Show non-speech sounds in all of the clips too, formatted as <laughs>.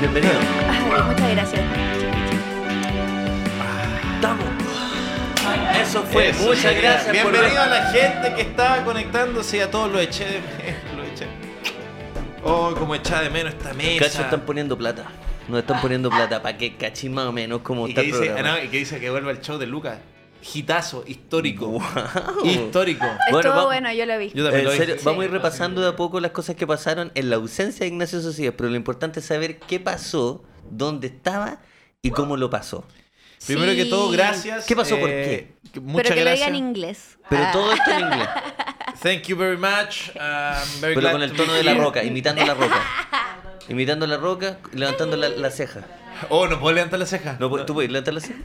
Bienvenido. Ay, muchas gracias. Estamos. Eso fue. Eso Muchas sería. gracias. por- Bienvenido a la gente que estaba conectándose y a todos los eché de menos. Los eché. Oh, como echaba de menos esta mesa. Ah. Cacho están poniendo plata. Nos están poniendo plata para que cachis más o menos como y, está que el dice, ah, programa. no, y que dice que vuelva el show de Lucas. Hitazo, histórico. <laughs> Guau. Histórico. Bueno, Estuvo vamos- bueno, yo lo vi. Yo también En lo dije. serio, Sí. vamos a ir repasando de a poco las cosas que pasaron en la ausencia de Ignacio Socias, pero lo importante es saber qué pasó, dónde estaba y cómo lo pasó. Primero que todo, Sí. gracias. ¿Qué pasó? ¿Por eh, que- Pero Muchas que lo diga gracias. en inglés. Pero Ah. todo esto en <laughs> inglés, Thank you very much. I'm very pero glad con el to tono be de la here. roca, imitando la <laughs> roca. Imitando la roca, levantando la, la ceja. Oh, no puedo levantar la ceja. ¿No, puedes- ¿Tú puedes levantar la ceja?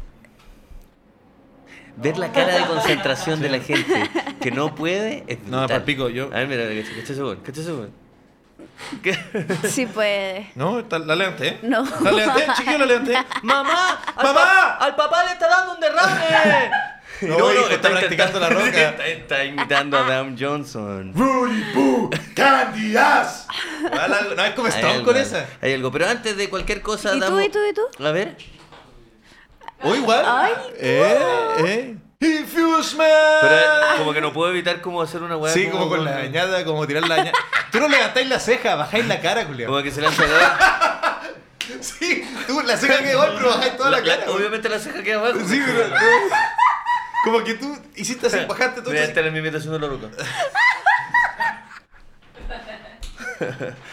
Ver la cara de concentración de la gente que no puede es No, brutal. pa'l pico, yo- A ver, mira, mira, cacha, cacha ese weón, cacha ese weón. <laughs> Sí puede. No, está- la levanté. ¿eh? No. La levanté, chiquillo, la levanté. <laughs> ¡Mamá! al ¡Mamá! pa- ¡Al papá le está dando un <laughs> derrame! No, hijo, está practicando la roca. Está, <laughs> está imitando a Dam Johnson. Rudy Boo, Candy Ass. No es como Hay Stone algo, con esa. Hay algo, pero antes de cualquier cosa. ¿Y tú, damos- y tú, y A ver. O Oh, igual. Ay, eh, eh. If you smell. Pero Ah. eh, como que no puedo evitar como hacer una weá. sí, como con la dañada, como tirar la dañada. Tú no levantáis la ceja, bajáis la cara, Julián. Como que se lanza la Sí, tú la ceja que igual, pero bajáis toda <laughs> la, la- cara. güey. Obviamente la ceja queda abajo. Sí, pero. tú- Como que tú hiciste así, bajaste todo. Voy a así. estar en mi imitación de la roca.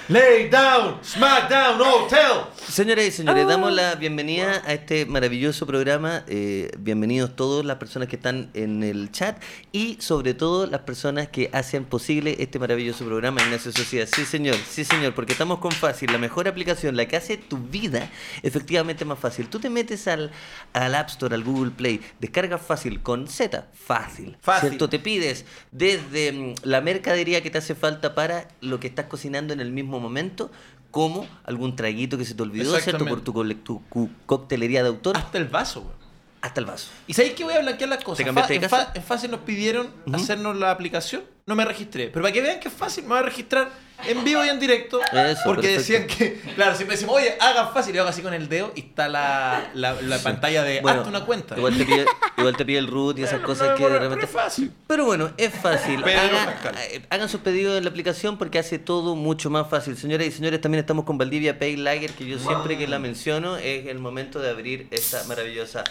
Lay down, smack down, no tell. Señoras y señores, damos la bienvenida a este maravilloso programa. Eh, bienvenidos todos las personas que están en el chat y sobre todo las personas que hacen posible este maravilloso programa Ignacio Sociedad. Sí, señor, sí, señor, porque estamos con Fácil, la mejor aplicación, la que hace tu vida efectivamente más fácil. Tú te metes al, al App Store, al Google Play, descargas Fácil con Z, fácil. Fácil. ¿cierto? te pides desde mm, la mercadería que te hace falta para lo que estás cocinando en el mismo momento, como algún traguito que se te olvidó, ¿cierto? Exactamente. Por tu, cole- tu cu- coctelería de autor, Hasta el vaso, güey. hasta el vaso. ¿Y sabéis que voy a blanquear las cosas? ¿Te cambiaste Fa- de en, casa? fa- en fácil nos pidieron hacernos la aplicación. No me registré. Pero para que vean que es fácil, me voy a registrar en vivo y en directo. Eso, porque decían perfecto. que, claro, siempre decimos, oye, hagan fácil. Y hago así con el dedo y está la, la, la pantalla de Bueno, hazte eh, una cuenta. Igual te, pide, igual te pide el root <laughs> y esas cosas No, que de pero repente. es fácil. Pero bueno, es fácil. <laughs> Pero Haga- Pascal. eh, hagan sus pedidos en la aplicación porque hace todo mucho más fácil. Señoras y señores, también estamos con Valdivia Pay Lager, que yo siempre que la menciono es el momento de abrir esta maravillosa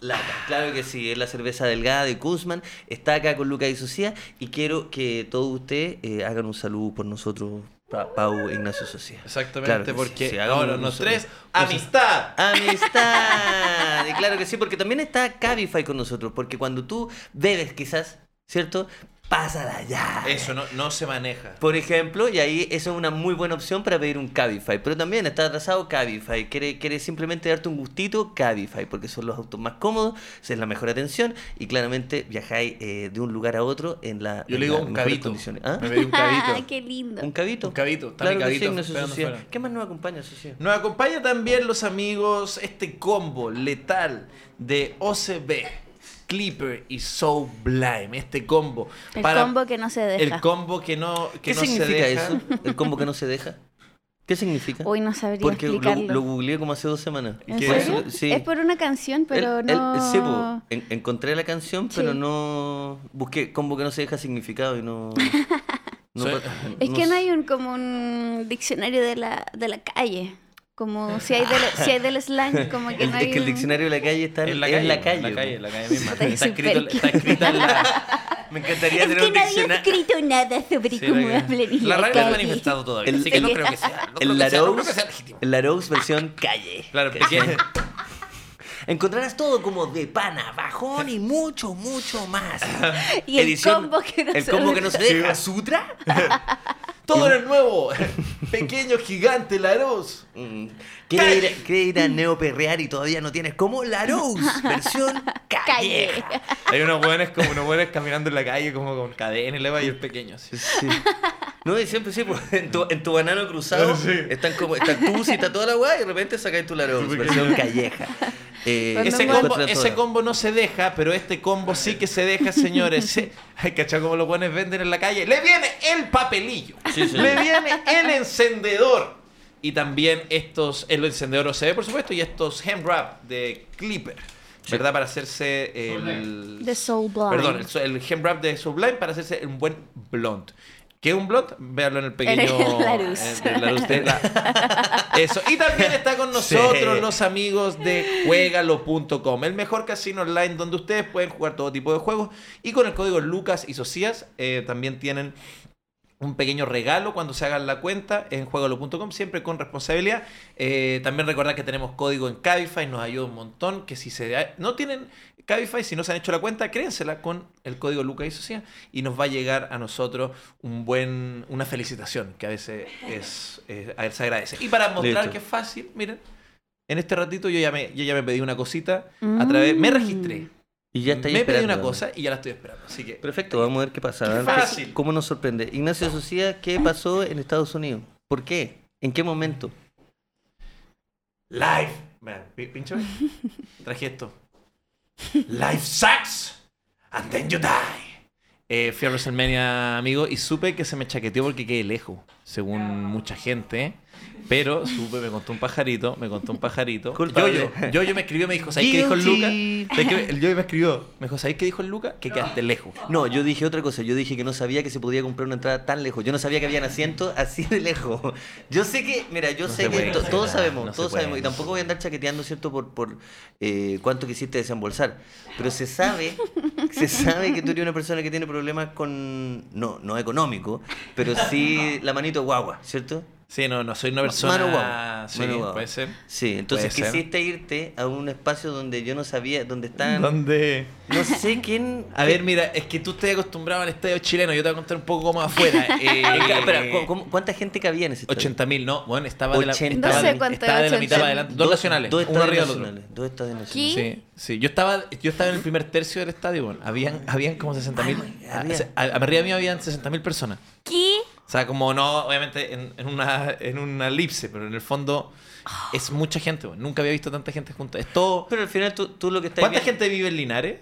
lata. Claro que sí, es la cerveza delgada de Guzmán. Está acá con Lucas y Socia y quiero que todos ustedes eh, hagan un saludo por nosotros, Pa- Pau e Ignacio Socia. Exactamente, Claro que sí, porque sí, hagan ahora un- los un- tres, un- amistad. Amistad. Y claro que sí, porque también está Cabify con nosotros, porque cuando tú bebes quizás, ¿cierto? Pásala allá. Eso no, no se maneja. Por ejemplo, y ahí eso es una muy buena opción para pedir un Cabify. Pero también está atrasado Cabify. Quiere, quiere simplemente darte un gustito Cabify, porque son los autos más cómodos, esa es la mejor atención y claramente viajáis eh, de un lugar a otro en la Yo en le digo las un mejores cabito. condiciones. ¿Ah? Me pedí un <laughs> Ah, cabito. qué lindo. ¿Un cabito? Un cabito, está mi Claro que sí, cabito Ignacio esperando Socia. afuera. ¿Qué más nos acompaña, Socia? Nos acompaña también los amigos, este combo letal de OCB, Clipper y Soul Blime. Este combo. El para- combo que no se deja. El combo que no, que ¿Qué no se significa deja. eso? ¿El combo que no se deja? ¿Qué significa? Hoy no sabría Porque lo, explicarlo. lo googleé como hace dos semanas. ¿En ¿Qué? Por serio? eso- sí. Es por una canción, pero El- el- no. sí, po. En- encontré la canción, Sí. pero no. Busqué combo que no se deja significado y <laughs> no. no Sí. pa- es que sé. no hay un como un diccionario de la, de la calle. Como si hay del, si hay del slang, como que El- no hay. <laughs> es que el un- diccionario de la calle está en la calle. en la calle, en po. la calle misma. Puta, Está, que escrito, súper está escrita en la. Me encantaría Es tener que un nadie ha diccionario. escrito nada sobre Sí, cómo la- hablan en la la RAE no ha calle. manifestado todavía, El- así que no creo que sea. No creo El que sea, no creo que Larousse. sea legítimo. El Larousse versión calle. Claro, ¿Cachai? porque- Encontrarás todo como de pana, bajón y mucho, mucho <laughs> más. Y el combo que no el se combo que no se deja. ¿Sutra? Todo era nuevo. <laughs> Pequeño gigante Larousse. Mm. Quiere ir, quiere ir a neoperrear y todavía no tienes como Larousse, <laughs> versión Calle. calleja. <laughs> Hay unos buenos como unos buenos caminando en la calle como con cadena y leva y el pequeño. así. Sí. No, y siempre sí, pues, en, tu, en tu banano <laughs> cruzado Sí. están como, está tú, si está toda la weá, y de repente sacáis tu Larousse, Sí, versión calleja. Eh, Cuando Ese me- combo, encuentra ese todo. combo no se deja, pero este combo sí que se deja, señores. <laughs> Sí. Hay cachado como los buenos venden en la calle. Le viene el papelillo. Sí, señor. Le viene el encendedor. Y también estos, el encendedor OCB, por supuesto, y estos hand wrap de Clipper, ¿verdad? Para hacerse el... De Soul Blind. Perdón, el, so- el hand wrap de Sublime para hacerse un buen blond. ¿Qué es un blond? Véalo en el pequeño... el Larus. en el Larus de la- Eso. Y también está con nosotros Sí. los amigos de juegalo.com, el mejor casino online donde ustedes pueden jugar todo tipo de juegos. Y con el código Lucas y Socias eh, también tienen un pequeño regalo cuando se hagan la cuenta en juegalo.com, siempre con responsabilidad. Eh, también recordar que tenemos código en Cabify, nos ayuda un montón, que si se da- no tienen Cabify, si no se han hecho la cuenta, créensela con el código Lucas y Socia y nos va a llegar a nosotros un buen, una felicitación, que a veces es, es- a él se agradece. Y para mostrar Listo. que es fácil, miren, en este ratito yo ya me, yo ya me pedí una cosita a través, me Mm. registré, Y ya está ahí me pedí esperando. una cosa y ya la estoy esperando, así que... Perfecto, vamos a ver qué pasa. Qué a ver fácil. ¿Cómo nos sorprende? Ignacio Socia, ¿qué pasó en Estados Unidos? ¿Por qué? ¿En qué momento? Live. Man, pi- pinche. Traje esto. Life sucks. And then you die. Eh, fui a WrestleMania, amigo, y supe que se me chaqueteó porque quedé lejos, según mucha gente. Pero supe, me contó un pajarito, me contó un pajarito. Culpable. Yo, yo, yo me escribió y me dijo, ¿sabes qué dijo el Luca? Guilty. ¿Sabes qué? El yo me escribió, me dijo, ¿sabes qué dijo el Luca? Que quedaste lejos. No, yo dije otra cosa. Yo dije que no sabía que se podía comprar una entrada tan lejos. Yo no sabía que habían asientos así de lejos. Yo sé que, mira, yo No se sé que puede, to- no se todos puede, sabemos, no se todos puede, sabemos. Y no se tampoco voy puede. a andar chaqueteando, ¿cierto? Por, por eh, cuánto quisiste desembolsar. Pero se sabe, se sabe que tú eres una persona que tiene problemas con, no, no económico, pero <laughs> sí la manito guagua, ¿cierto? Sí, no, no soy una Mano guagua, persona. Sí, mano guagua. puede ser. Sí, entonces Puede ser. quisiste irte a un espacio donde yo no sabía, donde están... ¿Dónde? No sé quién... A ver, mira, es que tú estás acostumbrado al estadio chileno, yo te voy a contar un poco <laughs> más afuera. Eh, Espera, ¿cu- cómo- ¿cuánta gente cabía en ese estadio? 80 mil, ¿no? Bueno, estaba de la, Ochenta. estaba- No sé cuánto es estaba de la 80.000. mitad para adelante. Dos nacionales, dos uno estadios arriba del otro. nacionales, Dos estadios nacionales. Sí, sí. Yo estaba, yo estaba en el primer tercio del estadio, bueno. Habían, habían como 60 mil. Ah, había. Arriba mío habían 60 mil personas. ¿Qué? O sea, como no, obviamente en, en una, en una elipse, pero en el fondo es mucha gente, bueno. Nunca había visto tanta gente junta. Es todo. Pero al final tú, tú lo que estás ¿Cuánta viendo- gente vive <laughs> en Linares?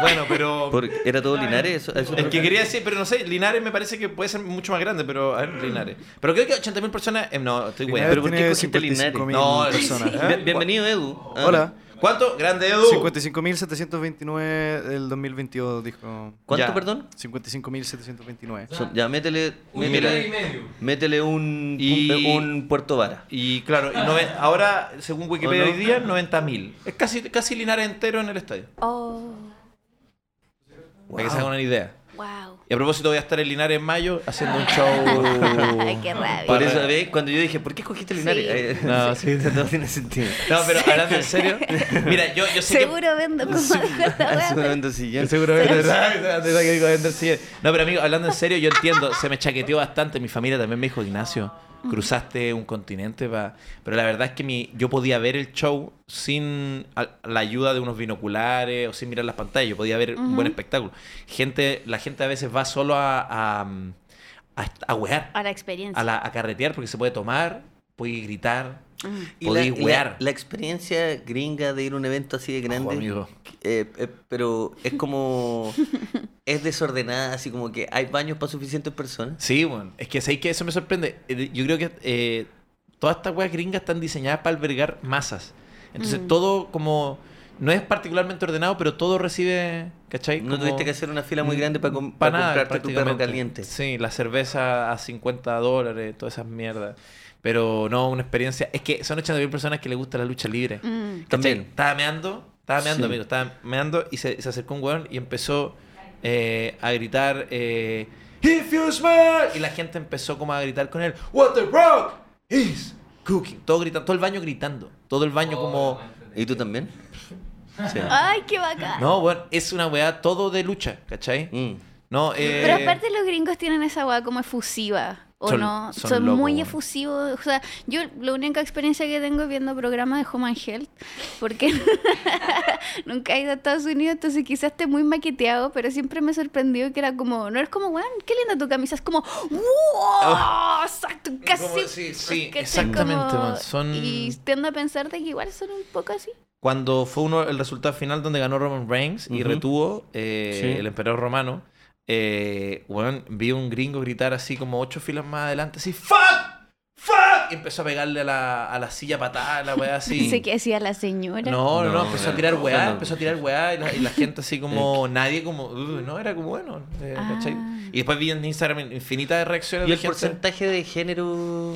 Bueno, pero. Porque ¿Era todo Linares? Eso, a eso me El que refiero. quería decir, pero no sé, Linares me parece que puede ser mucho más grande, pero a ver, Linares. Pero creo que 80.000 personas. eh, no, estoy Linares weón. ¿por qué tiene cogiste Linares? 55.000 No, personas. sí. ¿eh? Bien- bienvenido, Edu. Ah, Hola. ¿Cuánto? Grande Edu. 55.729 del 2022, dijo. ¿Cuánto, Ya. perdón? 55.729. Son- ya, métele, métele, métele un, Y- un Puerto Vara. Y claro, y noven- ahora, según Wikipedia ¿O no? hoy día, 90.000. Es casi, casi Linares entero en el estadio. Oh, Para que se hagan una idea. wow. Y a propósito, voy a estar en Linares en mayo haciendo <laughs> un <laughs> Ay, show. qué rabia. Por eso, ¿ves? Cuando yo dije, ¿por qué cogiste Linares? <laughs> Eh, No, sí. No tiene <laughs> sentido. No, pero hablando en serio. Mira, yo, yo sé que- Seguro <laughs> vendo como esta Ah, wea, <laughs> pero- Seguramente sí. ya. Seguramente, ¿verdad? Te saqué con Ender Sillén. No, pero amigo, hablando en serio, yo entiendo, se me chaqueteó bastante. Mi familia también me dijo, Ignacio, cruzaste un continente pa-". Pero la verdad es que mi... yo podía ver el show sin a- la ayuda de unos binoculares o sin mirar las pantallas. Yo podía ver un buen espectáculo. Gente, la gente a veces va solo a, a, a, a huear, A la experiencia. a, la- a carretear porque se puede tomar, puede gritar, Mm. Y la, podéis y la- huear. la experiencia gringa de ir a un evento así de grande, amigo. eh, eh, pero es como <laughs> es desordenada, así como que hay baños para suficientes personas. Sí, bueno. Es que sé que eso me sorprende. Eh, Yo creo que eh, todas estas weas gringas están diseñadas para albergar masas. Entonces Mm. todo como... No es particularmente ordenado, pero todo recibe... ¿Cachai? No Como- tuviste que hacer una fila muy grande para, com- Pa' para nada, comprarte tu perro prácticamente. caliente. Sí, la cerveza a 50 dólares, todas esas mierdas. Pero no, una experiencia... Es que son 80.000 personas que les gusta la lucha libre. Mm. ¿Cachai? También. Estaba meando, estaba meando, Sí. amigo, estaba meando y se, se acercó un weón y empezó eh, a gritar eh, If you smell! Y la gente empezó como a gritar con él What the rock is cooking. Todo, gritando, todo el baño gritando. Todo el baño como... Oh, ¿Y tú también? Sí. Ah. Ay, qué bacán. No, bueno, es una weá todo de lucha, ¿cachai? Mm. No, eh, Pero aparte los gringos tienen esa weá como efusiva. O Son- no, son son, locos, muy weón. efusivos. O sea, yo la única experiencia que tengo es viendo programas de Home and Health, porque <laughs> nunca he ido a Estados Unidos, entonces quizás esté muy maqueteado, pero siempre me sorprendió que era como, no es como, weón, qué linda tu camisa, es como, wow, exacto, casi. Ah. como- sí, sí, ¿cachai? exactamente, Como- man, son- Y tiendo a pensar de que igual son un poco así. cuando fue uno el resultado final donde ganó Roman Reigns y Ujú. retuvo eh, Sí. el emperador romano, eh, weón, vi un gringo gritar así como ocho filas más adelante, así, ¡Fuck! ¡Ah! Y empezó a pegarle a la, a la silla patada, la <laughs> weá así. Dice que hacía la señora. No, no, no, No, empezó no, a tirar no, weá, no. empezó a tirar weá y la, y la gente así <laughs> como, nadie como, "Uh", no, era como bueno, eh, Ah. ¿cachai? Y después vi en Instagram infinidad de reacciones ¿Y de el porcentaje de género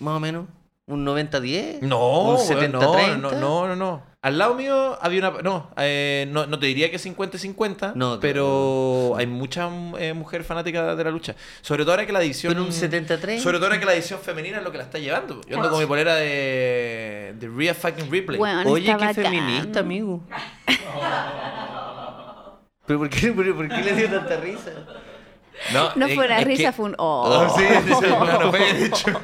más o menos? ¿Un 90-10? No, ¿Un weón, 70-30? no, no, no, no, no. Al lado mío había una, no, eh, no, no te diría que 50-50, No, pero hay mucha eh, mujer fanática de la lucha. Sobre todo ahora que la edición... ¿Pero un 73? Sobre todo ahora que la edición femenina es lo que la está llevando. Yo ando con mi polera de, de Rhea fucking Ripley. Weón, Oye, está qué bacán. feminista, amigo. <laughs> <laughs> ¿Pero por qué, por, por qué le dio tanta risa? No eh, fuera es que- risa, fue un. Oh. Oh, sí, sí, <laughs> sí, claro, fue, de hecho.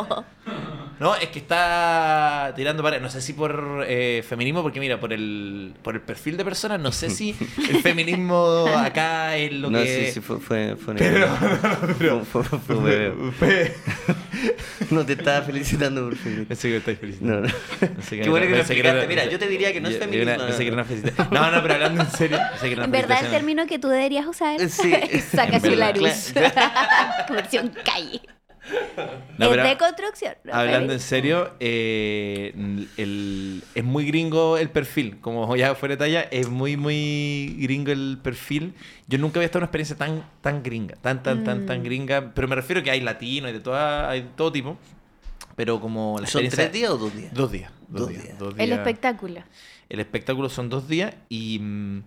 No, es que está tirando para. No sé si por eh, feminismo, porque mira, por el, por el perfil de personas, no sé si <laughs> el feminismo acá es lo no, que. sí, sí, fue, fue, fue un <laughs> Fue, fue- fue un bebé. No te estaba felicitando por fin. Pensé que me estáis No, felicitando. no. Pensé Qué bueno que lo pensé explicaste. era- Mira, yo te diría que no es yo- yo feminismo. era- pensé que era una felicitación. No, no, pero hablando en serio. pensé que era una <laughs> En verdad, el felicitación. término que tú deberías usar Sí. es saca En su verdad. larus. <laughs> Versión calle. No, es pero- de construcción. ¿no? Hablando en serio, eh, el- es muy gringo el perfil. Como <laughs> ya fuera de talla, es muy, muy gringo el perfil. Yo nunca había estado en una experiencia tan, tan gringa, tan, tan, tan, tan gringa. Pero me refiero que hay latino, hay de toda, hay de todo tipo. Pero como la ¿Son experiencia- tres días o dos días? Dos días. Dos, Dos días, días. dos El días. espectáculo. El espectáculo son dos días y... mm,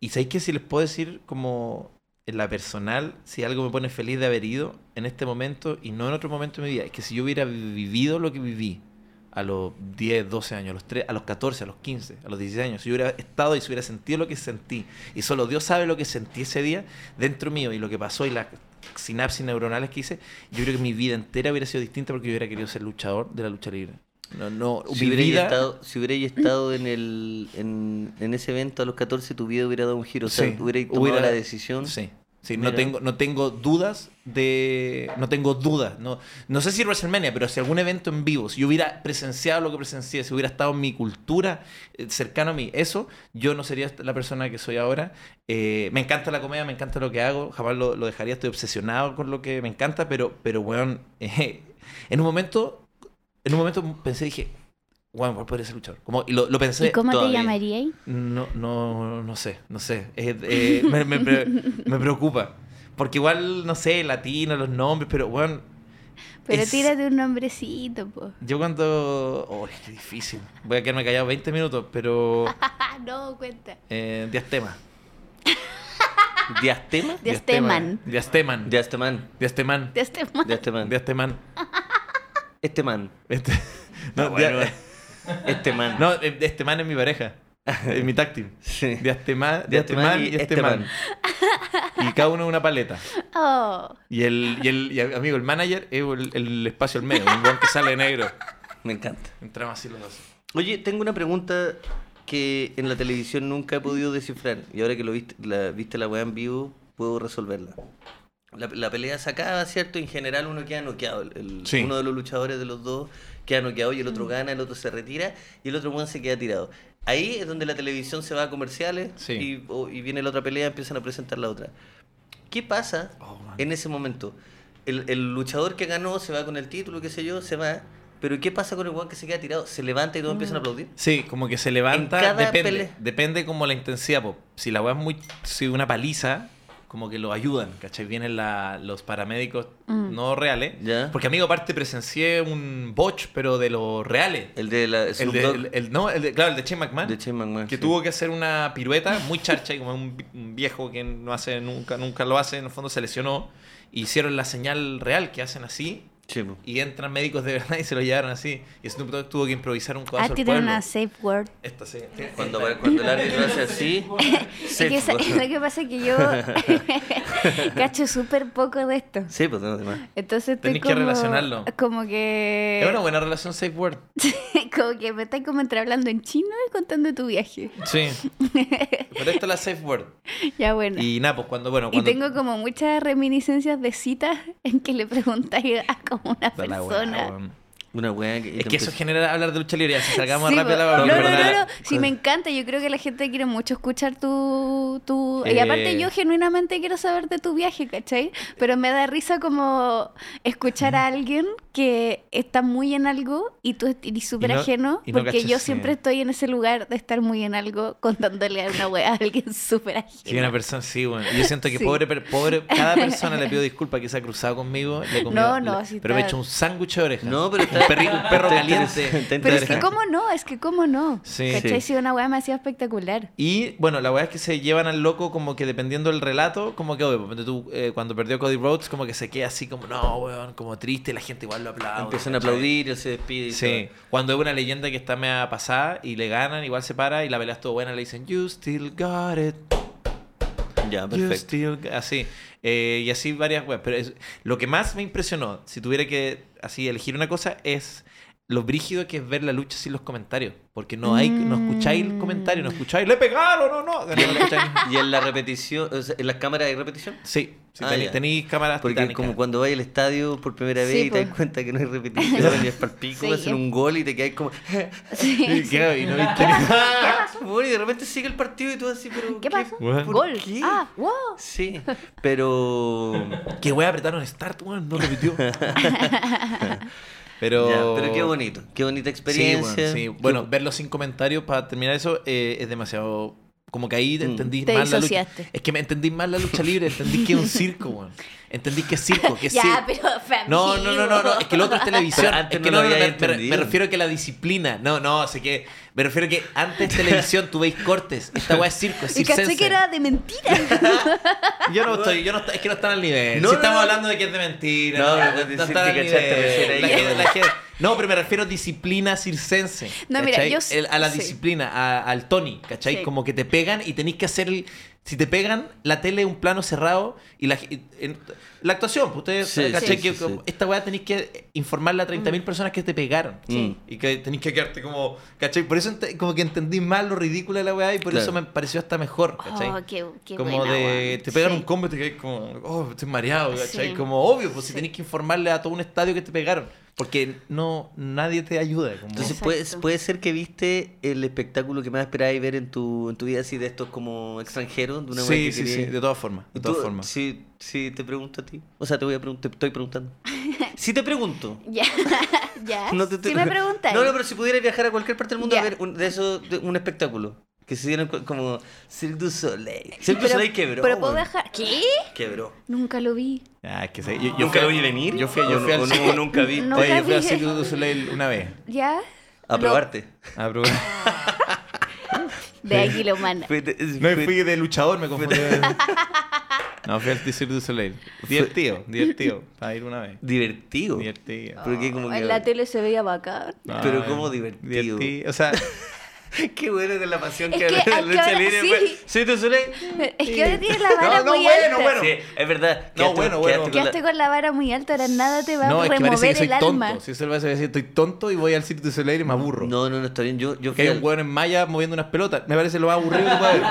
Y sabéis que si les puedo decir como en la personal, si algo me pone feliz de haber ido en este momento y no en otro momento de mi vida, es que si yo hubiera vivido lo que viví a los 10, 12 años, a los, 3, a los 14, a los 15, a los 16 años, si yo hubiera estado y si hubiera sentido lo que sentí, y solo Dios sabe lo que sentí ese día dentro mío y lo que pasó y las sinapsis neuronales que hice, yo creo que mi vida entera hubiera sido distinta porque yo hubiera querido ser luchador de la lucha libre. No, no, Si mi hubiera, vida- estado, si hubiera yo estado en, el, en, en ese evento a los 14, tu vida hubiera dado un giro. O sea, Sí, hubiera tomado hubiera- la decisión. Sí. Sí, no Mira. tengo, no tengo dudas de. No tengo dudas. No, no sé si WrestleMania, pero si algún evento en vivo, si yo hubiera presenciado lo que presencié, si hubiera estado en mi cultura eh, cercano a mí, eso, yo no sería la persona que soy ahora. Eh, me encanta la comedia, me encanta lo que hago, jamás lo, lo dejaría, estoy obsesionado con lo que me encanta, pero, pero weón, <laughs> eh, en un momento, en un momento pensé, dije, weón, voy a poder ser luchador. Como, y lo, lo pensé. ¿Y cómo todavía. te llamaríais? No, no, no sé, no sé. Eh, eh, me, me pre- me preocupa. Porque igual, no sé, latino, los nombres, pero bueno, Pero Es- tírate un nombrecito, po. <laughs> yo cuando... Oh, es que difícil. Voy a quedarme callado 20 minutos, pero... Ah, no, cuenta. Eh, Diastema. ¿Diastema? Diasteman. Diasteman. Diasteman. Diasteman. Diasteman. Diasteman. Diasteman. Este man. Este... No, Ah, bueno. Dia- Este man. no, eh, Diasteman es mi pareja. Es mi táctil. Sí. Diasteman, Diasteman Diasteman y y Esteman. Y cada uno una paleta. Oh, Y el, y el y, amigo, el manager es el, el espacio al medio, un buen que sale negro. Me encanta. Entramos así los dos. Oye, tengo una pregunta que en la televisión nunca he podido descifrar. Y ahora que lo viste, la, viste la weá en vivo, puedo resolverla. La, la pelea se acaba, ¿cierto? En general uno queda noqueado. El- el- Sí. Uno de los luchadores de los dos queda noqueado y el otro gana, el otro se retira y el otro weón se queda tirado. Ahí es donde la televisión se va a comerciales Sí. y, o- y viene la otra pelea, empiezan a presentar la otra. ¿Qué pasa Oh, man. en ese momento? El, el luchador que ganó se va con el título, qué sé yo, se va. Pero ¿qué pasa con el weón que se queda tirado? ¿Se levanta y todos empiezan a Mm. aplaudir? Sí, como que se levanta. En cada depende. pelea. Depende como la intensidad. po. Si la weá es muy. Si una paliza, como que lo ayudan, ¿cachai? Vienen la- los paramédicos Mm. no reales. Ya. Porque, amigo, aparte presencié un botch, pero de los reales. El de la El Snoop de, Dogg, el- el- no, el de- claro, el de Shane McMahon. de Shane McMahon, que sí. tuvo que hacer una pirueta muy charcha y como un vi- un viejo que no hace nunca, nunca lo hace, en el fondo se lesionó. e Hicieron la señal real que hacen así Sí, po. y entran médicos de verdad y se lo llevaron así. Y Snoop Dogg tuvo que improvisar un ah, codazo al tiene pueblo. una safe word. Esta sí. Cuando, cuando el árbitro hace así, <laughs> Es sí, que sa- po. lo que pasa es que yo <laughs> <laughs> cacho súper poco de esto. Sí, pues no, demás. Entonces estoy Tenés que como, relacionarlo. Como que. Es una buena relación safe word. <laughs> como que me estás como entre hablando en chino y contando tu viaje. <laughs> Sí. Pero esta es la safe word. Ya bueno. Y, Y nada, pues cuando, bueno, cuando... tengo como muchas reminiscencias de citas <laughs> en que le preguntáis a como una Da la weá, persona. weón. Una weá que. Es que eso genera hablar de lucha libre. ya, Si salgamos Sí, rápido po- la vamos a no, no, no, recordar. no. Sí, me encanta. Yo creo que la gente quiere mucho escuchar tu... tu... Y Eh. aparte yo genuinamente quiero saber de tu viaje, ¿cachai? Pero me da risa como escuchar a alguien que está muy en algo y tú y súper Y no- ajeno, y no porque cachas, yo sí. siempre estoy en ese lugar de estar muy en algo contándole a una wea a alguien <laughs> súper ajeno. Sí, una persona, sí, bueno. Yo siento que Sí. pobre, per- pobre, <laughs> cada persona le pido disculpas que se ha cruzado conmigo. Le comió- No, no, le- sí Pero me he está- hecho un sándwich de orejas. No, pero un, está- perri- un perro está caliente. interesante, está Pero es que interesante. cómo no, es que cómo no. Sí. ¿Cachai? Sí. Si una wea me hacía espectacular. <laughs> Y bueno, la verdad es que se llevan al loco como que dependiendo del relato, como que obvio, ponte tú, eh, cuando perdió Cody Rhodes, como que se queda así como, no, weón, como triste, la gente igual lo aplaude. Empiezan a ¿cachai? aplaudir, él se despide. y Sí, cuando es una leyenda que está media pasada y le ganan, igual se para y la pelea estuvo buena, le dicen, You still got it. todo. Ya, You Ah, perfecto. still got-" Así. Eh, y así varias weas. Pero es- lo que más me impresionó, si tuviera que así elegir una cosa, es lo brígido que es ver la lucha sin los comentarios. Porque no hay, no escucháis el comentario, no escucháis, le pegaron o no. no lo escucháis. Y en la repetición, o sea, en las cámaras hay repetición. Sí, sí Ah, tenéis ya. tenéis cámaras Porque es titánicas. como cuando vas al estadio por primera vez Sí, y te po. das cuenta que no hay <laughs> repetición y es palpico, Sí, hacen es- un gol y te quedas como. <laughs> Sí, Y sí. claro, y no viste ni- Bueno, y de repente sigue el partido y tú así, pero. ¿Qué pasó? Weón. ¿Por Gol. qué? Ah, wow. Sí, pero. Que wea apretaron start, weón, <laughs> no repitió. pero... Ya, pero qué bonito, qué bonita experiencia. Mm. Sí, bueno, Qué- verlo sin comentarios para terminar eso eh, es demasiado. Como que Mm. ahí entendís Te más la lucha. disociaste. Es que me entendís más la lucha libre, entendís que es un circo, weón. Entendís que es circo, que es circo. <laughs> Ya, pero fam, No, no, no, no, no, es que el otro es televisión. Pero antes es que no lo me, había me- me entendido. refiero que la disciplina. No, no, así que me refiero que antes televisión tú veis cortes. Esta weá es circo, es Y caché circense. que era de mentira. Yo <laughs> no estoy, yo no estoy- es que no están al nivel. No, si no, estamos no. hablando de que es de mentira. No, pero no, puedes decir están que al cachaste nivel. recién ahí La que- gente- la gente- No, pero me refiero a disciplina circense. No, mira, ¿cachai? yo s- El- a la sí. disciplina, a- al Tony, ¿cachai? Sí. Como que te pegan y tenéis que hacer el- si te pegan, la tele es un plano cerrado y la y- en- la actuación, pues ustedes Sí, ¿cachai? sí, que sí, sí. esta weá tenéis que informarle a 30.000 Mm. personas que te pegaron. Sí. Mm. Y que tenéis que quedarte como, ¿cachai? Por eso ent- como que entendí mal lo ridículo de la weá y por Claro. eso me pareció hasta mejor, <laughs> ¿cachai? Oh, qué, qué como buena, de weón. te pegan Sí. un combo y te quedas como oh estoy mareado ¿cachai? Sí. como obvio pues si Sí. tenés que informarle a todo un estadio que te pegaron porque no nadie te ayuda como Entonces Exacto. puede, puede ser que viste el espectáculo que más esperabas ver en tu, en tu vida así de estos como extranjeros, de una manera sí que sí sí querías- de todas formas de ¿Y todas tú- formas Si, si te pregunto a ti, o sea, te voy a preguntar, te estoy <laughs> preguntando. Si te pregunto, Ya, <laughs> ya. no te, Si me preguntas. No, no, pero si pudieras viajar a cualquier parte del mundo Ya. a ver un, de eso, de un espectáculo. Que se dieron co- como Cirque du Soleil. Cirque du Soleil quebró. oh, Pero puedo weón. dejar. ¿Qué? Quebró. Nunca lo vi. ah es que sé, yo, yo ¿Nunca fui- lo vi venir? yo fui yo ¿O fui no- al o no- o nunca vi? No. Oye, yo fui al vi. Cirque du Soleil una vez Ah, ¿Ya? A Lo- probarte. a probar. <laughs> de águila humana. Fue- fue- no fui de luchador me confundí <laughs> no fui al Cirque du Soleil divertido divertido para ir una vez divertido. divertido Porque como que- Ah, En la tele se veía bacán. <laughs> Pero Ay, cómo divertido. Ah, eh, divertido. o sea <laughs> Qué bueno con la pasión Es que, que habla de hay que lucha hablar- libre. sí. pues. Cirque du Soleil. Es que ahora tienes la vara <laughs> No, no, muy bueno, alta. bueno. Sí, es verdad. No, Quedaste- bueno, bueno. quedaste con la- Quedaste con la vara muy alta, ahora nada te va no, a es que parece remover que soy el alma. tonto. Si eso le parece que decir, estoy tonto y voy al Cirque du Soleil y me aburro. No, no, no está bien. Yo, yo Porque fui hay al- un hueón en maya moviendo unas pelotas. Me parece lo más aburrido que puede haber.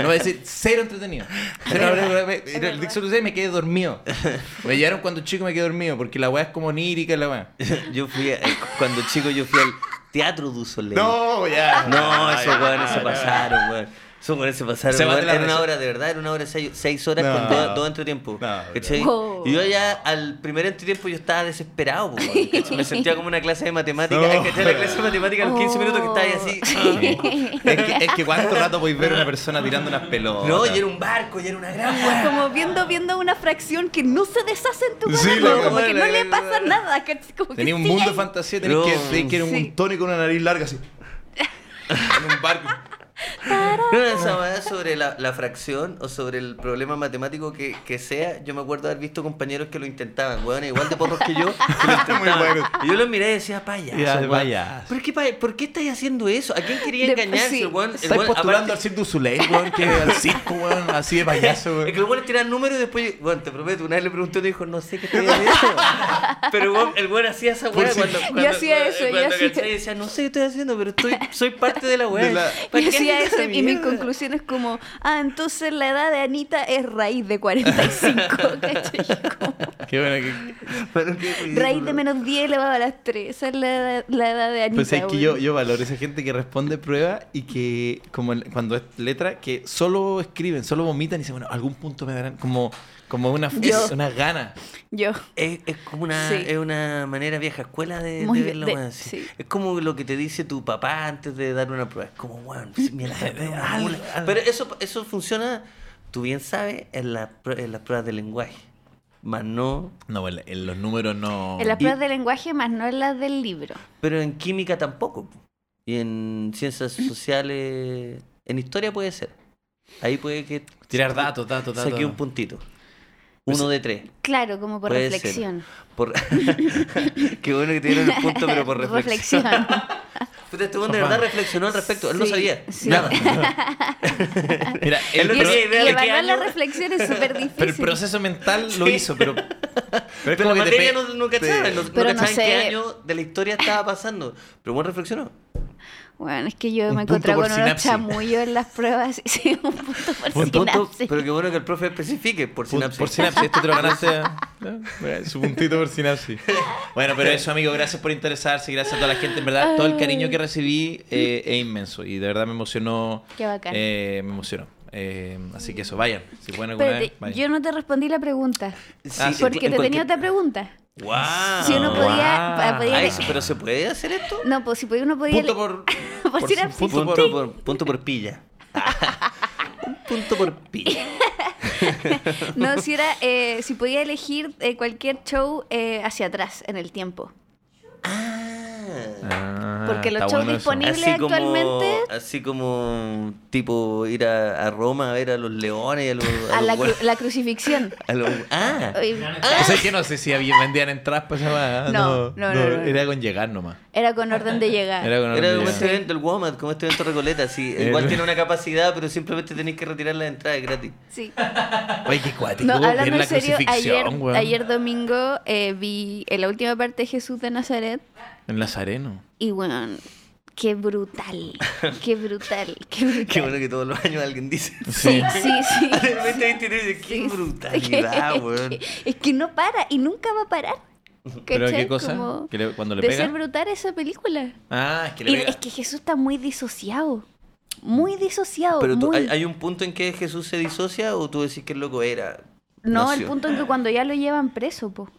No va a decir cero entretenido. Cero aburrido. Me- en el Cirque du Soleil me quedé dormido. Me llevaron cuando chico y me quedé dormido porque la weá es como onírica la weá. <laughs> Yo fui, a- cuando chico, yo fui al Teatro du Soleil. No, ya. no Ay, esos ya, weones se ya. pasaron, weón. Esos weones se pasaron, Se va weón. de la Era una risa. hora, de verdad, era una hora, de seis, seis horas No. con todo, todo entretiempo. No, ¿cachai? no. Y yo ya al primer entretiempo yo estaba desesperado, po, weón, ¿cachai? Me sentía como una clase de matemáticas. No. ¿cachai? La clase de matemáticas a los 15 minutos que estaba ahí así. Es que, es que cuánto rato podéis ver a una persona tirando unas pelotas. No, y era un barco, y era una gran weá. Como viendo, viendo una fracción que no se deshace en tu Sí, cara, la como, como cagó, que la no le cagó. pasa nada. que- como que Tenía un sigue mundo de ahí. fantasía, tenés No. que, tenés que ir Sí. un Tony con una nariz larga así. En un barco. No, no, esa weá sobre la, la fracción o sobre el problema matemático que, que sea, yo me acuerdo haber visto compañeros que lo intentaban, weón, igual de porros que yo. <laughs> que lo intentaban. bueno. Y yo los miré y decía, payaso. Ya, weón. payaso. ¿Por qué, pa- ¿Por qué estáis haciendo eso? ¿A quién quería De- engañar? Si sí. el weón- el Estáis weón- postulando aparte- al Cirque du Soleil, weón, <laughs> que al circo, weón, así de payaso, Es que weón. el weón tiraba números y después, bueno, te prometo, una vez le pregunté y me dijo, no sé qué estoy <laughs> haciendo. Pero weón, el weón hacía esa Por weá si- cuando, Yo cuando- hacía cuando- eso, yo cuando hacía- cachai, decía, no sé qué estoy haciendo, pero estoy, soy parte de la weá. De la- ¿Para Y <laughs> qué hacía haces eso esa y mi mierda? conclusión es como, <laughs> ah, entonces la edad de Anita es raíz de 45. ¿cachai? Como- Qué bueno que. Pero qué ridículo. Raíz de menos 10 elevado a las 3. Esa es la, edad- la edad de Anita. Pues es que weón. yo, yo valoro esa gente que responde prueba y que, como el- cuando es letra, que solo escriben, solo vomitan y dicen, bueno, algún punto me darán. Como, como una, Yo. una gana. Yo. Es, es como una, Sí. es una manera vieja escuela de, de Muy bien, verlo de- más así. sí. Es como lo que te dice tu papá antes de dar una prueba. Es como, weón, si me <laughs> la saqué una mula". Pero eso, eso funciona, tú bien sabes, en, la prue- en las pruebas de lenguaje. Más no. No, bueno, en los números no. En las Y- pruebas de lenguaje más no en las del libro. Pero en química tampoco. po. Y en ciencias sociales. En historia puede ser. Ahí puede que Tirar datos, datos, datos. Pues saque un puntito. Uno de tres. Claro, como por Puede ser. reflexión. <laughs> Por... <laughs> Qué bueno que te dieron el punto, pero <laughs> por reflexión. Puta, este weón de Papá. verdad reflexionó al respecto. Él no Sí, sabía sí. nada. <laughs> Mira, el, Yo Y, no pro- tenía y idea de qué evaluar la año- reflexión es súper difícil. <laughs> pero el proceso mental lo Sí. hizo, <laughs> pero. Pero, es Pero la como que te materia pe- no, no cachaba. No, no Pero no cachaba en qué sé. año de la historia estaba pasando. Pero bueno, reflexionó. Bueno, es que yo Un me encontré punto por con unos sinapsis. chamullos en las pruebas. <laughs> Sí, un punto por Un punto, sinapsis. pero qué bueno que el profe especifique por Pun- sinapsis. Por sinapsis, este te lo ganaste. <laughs> ¿no? Bueno, Su puntito por sinapsis. Bueno, pero eso, amigo, gracias por interesarse, gracias a toda la gente. En verdad, todo el cariño que recibí eh, es inmenso y de verdad me emocionó. Qué bacán. eh, me emocionó. Eh, así que eso, vayan. Si pueden alguna Espérate, vez, vayan. yo no te respondí la pregunta. Sí, Ah, sí, porque en te tenía cualquier- otra pregunta. ¡Wow! Si uno Ah, podía. pa- podía- Ay, ¿Pero se puede hacer esto? no, pues si podía, uno podía. <laughs> Punto por. por sinapsis. punto por- <laughs> punto, por, punto por pilla. <laughs> Un punto por pilla. No, si era. eh, si podía elegir eh, cualquier show eh, hacia atrás en el tiempo. Ah. Ah, Porque los está shows bueno disponibles- eso. Así disponible actualmente. Como, así como tipo ir a, a Roma a ver a los leones y a los... A la, los cru- la <laughs> crucifixión. hue- a los- ah, Oye, O sea, que no sé si había, vendían entradas para esa weá, ¿eh? No, no, no, Ah. no. Era con llegar nomás. Era con orden de llegar. Era con orden era de como llegar. este evento, el WOMAD, como este evento Recoleta. Sí, El- igual tiene una capacidad, pero simplemente tenéis que retirar la entrada es gratis. Sí. Oye, qué cuático. No, ver hablando la en serio, ayer, crucifixión, weón. ayer domingo eh, vi en la última parte de Jesús de Nazaret En Lazareno. y bueno, qué brutal, qué brutal, <laughs> qué brutal. Qué bueno que todos los años alguien dice. <laughs> Sí, sí, sí. <laughs> El 2023 dice, qué <laughs> brutalidad, weón. es que no para y nunca va a parar. ¿Pero ¿cachai? qué cosa? Como ¿Que le- cuando le de pega? ser brutal esa película. Ah, es que le Y pega. es que Jesús está muy disociado. Muy disociado. Pero tú, muy. ¿hay, hay un punto en que Jesús se disocia o tú decís que el loco era? no, el nació? punto en que cuando ya lo llevan preso, po.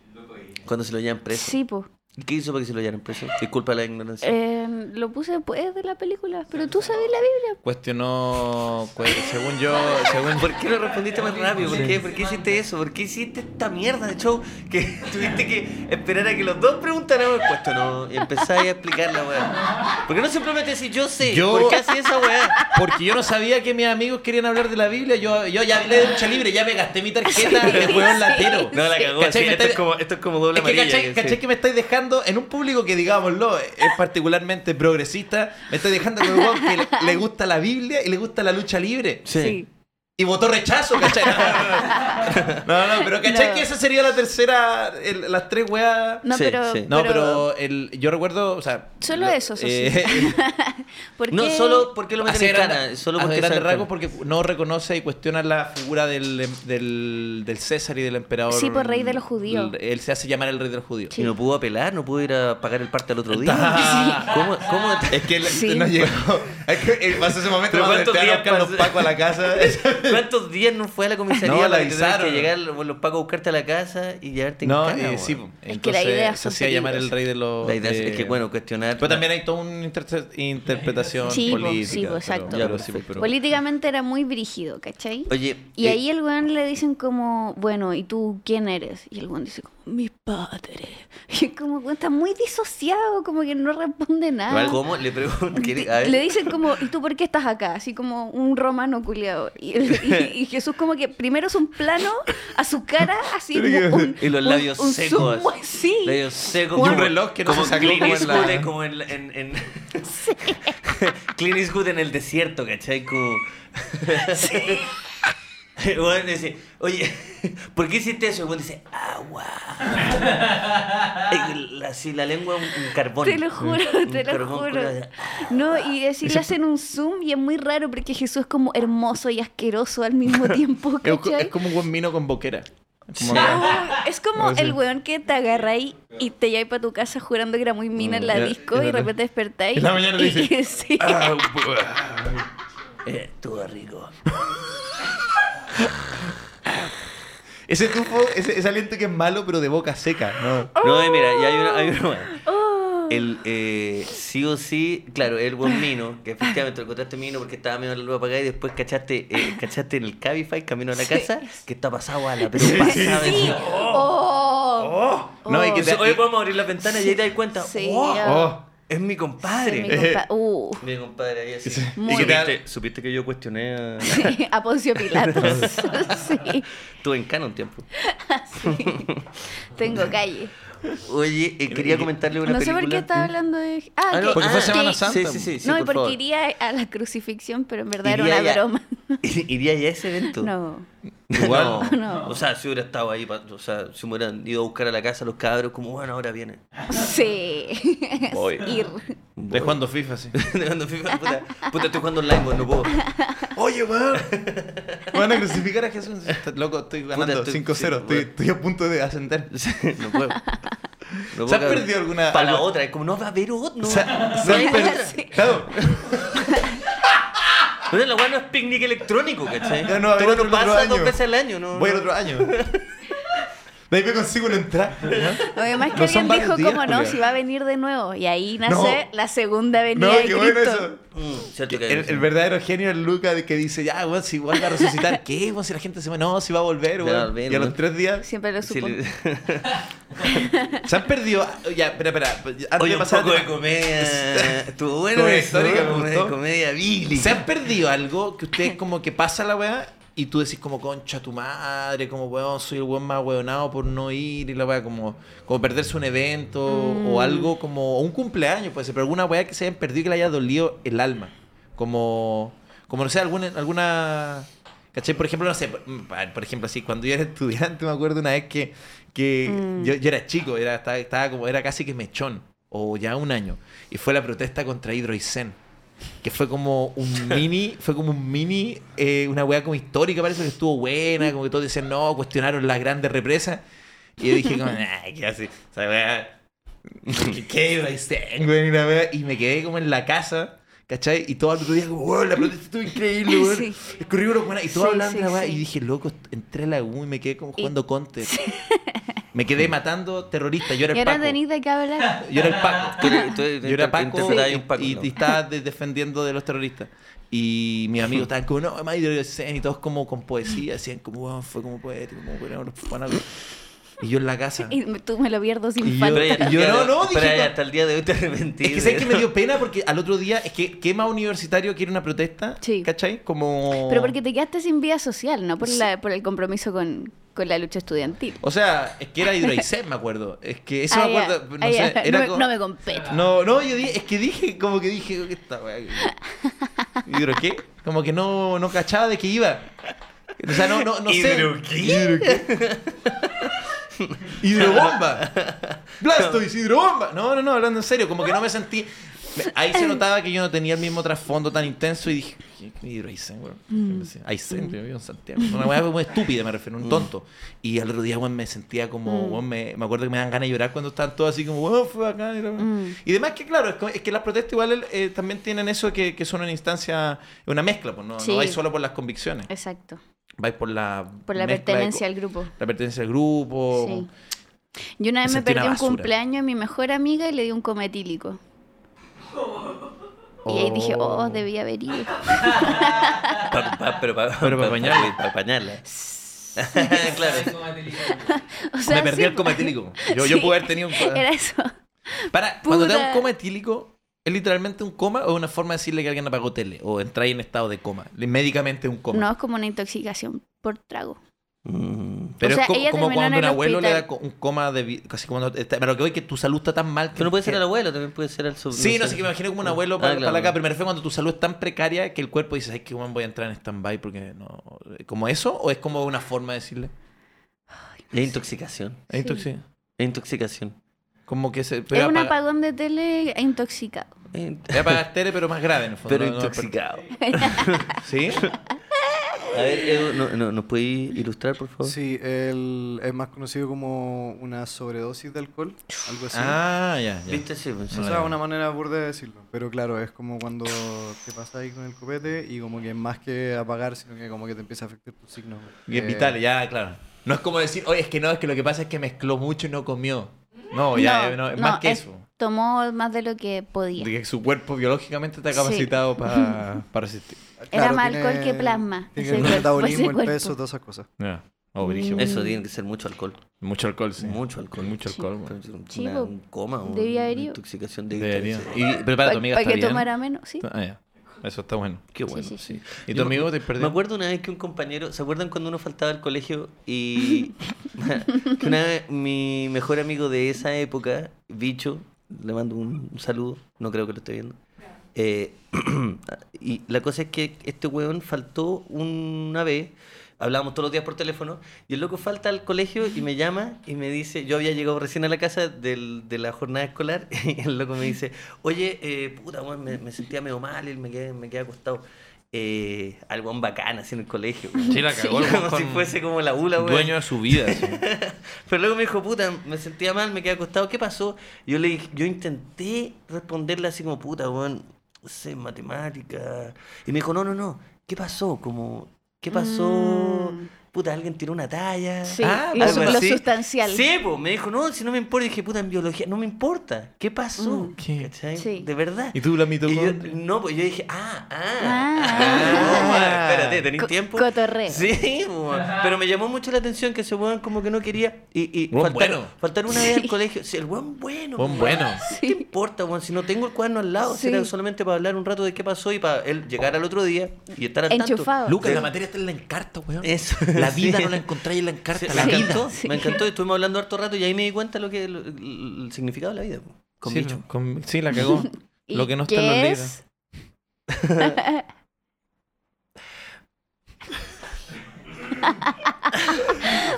Cuando se lo llevan preso. Sí, po. ¿Y qué hizo para que se lo llevaran preso? Disculpa la ignorancia. Eh, lo puse después de la película, pero tú sabes la Biblia. Cuestionó, cu- según yo, según ¿Por qué no respondiste más rápido? ¿Por qué, ¿Por qué hiciste eso? ¿Por qué hiciste esta mierda de show que <laughs> tuviste que esperar a que los dos preguntaran el puesto? No, y empezáis a explicar la weá. ¿Por qué no simplemente decís yo sé? Yo- ¿Por qué así esa weá? porque yo no sabía que mis amigos querían hablar de la Biblia, yo, yo ya hablé de lucha libre, ya me gasté <laughs> mi tarjeta de hueón latero. No, la cagó. ¿Cachai? sí, Me esto, estáis- es como, esto es como doble Es que amarilla. caché, que sí. que me estáis dejando en un público que, digámoslo, es particularmente progresista. Me estáis dejando con un hueón que le, le gusta la Biblia y le gusta la lucha libre. Sí. Y votó rechazo, ¿cachai? <laughs> No, no, no, pero ¿cachai? No. Que esa sería la tercera, el- las tres weas. No, Sí, pero, sí. No, pero, el, yo recuerdo, o sea... Solo lo- eh, eso, eso sí. <laughs> ¿Por No, qué? solo porque lo <laughs> meten hace en grande- cana. Solo hace porque grandes saben- rasgos porque no reconoce y cuestiona la figura del, em- del, del César y del emperador. Sí, pues, rey de los judíos. L- Él, se hace llamar el rey de los judíos. Y no pudo apelar, no pudo ir a pagar el parte al otro día. Sí. ¿Cómo, cómo Es que él Sí. no llegó. <laughs> Es que eh, pasó ese momento Pero cuando ¿cuántos te van a días buscar los pasó? pacos a la <laughs> casa. <laughs> ¿Cuántos días no fue a la comisaría No, la para que tuvieras avisaron. que llegar los los pacos a buscarte a la casa y llevarte en <laughs> No, cana, eh, weón? sí. pues, Es Entonces, que la idea se son hacía llamar el peligrosas. rey de los... La idea es- de- es que, bueno, cuestionar. Pero también hay toda una inter- interpretación Sí, pues, política. sí, pues, pero- exacto. ya, pero sí, pues, pero- Políticamente era muy brígido, ¿cachai? Oye, Y eh, ahí el weón le dicen como, bueno, ¿y tú quién eres? Y el weón dice como, mis padres. <laughs> Y es como, weón, está muy disociado, como que no responde nada. igual, ¿Cómo? Le pregunto. ¿quiere- a ver? <laughs> Le dicen como, ¿y tú por qué estás acá? Así como un romano culiado. Y, el- y- y Jesús como que primero es un plano a su cara, así como un, Y los un- labios un secos. zoom así. Labios secos. Y un como- reloj que no como se sacó Clint como en la- Eastwood, eh, como en. la- en, <laughs> en... <laughs> Clint Eastwood en el desierto, ¿cachai? Como... <laughs> Bueno, dice, oye, <laughs> ¿por qué hiciste eso? Y bueno, dice, <laughs> agua. Eh, la- Así la lengua un, un carbón. Te lo juro, Mm. Un te lo carbón juro. colorado. No, y así le hacen un zoom y es muy raro <laughs> porque Jesús es como hermoso y asqueroso al mismo tiempo, Es, co- es ¿cachai? como un buen mino con boquera. Sí. Como que- Uh, es como Ah, sí. el weón que te agarra y, y te lleva para tu casa jurando que era muy mina en la Mm, Ya, disco ya, y de ya. repente despertáis. En la mañana y, te dice, <laughs> "Ah". sí. Eh, estuvo rico. <laughs> Ese tufo, ese, ese aliento que es malo, pero de boca seca, ¿no? Oh. No, y mira, y hay una, hay una <laughs> buena. El eh, sí o sí, claro, el buen Mino, que efectivamente lo encontraste Mino porque estaba medio la luz apagada y después cachaste, eh, cachaste en el Cabify camino a la Sí. casa, que está pasado ala, pero pasada Sí. encima. Oh. No, y Oh. que Entonces, te- Oye, podemos abrir la ventana y ahí te das cuenta. Sí, ¡wow! ah. Es mi Sí, mi compadre. <laughs> compa- uh. Mi compadre ahí así. Muy ¿Y que bien. supiste, supiste que yo cuestioné a. Sí, a Poncio <laughs> Pilatos. sí, Estuve en Cana un tiempo. tengo calle. Oye, eh, quería comentarle una No sé película. por qué estaba hablando de. Ah, Ah, que- no, Porque fue ah, Semana que- Santa. Sí, sí, sí. sí, no, y por porque favor. iría a la crucifixión, pero en verdad era Iría una ya- broma. <laughs> Iría ya a ese evento. No. Igual. <laughs> No, no. O sea, si hubiera estado ahí, pa- o sea, si me hubieran ido a buscar a la casa los cabros, como bueno, ahora viene. Sí. Voy. <laughs> Ir. Estoy <laughs> jugando FIFA, sí. Cuando FIFA, puta, puta, estoy jugando online, weón, no puedo. <laughs> Oye, weón. Me van a crucificar a Jesús. Está- Loco, estoy ganando estoy- 5-0. sí, estoy, weón. estoy a punto de ascender. <laughs> No puedo. No ¿Se puedo, han perdido alguna- Para la algo? otra, es como no va a haber otro. No, Se- se hay han per- otra. <laughs> Sí. Claro, Pero la weá no es picnic electrónico, ¿cachai? Ya no va a haber Tú otro- no otro pasa dos año. veces al año, ¿no? voy al no. otro año. De ahí me consigo una entrada. ¿no? Además que No son alguien varios dijo, días, como no, Julia. si va a venir de nuevo. Y ahí nace No. la segunda venida No, de qué Cristo. bueno eso. Mm, cierto que hay El, eso. el verdadero genio es Luca de que dice, ya, weón, si igual va a resucitar, ¿qué? Weón, si la gente se va, no, si va a volver, Va a weón. volver, y a los weón. tres días. Siempre lo Sí, supo. le- <laughs> Se han perdido. Ya, espera, espera. Antes Oye, de un pasar al poco de tema, <laughs> comedia. Estuvo bueno Comedia eso, histórica, ¿no? me Comedia- gustó. Comedia bíblica. ¿Se han perdido algo que ustedes como que pasa la weá y tú decís como concha tu madre, como weón, soy el weón más weonado por no ir y la weá como, como perderse un evento o algo como o un cumpleaños, puede ser, pero alguna weá que se hayan perdido y que le haya dolido el alma. Como, como no sé, alguna, alguna ¿Cachai? Por ejemplo, no sé, por, mm, pa- por ejemplo, así, cuando yo era estudiante, me acuerdo una vez que, que yo, yo era chico, era, estaba, estaba como, era casi que mechón, o ya un año, y fue la protesta contra Hidroicén, que fue como un mini, fue como un mini, eh, una weá como histórica, parece que estuvo buena, como que todos decían, no, cuestionaron las grandes represas, y yo dije como, ay, qué así, o sea, weá, ¿qué- qué Hidroicén, weón? Y la weá, y me quedé como en la casa. ¿Cachai? Y todo el otro día, como, wow, la protesta estuvo increíble, weón. Sí. Escurrí una buena- y todo Sí, hablando sí, de la weá, sí. y dije, loco, entré a la U y me quedé como Y- <laughs> jugando Counter. Me quedé matando terroristas. Yo era Y el ahora Paco. tenéis de qué hablar. <laughs> Yo era el Paco. Tú eres- tú eres- Yo era inter- Paco interpretabas y, un Paco, y- ¿no? y estaba de- defendiendo de los terroristas. Y mis amigos estaban como, no, más y todos como con poesía, decían como, wow, fue como poético, como bueno, los fanáticos. Y yo en la casa. Y tú me lo pierdo sin Y falta. Pero ya hasta el Yo día no, de- no, pero dije, ya no. hasta el día de hoy te arrepentí. Es que de- sabes que me dio pena porque al otro día, es que qué más universitario quiere una protesta, Sí. ¿cachai? Como... Pero porque te quedaste sin vida social, ¿no? Por, la, por el compromiso con, con la lucha estudiantil. O sea, es que era Hidroicén, me acuerdo. Es que eso Ah, me ya. acuerdo. No Ah, sé, ya. era me- como- no me compete. No, no, yo dije, es que dije, como que dije, ¿qué esta weá? ¿Hidro qué? Como que no, no cachaba de qué iba. O sea, no, no, no sé. ¿Hidro qué? ¿Hidro qué? Hidrobomba. Blastoise, hidrobomba. No, no, no, hablando en serio, como que no me sentí. Ahí se notaba que yo no tenía el mismo trasfondo tan intenso y dije, ¿qué, qué hidroicén, Mm. weón? Aicén, yo vivo en Santiago. Una weá como estúpida, me refiero, un tonto. Y al otro día, weón, me sentía Mm. como, weón, me, me acuerdo que me dan ganas de llorar cuando estaban todos así como, weón, fue acá. Y, la weá. Mm. Y además que, claro, es co- es que, las protestas igual eh, también tienen eso que, que son una instancia, una mezcla, pues no, Sí. no vais solo por las convicciones, Exacto. vais por la... Por la mezcla de pertenencia co- al grupo. La pertenencia al grupo. Sí. Yo una vez Me me sentí una perdí un basura. cumpleaños a mi mejor amiga y le di un cometílico. Y ahí dije, oh, debía haber ido. <laughs> Pa- pa- pero para Pero pa' pañales. pañarla. <laughs> claro. O sea, me perdí sí, el coma etílico. Yo, yo Sí. pude haber tenido un coma. <laughs> Era eso. Para, cuando te da puta. un coma etílico, ¿es literalmente un coma o es una forma de decirle que alguien apagó tele? O entráis en estado de coma. Médicamente es un coma. No, es como una intoxicación por trago. Mm. Pero O sea, es co- ella como terminó en cuando un el abuelo le da hospital. co- un coma de... vi- Casi como... no- está- Pero lo que voy es que tu salud está tan mal que... Pero no puede ser el abuelo, también puede ser el sobrino. Sí, no sé, que me imagino como un abuelo Ah, para, claro. para acá, pero me refiero cuando tu salud es tan precaria que el cuerpo dice, ay, que bueno, voy a entrar en stand-by porque no... ¿Como eso? ¿O es como una forma de decirle? La intoxicación. Es Sí. intoxi- La intoxicación. Como que se... Es Pero un apaga- apagón de tele intoxicado. Int- <laughs> Eh, voy a apagar tele, pero más grave en el fondo. Pero no- no- intoxicado. ¿Sí? <laughs> A ver, Edu, no, no, ¿nos podéis ilustrar, por favor? Sí, él es más conocido como una sobredosis de alcohol, algo así. Ah, ya, ya. ¿Viste? Sí, pues, O sea, una manera burda de decirlo. Pero claro, es como cuando te pasas ahí con el copete y como que más que apagar, sino que como que te empieza a afectar tus signos. Y es Eh, vital, ya, claro. No es como decir, oye, es que no, es que lo que pasa es que mezcló mucho y no comió. No, ya, eh, no, es más que es- eso. Tomó más de lo que podía. De que su cuerpo biológicamente está <laughs> capacitado para, para resistir. Era claro, más alcohol tiene- que plasma. Tiene ese el cuerpo, metabolismo, ese el cuerpo. peso, todas esas cosas. Ya. Oh, Mm. brígido. Eso tiene que ser mucho alcohol. Mucho alcohol, sí. Mucho alcohol. Mucho Sí. alcohol. bueno. Una- Sí, po. un coma, una Debía haber ido. intoxicación de Debería. guitarra, sí. Y prepara tu Pa- amiga, pa' ¿está que bien? tomara menos, sí. Ah, ya. Eso está bueno. Qué bueno, sí, sí. sí. ¿Y tu Yo amigo te Me perdió? acuerdo una vez que un compañero, ¿se acuerdan cuando uno faltaba al colegio? Y <laughs> que una vez mi mejor amigo de esa época, Bicho, le mando un un saludo, no creo que lo esté viendo. Eh, <clears throat> y la cosa es que este weón faltó una vez, hablábamos todos los días por teléfono, y el loco falta al colegio y me llama y me dice, yo había llegado recién a la casa del- de la jornada escolar, <laughs> y el loco me dice, oye, eh, puta, weón, me, me sentía medio mal y me quedé, me quedé acostado. Eh, al weón bacán así en el colegio. weón. Sí, la cagó el weón <laughs> Como si con- fuese como la ula, weón. Dueño de su vida. sí. Pero luego me dijo, puta, me sentía mal, me quedé acostado, ¿qué pasó? Yo le dije, yo intenté responderle así como, puta, weón, no sé matemática. Y me dijo, no, no, no, ¿qué pasó? Como, ¿qué pasó? Mm. Puta, alguien tiró una talla. Sí, Ah, lo, algo su- lo así. sustancial. Sí, po, me dijo, no, si no me importa. Y dije, puta, en biología, no me importa. ¿Qué pasó? Mm. ¿Qué? ¿Cachai? Sí. De verdad. <laughs> ¿Y tú la Y yo, mitocondria? no, pues yo dije, ah, ah, Ah. ah, espérate, ¿tenés Co- tiempo? cotorreo. Sí, weón. pero me llamó mucho la atención que ese weón como que no quería y, y Weón faltar, bueno. faltar una vez al colegio. Sí, el weón bueno. Buen po, bueno. ¿Qué te importa, weón? Si no tengo el cuaderno al lado, Sí. será solamente para hablar un rato de qué pasó y para él llegar al otro día y estar al Enchufado. Lucas, la materia está en la encarta, weón. tanto. Eso. <laughs> La vida Sí. no la encontráis en la encarta. Sí, la me vida. encantó, Sí. me encantó. Estuvimos hablando harto rato y ahí me di cuenta lo que lo- el, el significado de la <laughs> vida. po, Con sí, bicho. con- sí, la cagó. <laughs> ¿Y Lo que no está qué en los libros. <laughs> es?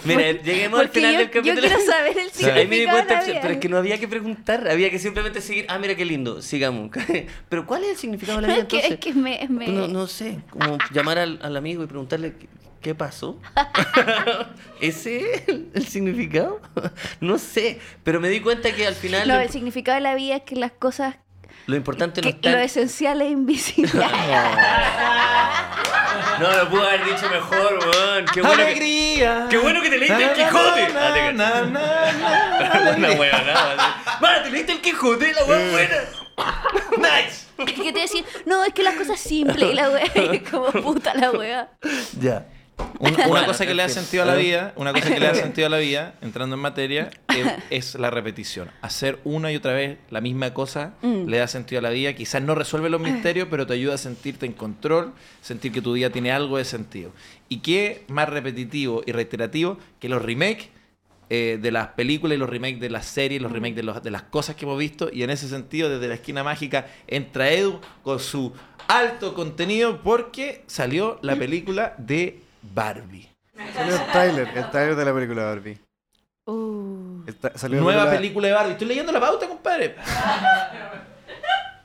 Mira, lleguemos al Porque final yo, del yo capítulo. quiero saber <laughs> el Sí, ahí me di significado de cuenta, la vida. pero es que no había que preguntar, había que simplemente seguir, ah, mira qué lindo, sigamos. <laughs> pero ¿cuál es el significado de la vida Es <laughs> que- entonces? es que me- me- No, no sé, como llamar al, al amigo y preguntarle qué, qué pasó. <laughs> ¿Ese es el, el significado? <laughs> no sé, pero me di cuenta que al final No, lo, el significado de la vida es que las cosas, lo importante no que- está... lo esencial es invisible. No, lo pudo haber dicho mejor, weón. Qué bueno <laughs> que, ¡Alegría! qué bueno que te leíste el Quijote. Ah, te cacho. Na, na, na, <laughs> na. Una huevonada. Mara, te leíste el Quijote, la Eh. hueá buena. <laughs> Nice. Es <laughs> que te decir, no, es que las cosas simples y la wea <laughs> es como puta la wea. Ya. Una, una Bueno, cosa que le da es que- sentido a la vida, una cosa que le da sentido a la vida, entrando en materia, e- es la repetición. Hacer una y otra vez la misma cosa le da sentido a la vida. Quizás no resuelve los misterios, pero te ayuda a sentirte en control, sentir que tu día tiene algo de sentido. ¿Y qué más repetitivo y reiterativo que los remakes? eh, de las películas y los remakes de las series, los remakes de, los- de las cosas que hemos visto. Y en ese sentido, desde la esquina mágica, entra Edu con su alto contenido porque salió la película de Barbie. Salió el tráiler, el tráiler de la película Barbie. Uh, El tra- salió la Nueva película de Barbie. Estoy leyendo la pauta, compadre.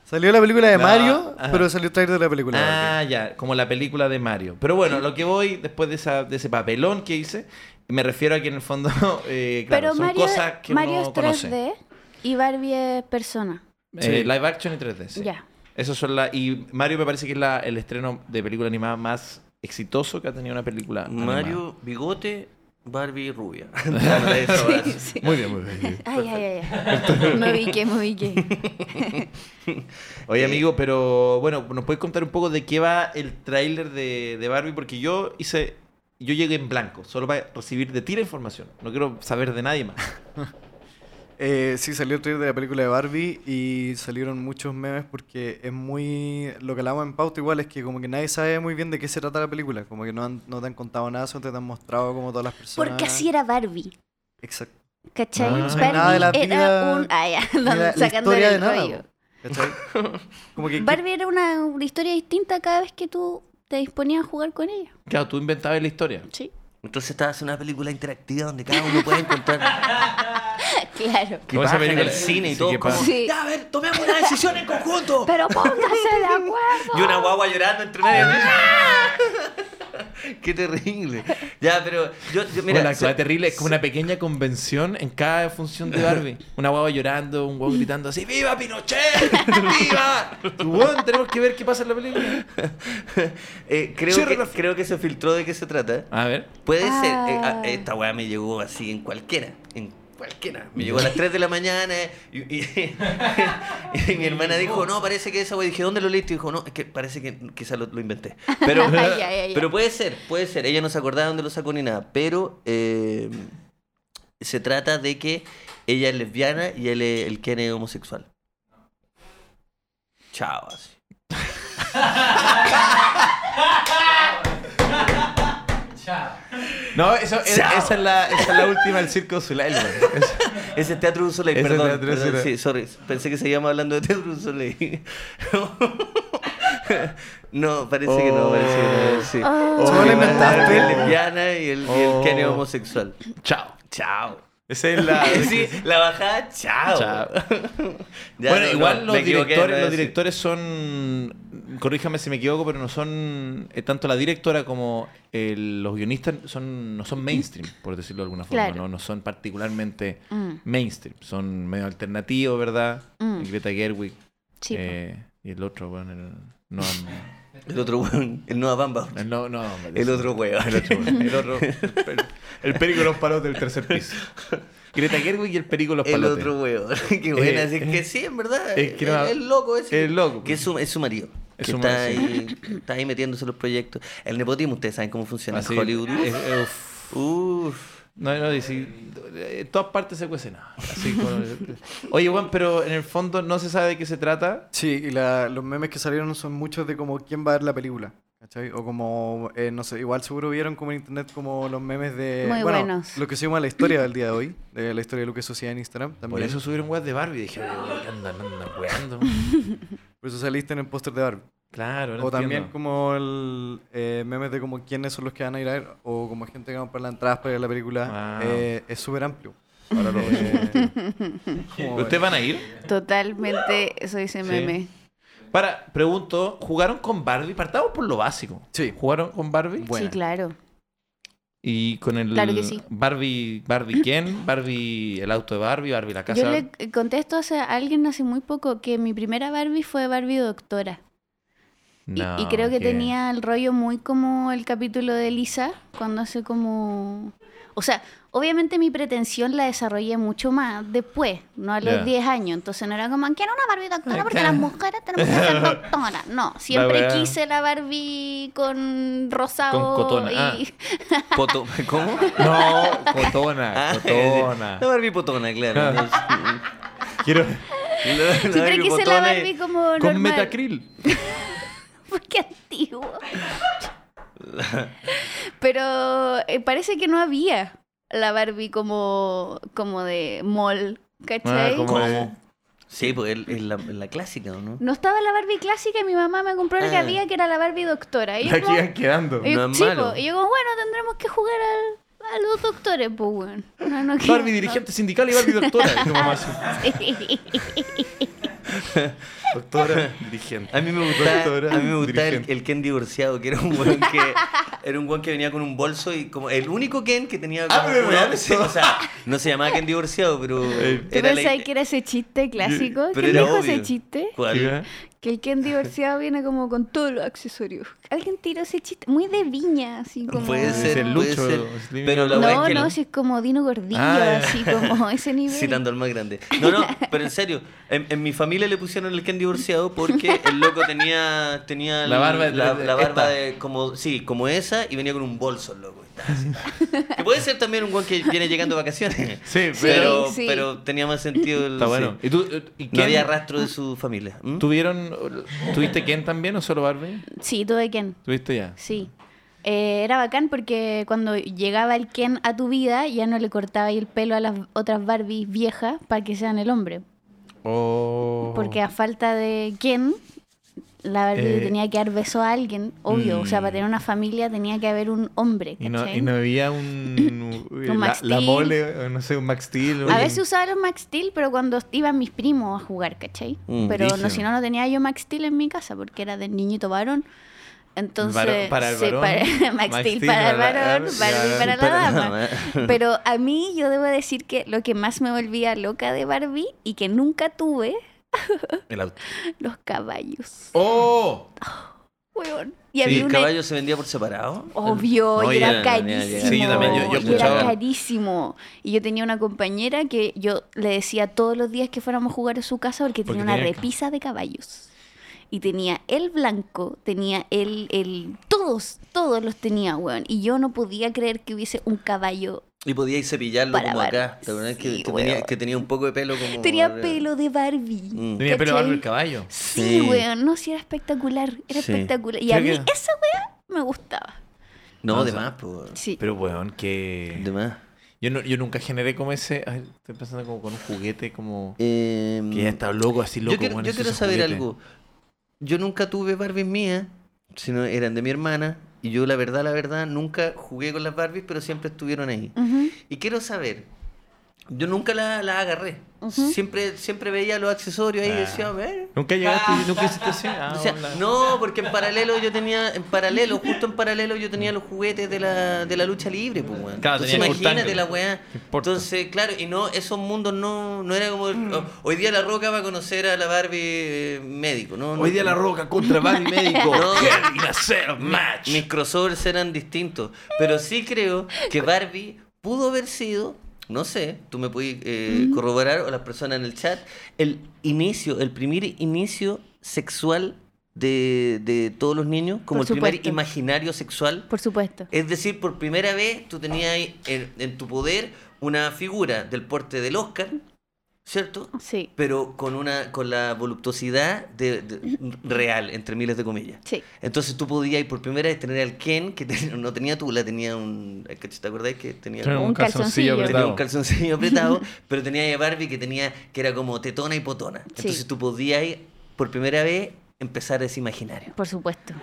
Salió la película de No, Mario, ajá. pero salió el tráiler de la película de Barbie. Ah, ya, como la película de Mario. Pero bueno, lo que voy después de, esa, de ese papelón que hice, me refiero a que en el fondo, <laughs> eh, claro, pero son Mario, cosas que Mario uno es 3D conoce. y Barbie es persona. Eh, Live action y 3D. sí. Ya. Esos son la, y Mario me parece que es la- el estreno de película animada más exitoso que ha tenido una película. animada. Mario Bigote, Barbie <laughs> Rubia. Dame eso, ahora sí. Muy bien, muy bien. Ay, ay, ay, ay. Me ubiqué, me ubiqué. Oye, amigo, pero bueno, ¿nos puedes contar un poco de qué va el tráiler de, de Barbie? Porque yo hice. Yo llegué en blanco, solo para recibir de ti la información. No quiero saber de nadie más. Eh, sí, salió el trailer de la película de Barbie y salieron muchos memes porque es muy... Lo que hablamos en pauta igual es que como que nadie sabe muy bien de qué se trata la película. Como que no, han- no te han contado nada, solo te han mostrado como todas las personas. Porque así era Barbie. <laughs> Exacto. ¿Cachai? Ah, no sé nada de la Barbie era vida- un. Ah, ya, Mira, la sacando historia de el nada, rollo. po, ¿cachai? <laughs> Como que... Barbie era una, una historia distinta cada vez que tú te disponías a jugar con ella. Claro, tú inventabas la historia. Sí. Entonces estaba haciendo una película interactiva donde cada uno puede <laughs> encontrar <laughs> Claro. que Como esa pasa en el película- cine y sí, todo. que como, pasa. Sí. Ya, a ver, tomemos una decisión en conjunto. Pero pónganse de acuerdo. <laughs> Ah. Y una guagua llorando entre medio. Qué terrible. Ya, pero yo, yo- mira, Bueno, la so- cosa terrible es como una pequeña convención en cada función de <laughs> Barbie. Una guagua llorando, un guau gritando así, ¡Viva Pinochet! <laughs> ¡Viva! Y, Bueno, tenemos que ver qué pasa en la película. eh, creo, Cierra que, la- creo que se filtró de qué se trata. A ver. Puede Ah. ser. eh, ah, esta weá me llegó así en cualquiera. En cualquiera. Me llegó a las 3 de la mañana y, <laughs> y- y mi hermana dijo, no, parece que esa weá. Dije, ¿dónde lo leíste? Y dijo, no, es que parece que quizás lo, lo inventé. <laughs> Pero, Ya, ya, ya. pero puede ser, puede ser. Ella no se acordaba dónde lo sacó ni nada. Pero eh, se trata de que ella es lesbiana y él es el Ken es homosexual. Chao, así. No, eso, es- Chao. esa, es la, esa es la última del Circo Soleil. güey. Es- Es el Teatro du Soleil, Es el perdón. Teatro du perdón, Soleil. Sí, sorry. Pensé que seguíamos hablando de Teatro du Soleil. <laughs> no, parece que no, parece que no. Sí. Oh. Solo Mi inventaste. hermana es lesbiana y el, y el Kenny Oh. es homosexual. Chao. Chao. <laughs> Esa es <laughs> la... Sí, la bajada, chao. Chao. <laughs> Ya, bueno, no, igual no, los me equivoqué, no directores, es los así. directores son, corríjame si me equivoco, pero no son eh, tanto la directora como el- los guionistas son no son mainstream, por decirlo de alguna forma, Claro. no, no son particularmente Mm, mainstream, son medio alternativos, ¿verdad? Mm. Greta Gerwig sí, po. eh, y el otro, bueno, el, no, no, El otro weón, el Nueva Bamba. el no, no, El otro weón. el otro, el otro, el, el perico de los palotes del tercer <laughs> piso. Greta Gerwig y el perico de los El palotes. otro weón. <laughs> Qué buena. Eh, es que sí, en verdad. es Es que no- el loco ese. es loco. pues. Que es su, es su marido. Es que su está, marido, ahí, está ahí metiéndose en los proyectos. El nepotismo, ustedes saben cómo funciona. Así, en Hollywood. es- es- uf. Uf. No, no, y si- en todas partes se cuece nada. Así como- eh, Oye, Juan, pero en el fondo no se sabe de qué se trata. Sí, y la- los memes que salieron son muchos de como quién va a ver la película. ¿Cachai? O como, eh, no sé, igual seguro vieron como en internet como los memes de... Muy bueno, buenos. Lo que se llama la historia del día de hoy, de la historia de Lucas Sociedad en Instagram. También. Por eso subieron weas de Barbie. Dije, oye, andan, andan weando. Por eso saliste en el póster de Barbie. Claro, no o también entiendo. como el eh, memes de como quiénes son los que van a ir a ver o como gente que va a comprar las entradas para ir a la película. Ah. Eh, es súper amplio. Ahora lo veo. Eh, <laughs> como- ¿Ustedes van a ir? Totalmente soy ese Sí. meme. Para, pregunto, ¿jugaron con Barbie? Partamos por lo básico. Sí. ¿Jugaron con Barbie? Buena. Sí, claro. Y con el Claro que sí. Barbie, Barbie quién? Barbie, el auto de Barbie, Barbie la casa. Yo le eh, contesto hace- a alguien hace muy poco que mi primera Barbie fue Barbie Doctora. Y, No, y creo que ¿qué? tenía el rollo muy como el capítulo de Lisa, cuando hace como... O sea, obviamente mi pretensión la desarrollé mucho más después, no a los Ya. 10 años. Entonces no era como, quiero una Barbie doctora porque <laughs> Acá. las mujeres tenemos que ser doctoras. No, siempre weá. quise la Barbie con rosado Con cotona, y... ah. <laughs> Poto- <laughs> ¿Cómo? No, <laughs> cotona, Ah, cotona. La Barbie potona, <laughs> claro. Ah. <laughs> Quiero... siempre quise la potona y- Barbie como eh, Con Oh, normal. Metacril. Porque antiguo. Pero eh, parece que no había la Barbie como, como de mall, ¿cachai? Ah, como- ¿Cómo? Sí, pues es es la, es la clásica, ¿o no? No estaba la Barbie clásica y mi mamá me compró la que Ah. había, que era la Barbie doctora. Y yo, La que como, iban quedando. y- No es sí, malo. po, y yo como, bueno, tendremos que jugar al- a los doctores, pues, weón. No, no quiero- Barbie dirigente sindical y Barbie doctora. Y tu mamá así, <laughs> doctora, dirigente. A mí me gustaba, Doctora, a mí me gustaba el, dirigente. el Ken divorciado, que era un buen que <laughs> era un buen que venía con un bolso y como el único Ken que tenía como Ah, pero una- real sí, o sea, no se llamaba Ken divorciado, pero <laughs> ¿Tú era la- pensabas que <laughs> era ese chiste clásico? pero ¿Quién era dijo obvio. ese chiste? ¿Cuál? Sí, ¿eh? Que el Ken divorciado viene como con todos los accesorios. Alguien tiró ese chiste muy de viña, así como. Puede Es ser, el puede Lucho, ser. Slim. Pero la weá No, es que no, si es como Dino Gordillo, Ah, ya. así <laughs> como ese nivel. Citando al más grande. No, <laughs> no, pero en serio, en, en mi familia le pusieron el Ken divorciado porque el loco tenía, tenía La barba de- la, de- la barba esta. de, como, sí, como esa y venía con un bolso el loco. estaba así. Que puede ser también un guan que viene llegando de vacaciones. Sí, Sí, <laughs> Pero, sí. pero tenía más sentido el. Está bueno. sí. ¿Y tú, eh, y No Ken? había rastro de su familia. ¿Mm? ¿Tuvieron, ¿Tuviste Ken también o solo Barbie? Sí, tuve Ken, ¿Tuviste ya? sí. Eh, era bacán porque cuando llegaba el Ken a tu vida, ya no le cortaba ahí el pelo a las otras Barbies viejas para que sean el hombre. Oh. Porque a falta de Ken, la Barbie Eh, tenía que dar beso a alguien, obvio. O sea, mm. para tener una familia tenía que haber un hombre. Y no, ¿cachai? y no había un... <clears throat> uy, Un la, Max la Steel. mole, o no sé, un Max Steel. o A un- veces usaba los Max Steel, pero cuando iban mis primos a jugar, ¿cachai? Mm, pero no, brígido. si no, no tenía yo Max Steel en mi casa porque era del niñito varón. Entonces, para el sí, varón, para, <laughs> Max Max Steel Steel para el para la- varón, ya, Barbie para la para la <laughs> dama. dama. Pero a mí yo debo decir que lo que más me volvía loca de Barbie y que nunca tuve, El auto. <laughs> los caballos. ¡Oh! Weón. Y ¿Y había el una- caballo se vendía por separado? Obvio, No, y era ya, ya, ya, ya. carísimo. Sí, yo también, yo- yo y escuchaba. Era carísimo. Y yo tenía una compañera que yo le decía todos los días que fuéramos a jugar a su casa porque, Porque tenía una tenía ca- repisa de caballos. Y tenía el blanco, tenía el, el... Todos, todos los tenía, weón. Y yo no podía creer que hubiese un caballo. Y podíais cepillarlo Para como acá. Barbie. ¿Te acuerdas que, Sí, que tenía, weón. que tenía un poco de pelo como... Oh, Tenía pelo de Barbie. Mm. Tenía pelo ¿Cachai? largo el caballo. Sí, Sí. weón. No, sí, era espectacular. Era Sí. espectacular. Y Creo a mí que- esa weá me gustaba. No, No, de o sea, más, pues. Sí. Pero, weón, que... De más. Yo, no- yo nunca generé como ese... ay, estoy pensando como con un juguete como... Eh, Que ya está loco, así loco. yo quiero, weón, yo esos- quiero esos saber juguetes. algo. Yo nunca tuve Barbies mías, sino eran de mi hermana. Y yo, la verdad, la verdad, nunca jugué con las Barbies, pero siempre estuvieron ahí. Ujú. Y quiero saber, yo nunca la, la agarré. siempre, siempre veía los accesorios ahí Ah. y decía, a ver. <laughs> Nunca llegaste, y nunca hiciste así. Ah, O sea, hola. no, porque en paralelo yo tenía, en paralelo, justo en paralelo yo tenía los juguetes de la, de la lucha libre, pues, weón. Claro, Entonces tenía que imagínate importar. la weá. Importa. Entonces, claro, y no, esos mundos no, no era como, Mm. oh, hoy día La Roca va a conocer a la Barbie eh, médico, ¿no? Hoy día la <laughs> roca contra Barbie médico. No. Kevin hacer match. Mis crossovers eran distintos, pero sí creo que Barbie pudo haber sido, no sé, tú me puedes eh, corroborar o las personas en el chat, el inicio, el primer inicio sexual de, de todos los niños, como Por el primer supuesto. imaginario sexual. Por supuesto. Es decir, por primera vez tú tenías ahí en, en tu poder una figura del porte del Oscar, ¿cierto? Sí. Pero con una con la voluptuosidad de- de- real, entre miles de comillas. Sí. Entonces tú podías ir por primera vez tener al Ken, que <laughs> ten- no tenía tula, tenía un. eh, ¿Te acordás que tenía, Tenía como- Un calzoncillo. tenía un <laughs> calzoncillo apretado? pero tenía ahí a Barbie que tenía que era como tetona y potona. Entonces tú podías ir por primera vez empezar ese imaginario. Por supuesto.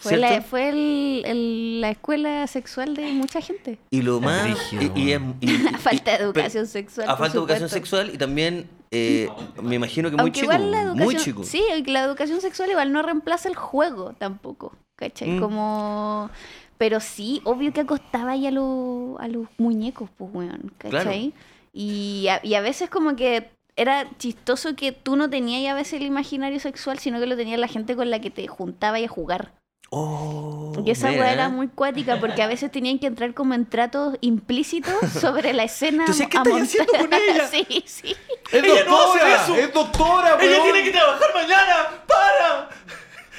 Fue, la, ¿Cierto? fue el- el- la escuela sexual de mucha <laughs> gente. Y lo más. Brígido, y- y es- y- A <laughs> falta de y- educación pe- sexual. A por ah, falta de educación supuesto. sexual y también eh, me imagino que muy Aunque chico. igual la educación, Muy chico. Sí, la educación sexual igual no reemplaza el juego tampoco. ¿Cachai? Mm. Como. Pero sí, obvio que acostaba ahí a, lo- a los muñecos, pues, weón. ¿Cachai? Y, a, y a veces, como que era chistoso que tú no tenías ahí a veces el imaginario sexual, sino que lo tenía la gente con la que te juntabas y a jugar. Oh, Y esa mira. weá era muy cuática porque a veces tenían que entrar como en tratos implícitos <laughs> sobre la escena. Entonces, a- ¿qué a estás montar. haciendo con ella? <laughs> Sí, sí. ¡Es Ella no hace doctora! eso. ¡Es doctora, weón! ¡Ella tiene que trabajar mañana! ¡Para!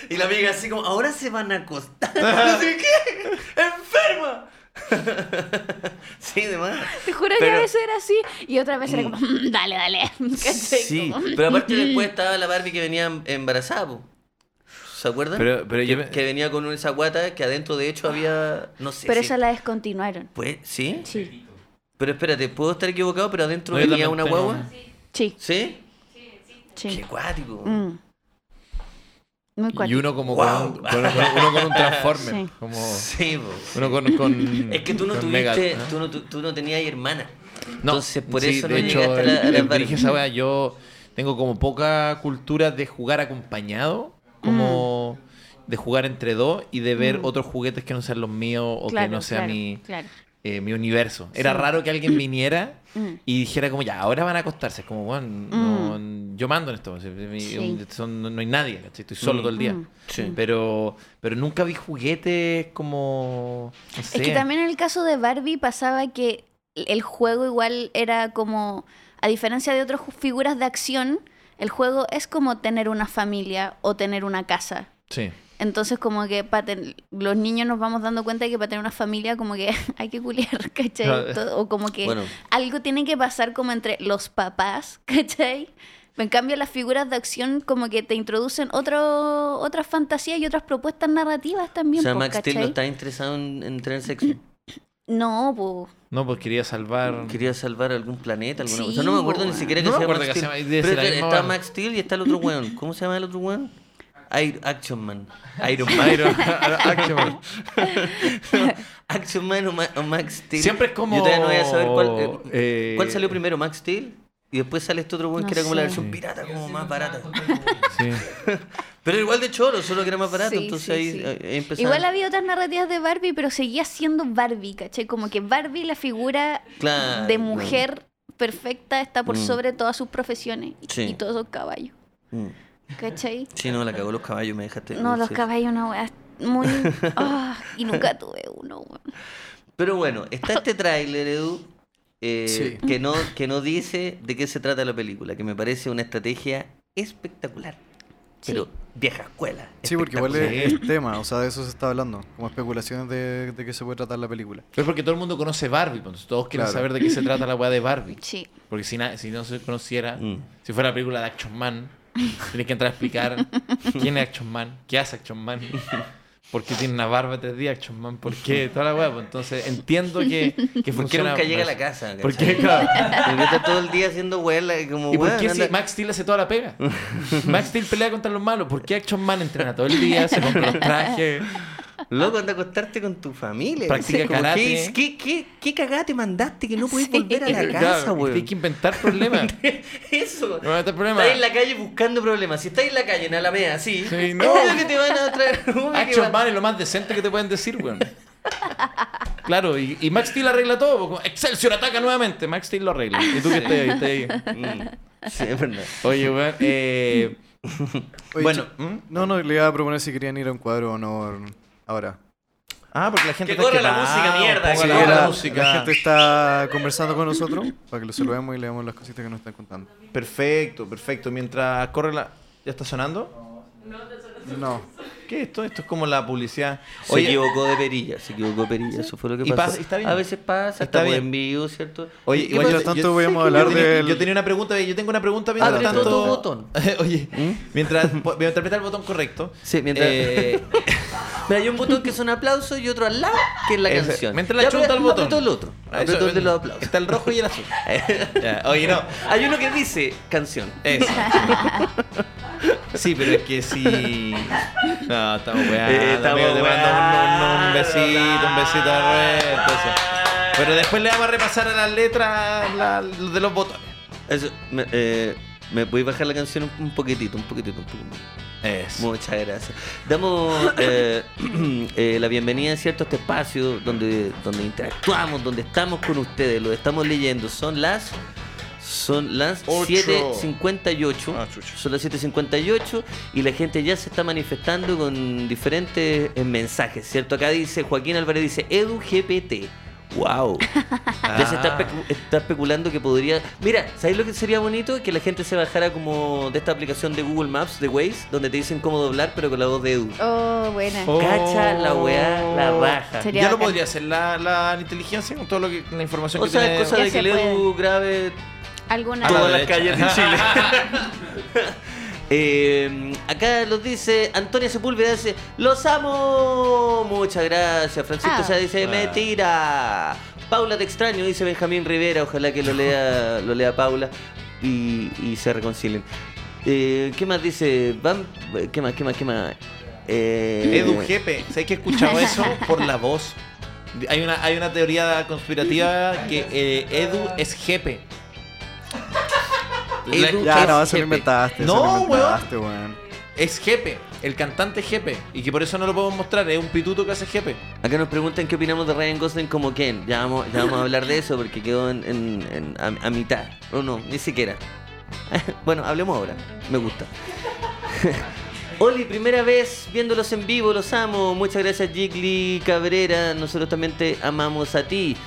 Y la amiga así como, ahora se van a acostar. <laughs> No sé qué. ¡Enferma! sí, de más. Te juro que Pero- a veces era así. Y otra vez era como, "Mm, dale, dale. <laughs> ¿Cachai? Sí, Como- pero aparte después estaba la Barbie que venía embarazada, po. ¿se acuerdan? Pero, pero yo me- Que venía con esa guata que adentro de hecho había, no sé. Pero si- esa la descontinuaron. Pues, ¿sí? Sí, Pero espérate, ¿puedo estar equivocado? ¿Pero adentro No, yo venía también una tengo guagua? una. sí, ¿Sí? Qué sí. cuático. Mm. Muy Y cuático. uno como Wow. con, con- con- uno con un transformer. Sí. Como Sí, po. uno con, con- Es que tú no con tuviste, Mega- ¿eh? tú, no, tu- tú no tenías hermana. No, Entonces por sí, eso no de hecho, llegaste a el- la, a la el Barbie. dirige esa wea, yo tengo como poca cultura de jugar acompañado, como Mm. de jugar entre dos y de ver otros juguetes que no sean los míos o que no sea claro, mi, claro. eh, mi universo. Era raro que alguien viniera Mm. y dijera como, ya, ahora van a acostarse. Es como, bueno, no, yo mando en esto. si- mi- Sí. son- no, no hay nadie, ¿cachai? estoy solo todo el día. Mm. Sí. Pero, pero nunca vi juguetes como... no Es que sé. también en el caso de Barbie pasaba que el juego igual era como, a diferencia de otras ju- figuras de acción, el juego es como tener una familia o tener una casa. Sí. Entonces como que pa ten- los niños nos vamos dando cuenta de que para tener una familia como que <laughs> hay que culiar, ¿cachai? Claro. Todo- o como que eh, Bueno. algo tiene que pasar como entre los papás, <laughs> ¿cachai? En cambio las figuras de acción como que te introducen otro, otras fantasías y otras propuestas narrativas O también. sea, po, Max Steel no ¿cachai? está interesado en, en tener sexo. No, pues... No, pues quería salvar... Quería salvar algún planeta, alguna Sí, cosa. No me acuerdo ni weón. siquiera que No me se llama acuerdo Max que se Steel. llama- debe ser Pero la está- misma está weón. Max Steel y está el otro weón. ¿Cómo se llama el otro weón? Iron- Action <laughs> Man. Iron Man. Iron- Action Man. <laughs> Action Man o, Ma- o Max Steel. Siempre es como- Yo todavía no voy a saber cuál, eh, eh, cuál salió primero, Max Steel Y después sale este otro weón No que era como la sé. versión Sí. pirata, como más barata. Sí. Pero era igual de choro, solo que era más barato. Sí, entonces sí, ahí, sí. ahí empezaron- Igual había otras narrativas de Barbie, pero seguía siendo Barbie, ¿cachai? Como que Barbie, la figura Claro, de claro. mujer perfecta, está por Ah, Mm. sobre todas sus profesiones y, Sí. y todos esos caballos, Mm. ¿cachai? Sí, no, la cagó los caballos, me dejaste. No, los sí. caballos, una weá <laughs> muy. ah, y nunca tuve uno, weón. Pero bueno, está <laughs> este tráiler, Edu, eh, Sí. que, no, que no dice de qué se trata la película, que me parece una estrategia espectacular. Sí. Pero vieja escuela. Sí, porque igual espectacular. es el tema, o sea, de eso se está hablando, como especulaciones de, de qué se puede tratar la película. Pero es porque todo el mundo conoce Barbie, entonces todos quieren Claro. saber de qué se trata la weá de Barbie. Sí. Porque si, na- si no se conociera, Mm. si fuera la película de Action Man, tienes que entrar a explicar quién es Action Man, qué hace Action Man, por qué tiene una barba de tres días Action Man, por qué toda la weá. pues, Entonces entiendo que, que ¿Por qué funciona. nunca llega a la casa? ¿Por cachai? qué, claro? Porque está todo el día haciendo huela y como ¿Y por "Weón, qué si anda". Max Steel hace toda la pega? Max Steel pelea contra los malos. ¿Por qué Action Man entrena todo el día, se compra los trajes? Loco, anda a acostarte con tu familia. Practica ¿cachai? Como, karate. ¿Qué, qué, qué, qué cagada te mandaste que no puedes Sí. volver <laughs> a la Claro, casa, güey? Tienes que inventar problemas. <laughs> Eso. No va a estar este problema. Estáis en la calle buscando problemas. Si estáis en la calle, en Alameda, así. Sí, no. Obvio que te van a <laughs> traer. obvio que Action van- Man es lo más decente que te pueden decir, weón. Claro, y, y Max Steel arregla todo. pues, como, Excelsior ataca nuevamente. Max Steel lo arregla. Y tú que estás ahí, estás ahí. Mm. Sí, es verdad. Oye, weón. eh, Oye, bueno. chi- ¿hmm? No, no, le iba a proponer si querían ir a un cuadro o no ahora. Ah, porque la gente Que corra la quemada, música, mierda, ponga que la, corra la la música. la gente está conversando con nosotros para que lo saludemos y leamos las cositas que nos están contando. Perfecto, perfecto. Mientras corre la. ¿Ya está sonando? No. ¿Qué es esto? Esto es como la publicidad. Se equivocó de perilla, se equivocó de perilla, eso fue lo que Y pasó. pasa- está bien. A veces pasa, Está está bien. en vivo, ¿cierto? Oye, ¿Qué igual pasa? Mientras yo- tanto, yo- voy a sé que hablar yo, tenía, del. yo tenía una pregunta, yo tengo una pregunta Ah, mientras Abre tanto. ¿Mm? tú tu botón. <laughs> Oye, mientras, po- mientras aprieta el botón correcto. Sí, mientras- eh, <laughs> Mira, hay un botón que es un aplauso y otro al lado, que es la Ese. canción. Mientras la Ya, chunta pero al botón. apretó el eh, otro. Ah, Apretó eso, el de los aplausos. Está el rojo y <laughs> el azul. Ya, oye, no. Hay uno que dice canción. Eso. Sí, pero es que sí. No, estamos weando. Eh, estamos amigo, te mando un, un- un besito, un besito a Roberto, eso. Pero después le vamos a repasar a las letras la- lo de los botones. Eso, me, eh, ¿me podéis bajar la canción un, un poquitito, un poquitito, un poquitito? Eso. Muchas gracias. Damos eh, <clears throat> eh, la bienvenida ¿cierto? a este espacio donde, donde interactuamos, donde estamos con ustedes, lo estamos leyendo. Son las son las Ocho. 7.58. Ah, chucha. son las 7.58 y la gente ya se está manifestando con diferentes eh, mensajes, ¿cierto? Acá dice Joaquín Álvarez dice Edu GPT. <laughs> Wow. Ya se está, Ah. especu- está especulando que podría. Mira, ¿sabéis lo que sería bonito? Que la gente se bajara como de esta aplicación de Google Maps, de Waze, donde te dicen cómo doblar, pero con la voz de Edu. Oh, buena. Oh. Cacha la weá, la baja. Sería Ya lo bacán. Oh. podría hacer la, la inteligencia con todo lo que la información O que sea, tiene. es cosa Ya de que se el Edu grabe Alguna. A la todas las derecha. calles de Chile. <laughs> Eh, acá nos dice Antonia Sepúlveda dice, los amo. Muchas gracias. Francisco Ah. Sá dice, mentira. Paula te extraño, dice Benjamín Rivera. Ojalá que lo lea, lo lea Paula y, y se reconcilien. Eh, ¿Qué más dice? Van- ¿Qué más? ¿Qué más? ¿Qué más? Eh, Edu Jepe, ¿sabes que he escuchado <laughs> eso por la voz? Hay una, hay una teoría conspirativa que eh, Edu es Jepe. La- Edu Ya, es no, eso lo jefe. inventaste. eso No, lo inventaste, weón. Es Jepe, el cantante Jepe. Y que por eso no lo podemos mostrar, es un pituto que hace Jepe. Acá nos preguntan qué opinamos de Ryan Gosling como Ken. Ya vamos, ya vamos a hablar de eso porque quedó en, en- en- a, a mitad. No, no, ni siquiera. <laughs> bueno, hablemos ahora. Me gusta. <laughs> Oli, primera vez viéndolos en vivo, los amo. Muchas gracias, Gigli Cabrera. Nosotros también te amamos a ti.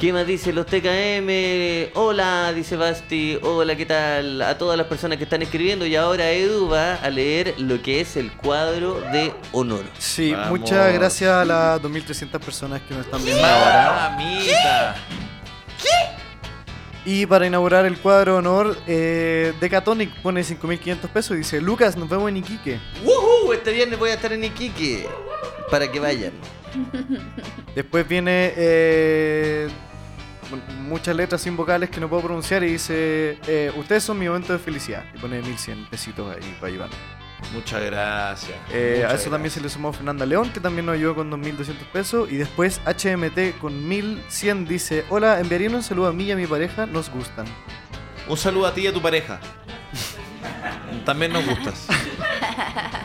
¿Qué más dice? Los TKM. Hola, dice Basti. Hola, ¿qué tal? A todas las personas que están escribiendo. Y ahora Edu va a leer lo que es el cuadro de honor. Sí, Vamos. muchas gracias a las 2.300 personas que nos están viendo ahora. Mamita. Y para inaugurar el cuadro de honor, eh, Decatonic pone 5.500 pesos y dice, Lucas, nos vemos en Iquique. ¡Woohoo! Este viernes voy a estar en Iquique. Para que vayan. Después viene eh, bueno, muchas letras sin vocales que no puedo pronunciar y dice, eh, ustedes son mi momento de felicidad. Y pone 1.100 pesitos ahí para llevar. Muchas gracias. Eh, muchas a eso también gracias. se le sumó Fernanda León, que también nos ayudó con 2.200 pesos. Y después HMT con 1.100 dice, hola, enviaría un saludo a mí y a mi pareja, nos gustan. Un saludo a ti y a tu pareja. También nos gustas.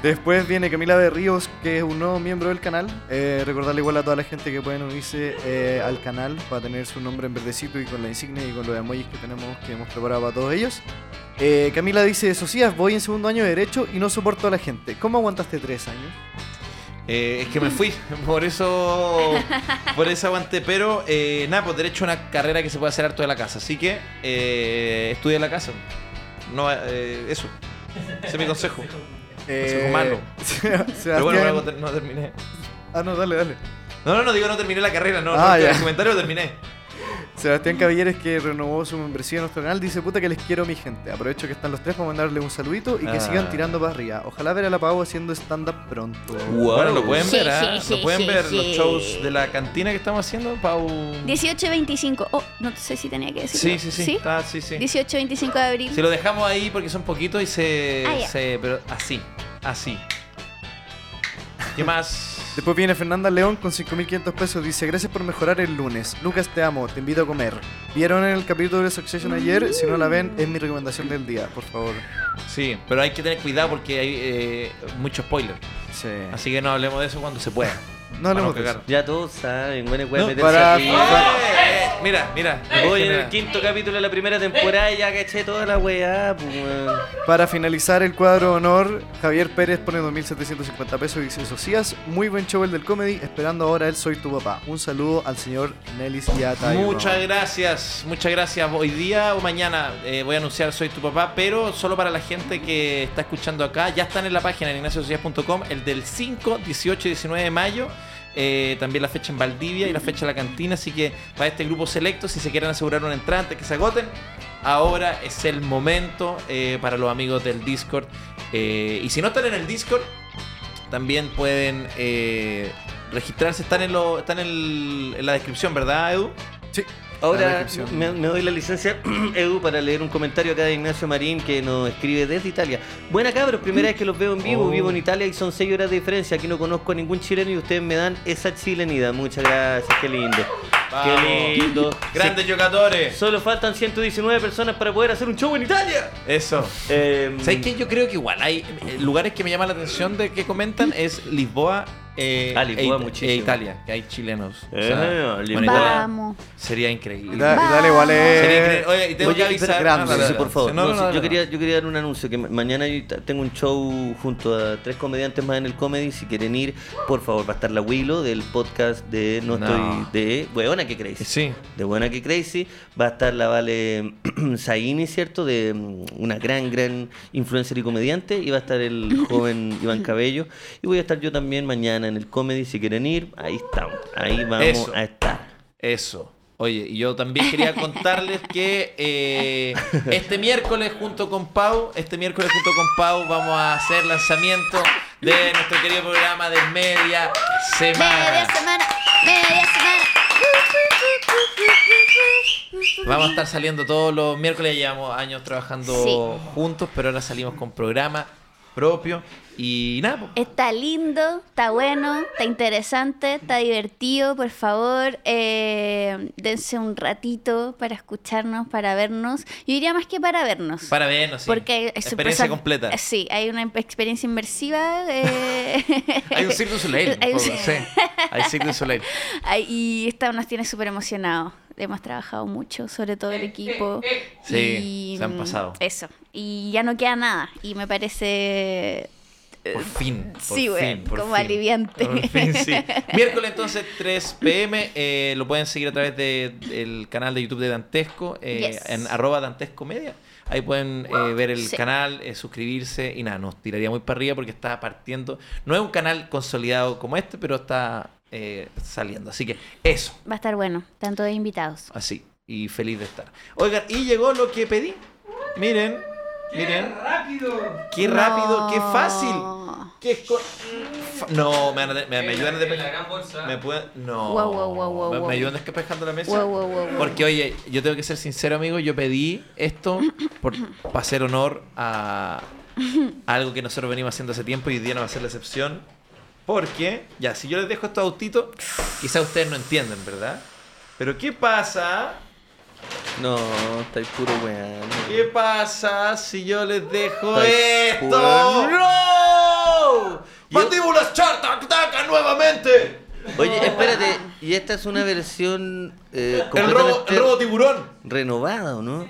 Después viene Camila de Ríos, que es un nuevo miembro del canal. Eh, recordarle igual a toda la gente que pueden unirse eh, al canal para tener su nombre en verdecito y con la insignia y con los emojis que tenemos que hemos preparado para todos ellos. Eh, Camila dice, Socias, voy en segundo año de Derecho y no soporto a la gente. ¿Cómo aguantaste tres años? Eh, es que me fui, <laughs> por eso por eso aguanté. Pero eh, nada, pues derecho a una carrera que se puede hacer harto de la casa. Así que eh, estudia en la casa. No, eh, eso. Ese es mi consejo. Consejo <laughs> malo. Pero bueno, Eh, Sebastián- luego ter- no terminé. Ah, no, dale, dale. No, no, no digo no terminé la carrera, no, Ah, no, ya. el comentario lo terminé. Sebastián Caballeres, que renovó su membresía en nuestro canal, dice, puta que les quiero mi gente. Aprovecho que están los tres para mandarle un saludito y que Ah. sigan tirando para arriba. Ojalá ver a la Pau haciendo stand-up pronto. Bueno, lo pueden Sí, ver, ¿ah? sí, sí, lo pueden sí, ver sí. los shows de la cantina que estamos haciendo, Pau. 18 y 25. Oh, no sé si tenía que decirlo. Sí, sí, sí. Está, sí, sí. 18 y 25 de abril. Si lo dejamos ahí porque son poquitos y se, Ah, ya. se- Pero así, así. ¿Qué <laughs> más? Después viene Fernanda León con 5.500 pesos. Dice, gracias por mejorar el lunes. Lucas, te amo, te invito a comer. ¿Vieron el capítulo de Succession ayer? Si no la ven, es mi recomendación del día, por favor. Sí, pero hay que tener cuidado porque hay eh, mucho spoiler. Sí. Así que no hablemos de eso cuando se pueda. No hablemos Para de eso. cagar. Ya todos saben, bueno, voy a No, meterse para- ¡Ah! aquí. ¡Eh! Mira, mira. Voy en Mira. el quinto capítulo de la primera temporada y ya caché toda la weá, pues, weón. Para finalizar el cuadro de honor, Javier Pérez pone 2.750 pesos y dice, Socias, muy buen show el del comedy, esperando ahora el Soy tu papá. Un saludo al señor Nelis y a Tyrone. Muchas gracias, muchas gracias. Hoy día o mañana eh, voy a anunciar Soy tu papá, pero solo para la gente que está escuchando acá. Ya están en la página en ignaciosocias.com el del 5, 18 y 19 de mayo. Eh, también la fecha en Valdivia y la fecha en la cantina. Así que para este grupo selecto, si se quieren asegurar un entrante que se agoten, ahora es el momento eh, para los amigos del Discord. Eh, y si no están en el Discord, también pueden eh, registrarse. Están, en, lo, están en, el- en la descripción, ¿verdad, Edu? Sí. La Ahora descripción. me, me doy la licencia, <clears throat> Edu, para leer un comentario acá de Ignacio Marín que nos escribe desde Italia. Buena cabros, primera vez que los veo en vivo, Oh. vivo en Italia y son 6 horas de diferencia. Aquí no conozco a ningún chileno y ustedes me dan esa chilenidad. Muchas gracias, qué lindo. Vamos. Qué lindo. Grandes jugadores. Solo faltan 119 personas para poder hacer un show en Italia. Eso. Eh, ¿Sabes qué? Yo creo que igual hay eh, lugares que me llama la atención de que comentan es Lisboa, Ah, eh, Ah, Lisboa e- muchísimo. e Italia, que hay chilenos. O Eh, sea, Lisboa. bueno, Italia Vamos. sería increíble. Y da- y dale igual es- Sería increíble. Oye, y tengo Oye, que espera, avisar. grande, no, no, no, Sí, no, por favor. no, no, No, sí, no, yo, no. quería, yo quería dar un anuncio, que ma- mañana yo ta- tengo un show junto a tres comediantes más en el comedy. Si quieren ir, por favor, va a estar la Willow del podcast de No, No. Estoy de Buena que Crazy. Sí. De Buena que Crazy. Va a estar la Vale em, <clears throat> Zaini, ¿cierto? De mm, una gran, gran influencer y comediante. Y va a estar <laughs> el joven Iván Cabello. Y voy a estar yo también mañana en el comedy. Si quieren ir, ahí estamos. Ahí vamos Eso. a estar. Eso. Oye, y yo también quería contarles que eh, este miércoles junto con Pau, este miércoles junto con Pau vamos a hacer lanzamiento de nuestro querido programa de media semana. Media semana. Media semana. Vamos a estar saliendo todos los miércoles, ya llevamos años trabajando juntos, pero ahora salimos con programa propio y nada. po. Está lindo, está bueno, está interesante, está divertido. Por favor, eh, dense un ratito para escucharnos, para vernos. Yo diría más que para vernos. Para vernos, sí. Porque es experiencia sorpresa- completa. Sí, hay una experiencia inmersiva. eh. Hay un Cirque du Soleil. <laughs> Hay un- poco, sí. Hay Cirque du Soleil. <laughs> Ay, y esta nos tiene súper emocionados. Hemos trabajado mucho, sobre todo el equipo. Eh, Sí, Y, se han mm, pasado. Eso. Y ya no queda nada. Y me parece. Por fin. Por Eh, sí, fin, güey, por como fin. aliviante. Por <laughs> fin, sí. Miércoles entonces 3 pm. eh, lo pueden seguir a través del canal de YouTube de Dantesco, eh, Yes. en arroba Dantesco Media. Ahí pueden eh, ver el Sí. canal, eh, suscribirse y nada, nos tiraría muy para arriba porque está partiendo. No es un canal consolidado como este, pero está eh, saliendo. Así que eso, Va a estar bueno, tanto de invitados. así. Y feliz de estar. Oigan, y llegó lo que pedí. Miren, miren. ¡Qué rápido! ¡Qué rápido! ¡Qué fácil! ¿Qué co- fa- No, me, van a- me, me ayudan a despejar. Me pueden. No. Wow, wow, wow, wow, me, me wow. ayudan despejando la mesa. Wow, wow, wow, wow. Porque, oye, yo tengo que ser sincero, amigo. Yo pedí esto para hacer honor a algo que nosotros venimos haciendo hace tiempo y hoy día no va a ser la excepción. Porque, ya, si yo les dejo estos autitos, quizás ustedes no entienden, ¿verdad? Pero, ¿qué pasa No, estáis puro weón. ¿Qué pasa si yo les dejo Estáis esto? jugando. ¡No! ¡Mandíbulas charta! ¡Taca nuevamente! Oye, espérate, y esta es una versión eh, ah. El robo, completamente el robo tiburón. renovada, ¿o no?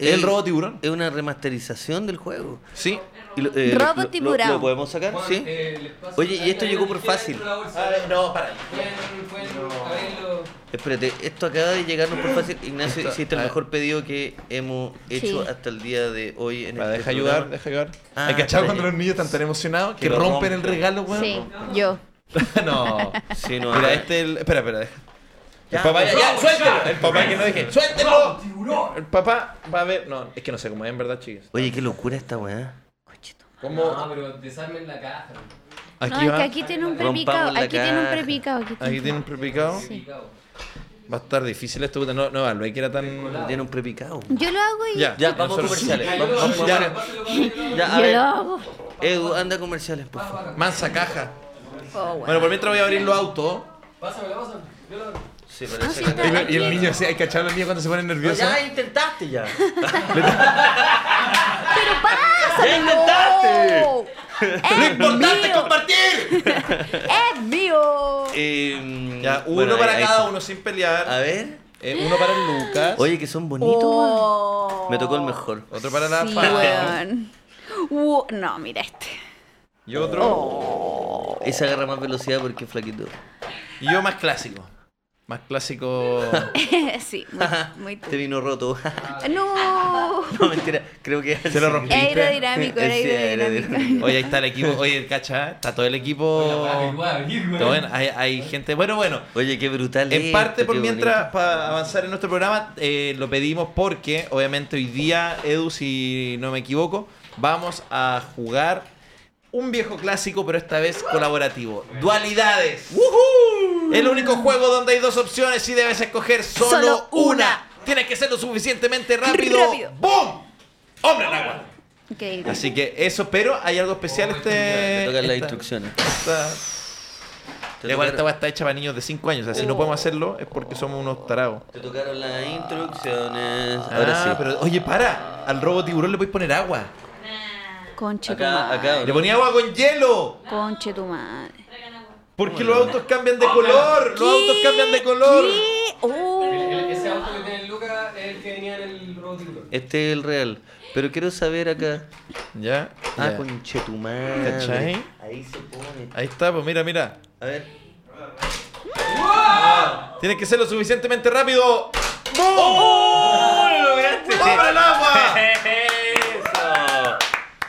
¿El Es- robo tiburón? Es una remasterización del juego. Sí. Y lo- eh, lo- Robo lo- lo- tiburón. ¿Lo podemos sacar? Sí. eh, Oye, y esto llegó por fácil. no, para. Espérate, esto acaba de llegarnos por fácil. Ignacio, hiciste el mejor pedido que hemos hecho Sí. hasta el día de hoy en este deja programa. ayudar, deja ayudar. Ah, Hay que achar cuando espérate. los niños están tan emocionados Que que lo rompen el rompen. regalo, weón. Sí, yo. <laughs> no. Sí, no, <laughs> Mira, acá- este es el. Espera, espera, deja. Ya, el papá pues, ya, ya, suéltelo. El papá que no dije, suéltelo. El papá va a ver. No, es que no sé cómo es en verdad, chicas. Oye, qué locura esta weá. ¿Cómo? pero desarmen la caja. no, Aquí es va. que aquí tiene un Rompamos prepicado. la Aquí tiene un caja. prepicado. Aquí tiene Aquí un tiene un prepicado. Sí. Va a estar difícil esto, puta. No, no, no hay que era tan. Tiene un prepicado. Yo lo hago y. Ya, Ya, vamos a nosotros- comerciales. Ya, Vamos, vamos, ya. Ya, a yo ver. lo hago. Edu, anda a comerciales, por favor. Mansa caja. Oh, Bueno, por mientras voy a abrir los autos. Sí, No, sí, parece que... está aquí. Y el niño, sí, hay que echarlo al niño cuando se pone nervioso. Pues Ya intentaste ya. Pero pasa. ¡Ya <laughs> intentaste! <laughs> ¡Lo importante es compartir! ¡Es mío! Eh, Ya, uno bueno, ahí- para ahí cada está. uno sin pelear. A ver. Eh, uno para el Lucas. Oye, que son bonitos. weón. Oh. Me tocó el mejor. Otro para la Sí, Fa. weón. Wo- no, mira este. Y otro. Oh. Ese agarra más velocidad porque es flaquito. Y yo más clásico. Más clásico. <laughs> sí, muy, muy Este vino roto. <laughs> No. no, mentira. Creo que... Se lo rompí. Aerodinámico, Sí, aerodinámico. aerodinámico. Oye, ahí está el equipo. Oye, el cacha. ¿eh? Está todo el equipo. Todo bien. Ah. Hay, hay gente. Bueno, bueno. Oye, qué brutal. En esto, parte, pues, qué por bonito. mientras, para avanzar en nuestro programa, eh, lo pedimos porque, obviamente, hoy día, Edu, si no me equivoco, vamos a jugar un viejo clásico, pero esta vez colaborativo. Dualidades. El único juego donde hay dos opciones y debes escoger solo, Solo una. una. Tienes que ser lo suficientemente rápido. Rápido. ¡Boom! ¡Hombre al agua! Increíble. Así que eso, pero hay algo especial Oh, este... Me tocan las esta- instrucciones. esta- Te Igual esta tocaron- weá está hecha para niños de 5 años, o sea, si no podemos hacerlo es porque somos unos tarados. Te tocaron las instrucciones. Ah, Ahora sí. Pero, oye, para, al robo tiburón le podéis poner agua. Conche tu Acá, madre. acá. ¿o Le no? ponía agua con hielo. Conche tu madre. Porque los autos cambian de color. Los autos cambian de color. ¿Qué? Oh. Ese auto que tiene el Luca es el que venía en el robotiburón. Este es el real. Pero quiero saber acá. Ya. Ah, ya. conchetumadre. ¿Cachai? Ahí se pone. Ahí está, pues mira, mira. A ver. Tienes que ser lo suficientemente rápido. ¡Bum! ¡Oh! ¡Lo lograste! ¡Hombre al agua! <laughs> Eso.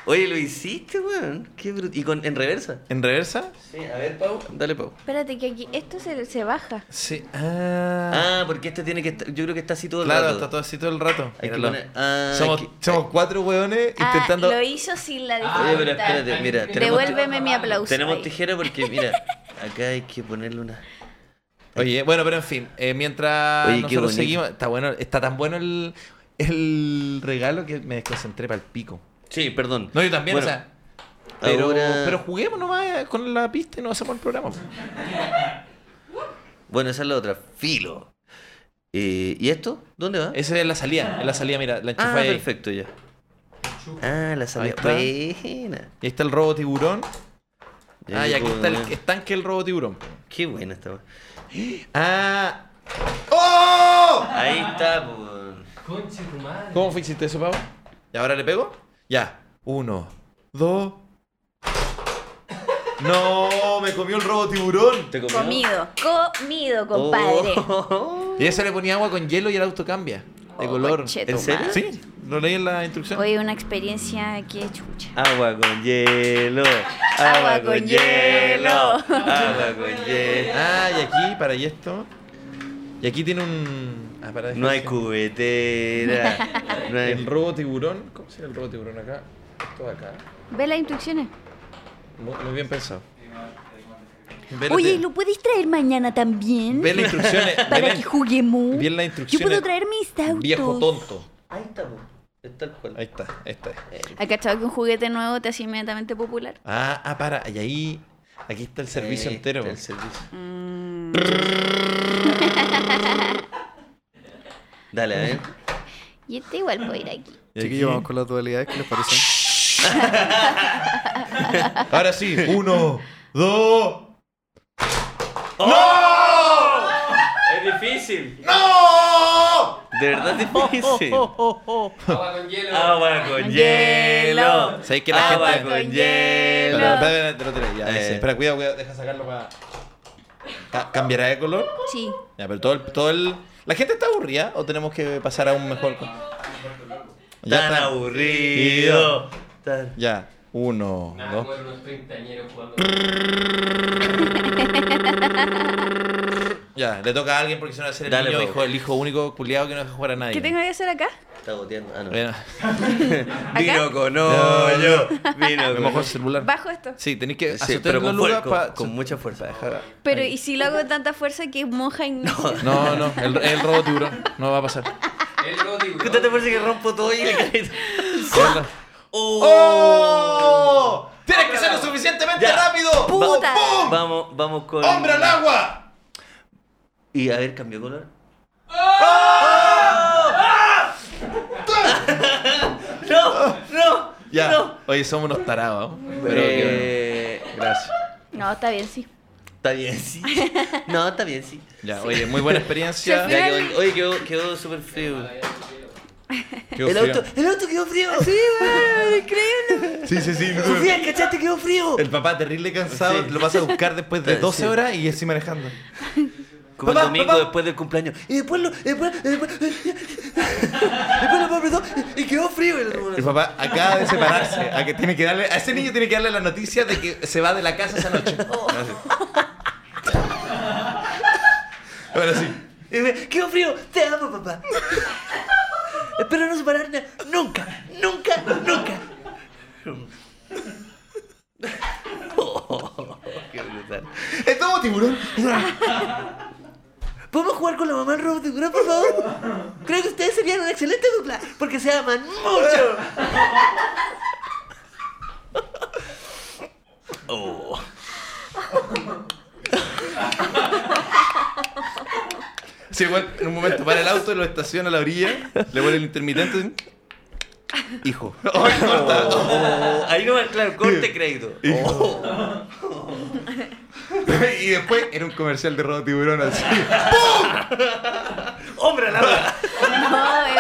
Oye, lo hiciste, weón. Qué bruto. Y con, en reversa. ¿En reversa? Sí, a ver, Pau. Dale, Pau. Espérate, que aquí esto se, se baja. Sí. Ah. Ah, porque este tiene que estar. Yo creo que está así todo el claro, rato. está todo así todo el rato. Hay que Míralo. poner- ah, somos, hay que- somos cuatro hueones intentando. Ah, lo hizo sin la dificultad. Oye, pero espérate, mira. Tenemos, ti- Devuélveme mi aplauso. tenemos ahí. tijera porque, mira, acá hay que ponerle una. Oye, bueno, pero en fin, eh, mientras Oye, qué nosotros bonito. seguimos, está bueno, está tan bueno el, el regalo que me desconcentré para el pico. Sí, perdón. No, yo también, Bueno, o sea. Pero, ahora- pero juguemos nomás eh, con la pista y nos hacemos el programa. Ah. po. Bueno, esa es la otra. Filo. Eh, ¿Y esto? ¿Dónde va? Esa es la salida, es la salida, mira, ah, la enchufé ahí. perfecto, ya. Ah, la salida. Ahí Buena. Y ahí está el robo tiburón. Ya ah, yo y aquí puedo está el poner- estanque el robo tiburón. Qué buena esta. weá. Ah. ¡Oh! Ahí está, pues. Conche tu madre. ¿Cómo fue hiciste eso, Pablo? ¿Y ahora le pego? Ya. Uno, dos. No, me comió el robo tiburón. ¿Te comió? Comido, comido, compadre. Oh. Y ella le ponía agua con hielo y el auto cambia de Oh, color. conche tu ¿En serio? madre. Sí, lo leí en la instrucción. Oye, una experiencia que chucha. <laughs> Agua con hielo. Agua con hielo. Agua <laughs> con hielo. Ah, y aquí, para y esto. Y aquí tiene un. Ah, para No hay cubo. cubetera. No hay... El robo tiburón. ¿Cómo se llama el robo tiburón acá? Esto de acá. Ve las instrucciones. Muy, muy bien pensado. Ve la- Oye, ¿y ¿lo puedes traer mañana también? Ve <laughs> las instrucciones. ve Para la- que juguemos. Ve las Yo instrucciones. puedo traer mis autos. Viejo tonto. Ahí está, pues. Está el cual. Ahí está, ahí está. ¿Has cachado que un juguete nuevo te hace inmediatamente popular? Ah, ah, para. Y ahí. Aquí está el servicio Ahí entero. está el servicio. Mm. Dale, a ver. Y este igual puede ir aquí. Chiquillos, vamos con las dualidades, ¿qué les parece? Ahora sí, uno, dos. Es difícil. De verdad es difícil. Ah. Agua con hielo. Agua con hielo. ¿Sabéis que la Agua gente- con hielo. Espera, espera, espera, espera, ya, Eh. ese. Espera, cuidado, cuidado, deja sacarlo para. Ca- ¿Cambiará de color? Sí. Ya, pero todo el, todo el. ¿La gente está aburrida o tenemos que pasar a un mejor color? Tan está. aburrido. Tan- Ya. Uno, Nada, dos. como eran unos treintañeros jugando. Ya, le toca a alguien porque si no va a ser el Dale, niño, Pau. hijo, el hijo único culiado que no deja jugar a nadie. ¿Qué tengo que hacer acá? Está goteando. Ah, no. <laughs> Bueno, Vino con hoyo. Vino me con mejor el celular. Bajo esto. Sí, tenéis que Sí, azotar pero la con, luga fuer- con- pa- con mucha fuerza. Pero, ¿y si lo hago con tanta fuerza que moja y no? No, no, el, el robo tiburón. No va a <laughs> pasar. El Rodrigo. ¿Qué te parece que rompo todo y le cae? <laughs> ¡Oh! ¡Tienes que ser lo suficientemente Ya. rápido! Puta. ¡Pum! Vamos, vamos con. ¡Oh! ¡Hombre al agua! Y a ver, cambió color. ¡Oh! ¡Oh! <laughs> ¡No! ¡No! ¡Oh! Ya. ¡No! Oye, somos unos tarados. ¿eh? Pero qué Eh, bueno. Gracias. No, está bien, sí. Está bien, sí. No, está bien, sí. Ya, oye, <laughs> muy buena experiencia. Ya Se Mira quedó- el- oye, quedó, quedó súper frío. Quedó El frío. auto, el auto quedó frío. Sí, increíble. Sí, sí, <laughs> sí. Sofía, ¿cachaste? Quedó frío. El papá terrible cansado Sí. lo vas a buscar después <laughs> de Sí. 12 horas y así manejando. Como el Papá, domingo papá. después del cumpleaños. Y después lo. Después, después, después lo apretó y y quedó frío. El, El papá acaba de separarse. A, que tiene que darle, a ese niño tiene que darle la noticia de que se va de la casa esa noche. Oh. Ahora sí. Y me- quedó frío. Te amo, papá. Espero no separarme nunca, nunca, nunca. Oh, qué brutal. ¡Estamos tiburón! <laughs> ¿Podemos jugar con la mamá del robot de Tiburón, por favor? Creo que ustedes serían una excelente dupla, porque se aman <laughs> mucho. Oh. Sí, igual, en un momento para el auto, lo estaciona a la orilla, le pone el intermitente. Hijo. ¡Ay, corta! Oh, Ahí no, claro, corte crédito. <laughs> y después era un comercial de robo tiburón así. ¡Hombre, la verdad! <laughs> No, eh.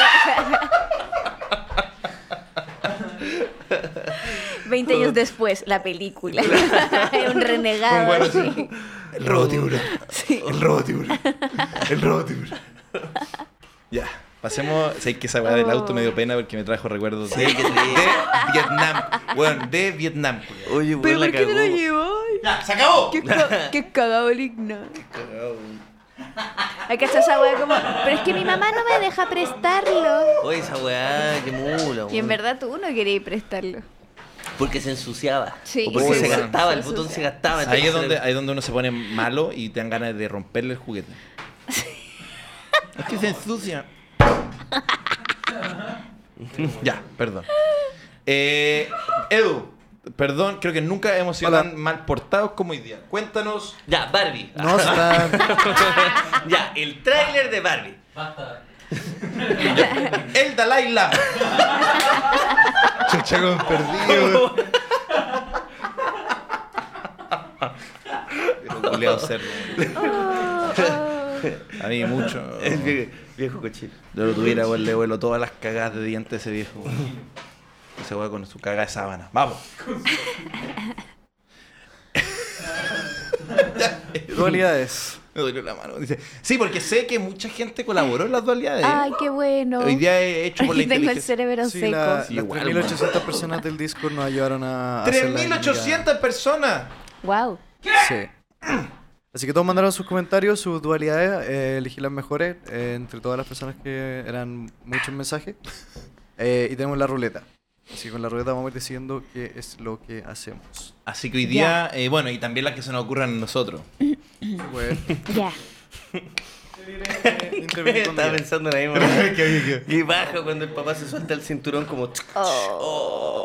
20 años después, la película. <laughs> un renegado. Bueno, así. sí. <laughs> El robo tiburón. Sí. El robo tiburón. El robo tiburón. <laughs> Ya. Pasemos. Sé que esa weá del auto me dio pena porque me trajo recuerdos de, que sí. de Vietnam. Bueno, de Vietnam. culiao. Oye, Pero bueno, ¿por la qué cagó. no lo llevó? Ya, se acabó. Qué, ca- qué cagado el Ignacio. Hay que echar esa wea como. Pero es que mi mamá no me deja prestarlo. Oye, esa weá, qué mula, Y en weón. verdad tú no querías prestarlo. Porque se ensuciaba. Sí. O porque Uy, se weón. gastaba, Se el botón se ensuciaba. gastaba. Ahí entonces es donde, era- ahí es donde uno se pone malo y te dan ganas de romperle el juguete. Es que se ensucia. ya, perdón. Eh, Edu, perdón, creo que nunca hemos sido Hola. tan mal portados como hoy día. Cuéntanos. Ya, Barbie. No, <laughs> está... <laughs> Ya, el tráiler de Barbie. Basta. El Dalai Lama. Chachagón perdido. Culeado cerdo. A mí mucho. El vie- viejo cochino. Yo lo tuviera, weón, le vuelo todas las cagadas de dientes a ese viejo. weón. Ese weón con su cagada de sábana. ¡Vamos! dualidades. Me dolió la mano. Dice, sí, porque sé que mucha gente colaboró en las dualidades. ¿eh? Ay, qué bueno. Hoy día he hecho por la Tengo el inteligencia. cerebro Sí, seco. la- las Sí, igual, 3.800 personas del Discord nos ayudaron a... a hacer la dinámica. ¡3.800 personas! Wow. Sí. Así que todos mandaron sus comentarios, sus dualidades, eh, elegí las mejores eh, entre todas las personas que eran muchos mensajes. Eh, y tenemos la ruleta. Así que con la ruleta vamos a ir diciendo qué es lo que hacemos. Así que hoy día, eh, bueno, y también las que se nos ocurran a <laughs> nosotros. <laughs> Pues, <laughs> Ya. <laughs> intervenir con Estaba Miguel. pensando en la misma. Y bajo cuando el papá se suelta el cinturón como... Oh.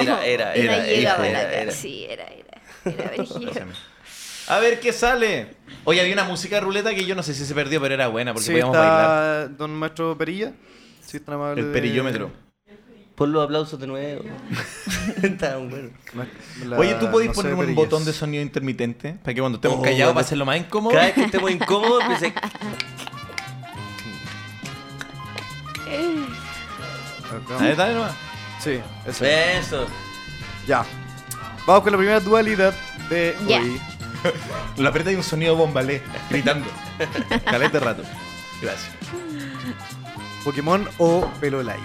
Era, era, Y no era. llegaba era, la era, ca- era. Sí, era, era. <laughs> Era brígido. A ver qué sale. Oye, había una música de ruleta que yo no sé si se perdió, pero era buena porque Sí, podíamos está bailar. Don Maestro Perilla. si es tan amable. El de- perillómetro. Pon los aplausos de nuevo. <laughs> Está bueno. la- la- Oye, ¿tú podés no sé, poner un perillas. botón de sonido intermitente? Para que cuando estemos Oh, bueno. callados va a ser lo más incómodo. Cada vez que <laughs> estemos incómodos, pues, eh, pensé. <laughs> A ver, dale nomás. Sí, eso. Eso. Ya. Vamos con la primera dualidad de Ya. hoy. La aprieta hay un sonido bombalé, <laughs> gritando. Calete rato. Gracias. Pokémon o pelo light.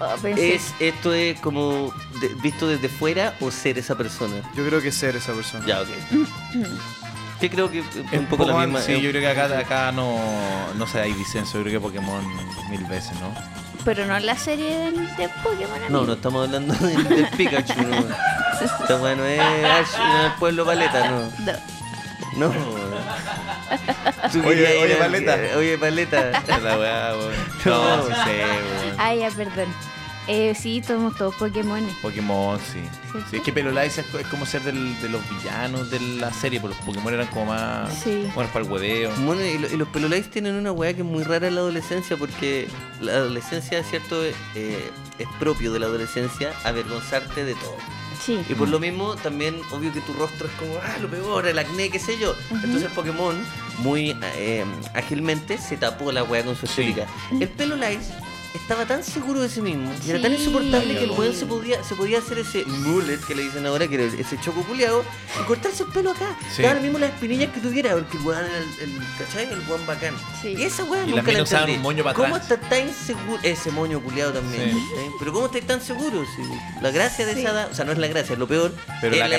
Ah, Oh, pensé- Es, esto es como de- visto desde fuera o ser esa persona. Yo creo que ser esa persona. Ya, ok. Mm, Que creo que es un poco la Pokémon, misma. Sí, eh, yo creo que acá, acá no, no se da disenso. Yo creo que Pokémon mil veces, ¿no? Pero no la serie de, de Pokémon. No, amigo. no estamos hablando del, del Pikachu. No. Esta weá no es Ash en el pueblo Paleta, no. No. No. eh, Tú Oye, querías ir oye, al- Paleta. Oye, Paleta. <laughs> La weá, weón. No, sí sé, weón. Ah, ya, perdón. Eh, sí, somos todos Pokémon. Pokémon, sí. Sí, es que Pelolais es, es como ser del- de los villanos de la serie, porque los Pokémon eran como más. Sí. Bueno, para el hueveo. Bueno, y, lo- y los pelolais tienen una weá que es muy rara en la adolescencia porque la adolescencia, es cierto, eh, es propio de la adolescencia avergonzarte de todo. Sí. Y Mm. por lo mismo, también, obvio que tu rostro es como, ah, lo peor, el acné, qué sé yo. Entonces Pokémon, muy eh, ágilmente, se tapó la weá con su Sí. estética. El pelo light estaba tan seguro de sí mismo y era tan Sí. insoportable que el weón se podía, se podía hacer ese mullet que le dicen ahora, que era ese choco culiado, y cortarse el pelo acá. Sí. Daba lo mismo las espinillas que tuviera, porque el weón era el, el- ¿cachai? El weón bacán. Sí. Y esa weá Y las nunca la minas usaban entendí. un moño para ¿Cómo atrás. estás tan seguro? Ese moño culiado también. Sí. ¿cachai? Pero ¿cómo estás tan seguro? Si la gracia de Sí. esa edad, o sea, no es la gracia, es lo peor, Pero es la inseguridad.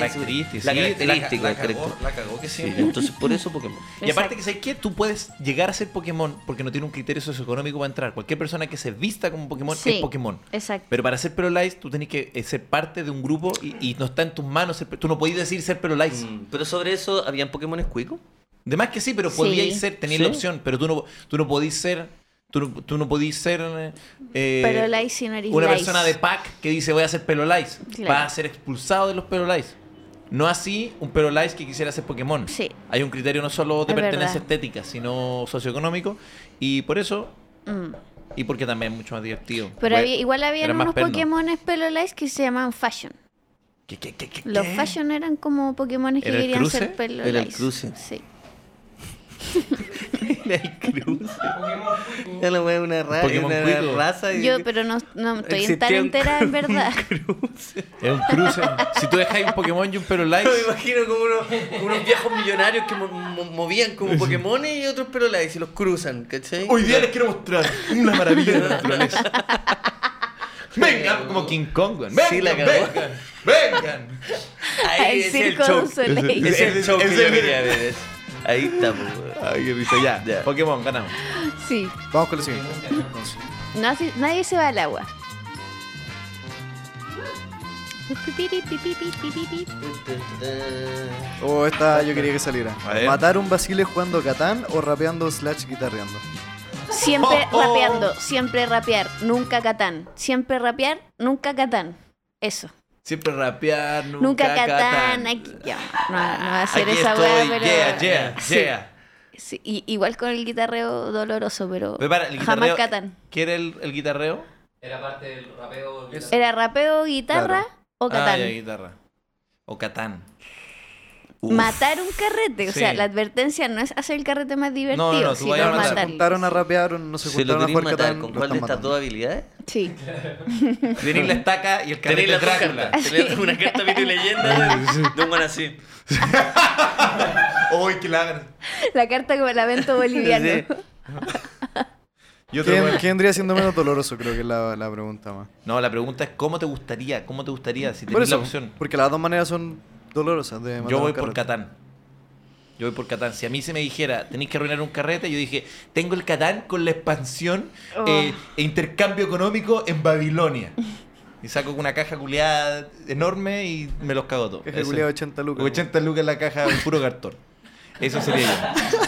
característica. La sí, característica, La, el la cagó, carácter. la cagó que sí. Sí, entonces por eso Pokémon. Y aparte que sabes que tú puedes llegar a ser Pokémon porque no tiene un criterio socioeconómico para entrar. Cualquier persona que se vista como Pokémon Sí, es Pokémon. Exacto. Pero para ser Perolais tú tenés que eh, ser parte de un grupo y, y no está en tus manos. ser pe- tú no podías decir ser Perolais. Mm, Pero sobre eso, ¿habían Pokémon cuico? De más que sí, pero Sí. podíais ser, tenías la Sí. opción, pero tú no, tú no podías ser. Tú no, tú no podías ser. eh, Pero Lice si no eres una Lice. persona de pack que dice voy a hacer pelolais Claro. va a ser expulsado de los pelolais. No así un pelolais que quisiera hacer Pokémon. Sí. Hay un criterio no solo de Es pertenencia verdad. estética, sino socioeconómico. Y por eso, Mm. y porque también es mucho más divertido. Pues, Pero Fue- había- igual había eran más unos pernos. Pokémon pelo Lice que se llamaban Fashion. ¿Qué, qué, qué, qué, Los qué? Fashion eran como Pokémon que ¿Era el querían cruce? ser pelo Era el Lice. cruce. <laughs> Sí. El cruce. <laughs> Ya la wea es una, ra- Pokémon una cuico. raza. y- Yo, pero no, no estoy en Existía tan un entera en cru- <laughs> verdad. Es un cruce. si tú dejáis un Pokémon y un pelolais. Me imagino como unos, unos viejos millonarios que mo- mo- movían <laughs> como Pokémon y otros pelolais y los cruzan, ¿cachai? Hoy día les quiero mostrar una maravilla de la <laughs> naturaleza. Vengan, como King Kong. weón. Vengan, Sí, la cagó. vengan, vengan. Ahí el es el circo show. du Soleil. Es el Ese- show que ese- yo quería ver. Ahí pues, estamos, wea. Ay, qué risa, ya. Ya. Pokémon, ganamos. Sí. Vamos con la siguiente. No hace- nadie se va al agua. Pipiri, pipiri, pipiri. Oh, esta yo quería que saliera. A ver. Matar un basile jugando Catán o rapeando slash guitarreando. Siempre Oh, oh. rapeando, siempre rapear, nunca catán. Siempre rapear, nunca catán. Eso. Siempre rapear, nunca, Nunca, catán. Catán. Aquí, ya, no, no va a hacer Aquí esa estoy, weá, pero. yeah, yeah, Sí, yeah. sí, y- igual con el guitarreo doloroso, pero. Pero para, el jamás guitarreo, catán. ¿Quiere el, el guitarreo? Era parte del rapeo. ¿Era rapeo, guitarra o Ah, catán? ya, guitarra. O Catán. Matar un carrete. O Sí. sea, la advertencia no es hacer el carrete más divertido, no, tú sino vayas a matar. matarlo. Juntaron a rapear, no se Si lo juntaron a queréis jugar matar, Catán. ¿con lo cuál de están estas matando. dos habilidades? Sí. Tenéis la estaca y el carrete Tenéis de las dos Drácula. cartas. Tenéis una carta mito y <laughs> leyenda de un bueno así. ¡Uy, qué lagra! La carta con el <laughs> avento boliviano. Sí. Y otro ¿Quién, bueno. quién vendría siendo menos doloroso? Creo que es la, la pregunta más. No, la pregunta es ¿cómo te gustaría? ¿Cómo te gustaría? Si Por tenéis la eso, opción. porque las dos maneras son dolorosas de matar Yo un voy por carrete. Catán. Yo voy por Catán. Si a mí se me dijera, tenéis que arruinar un carrete, yo dije, tengo el Catán con la expansión Oh. eh, e intercambio económico en Babilonia. Y saco una caja culiada enorme y me los cago todos. Caja Eso. culiada, 80 lucas. 80 lucas en la caja, un puro cartón. Eso sería yo.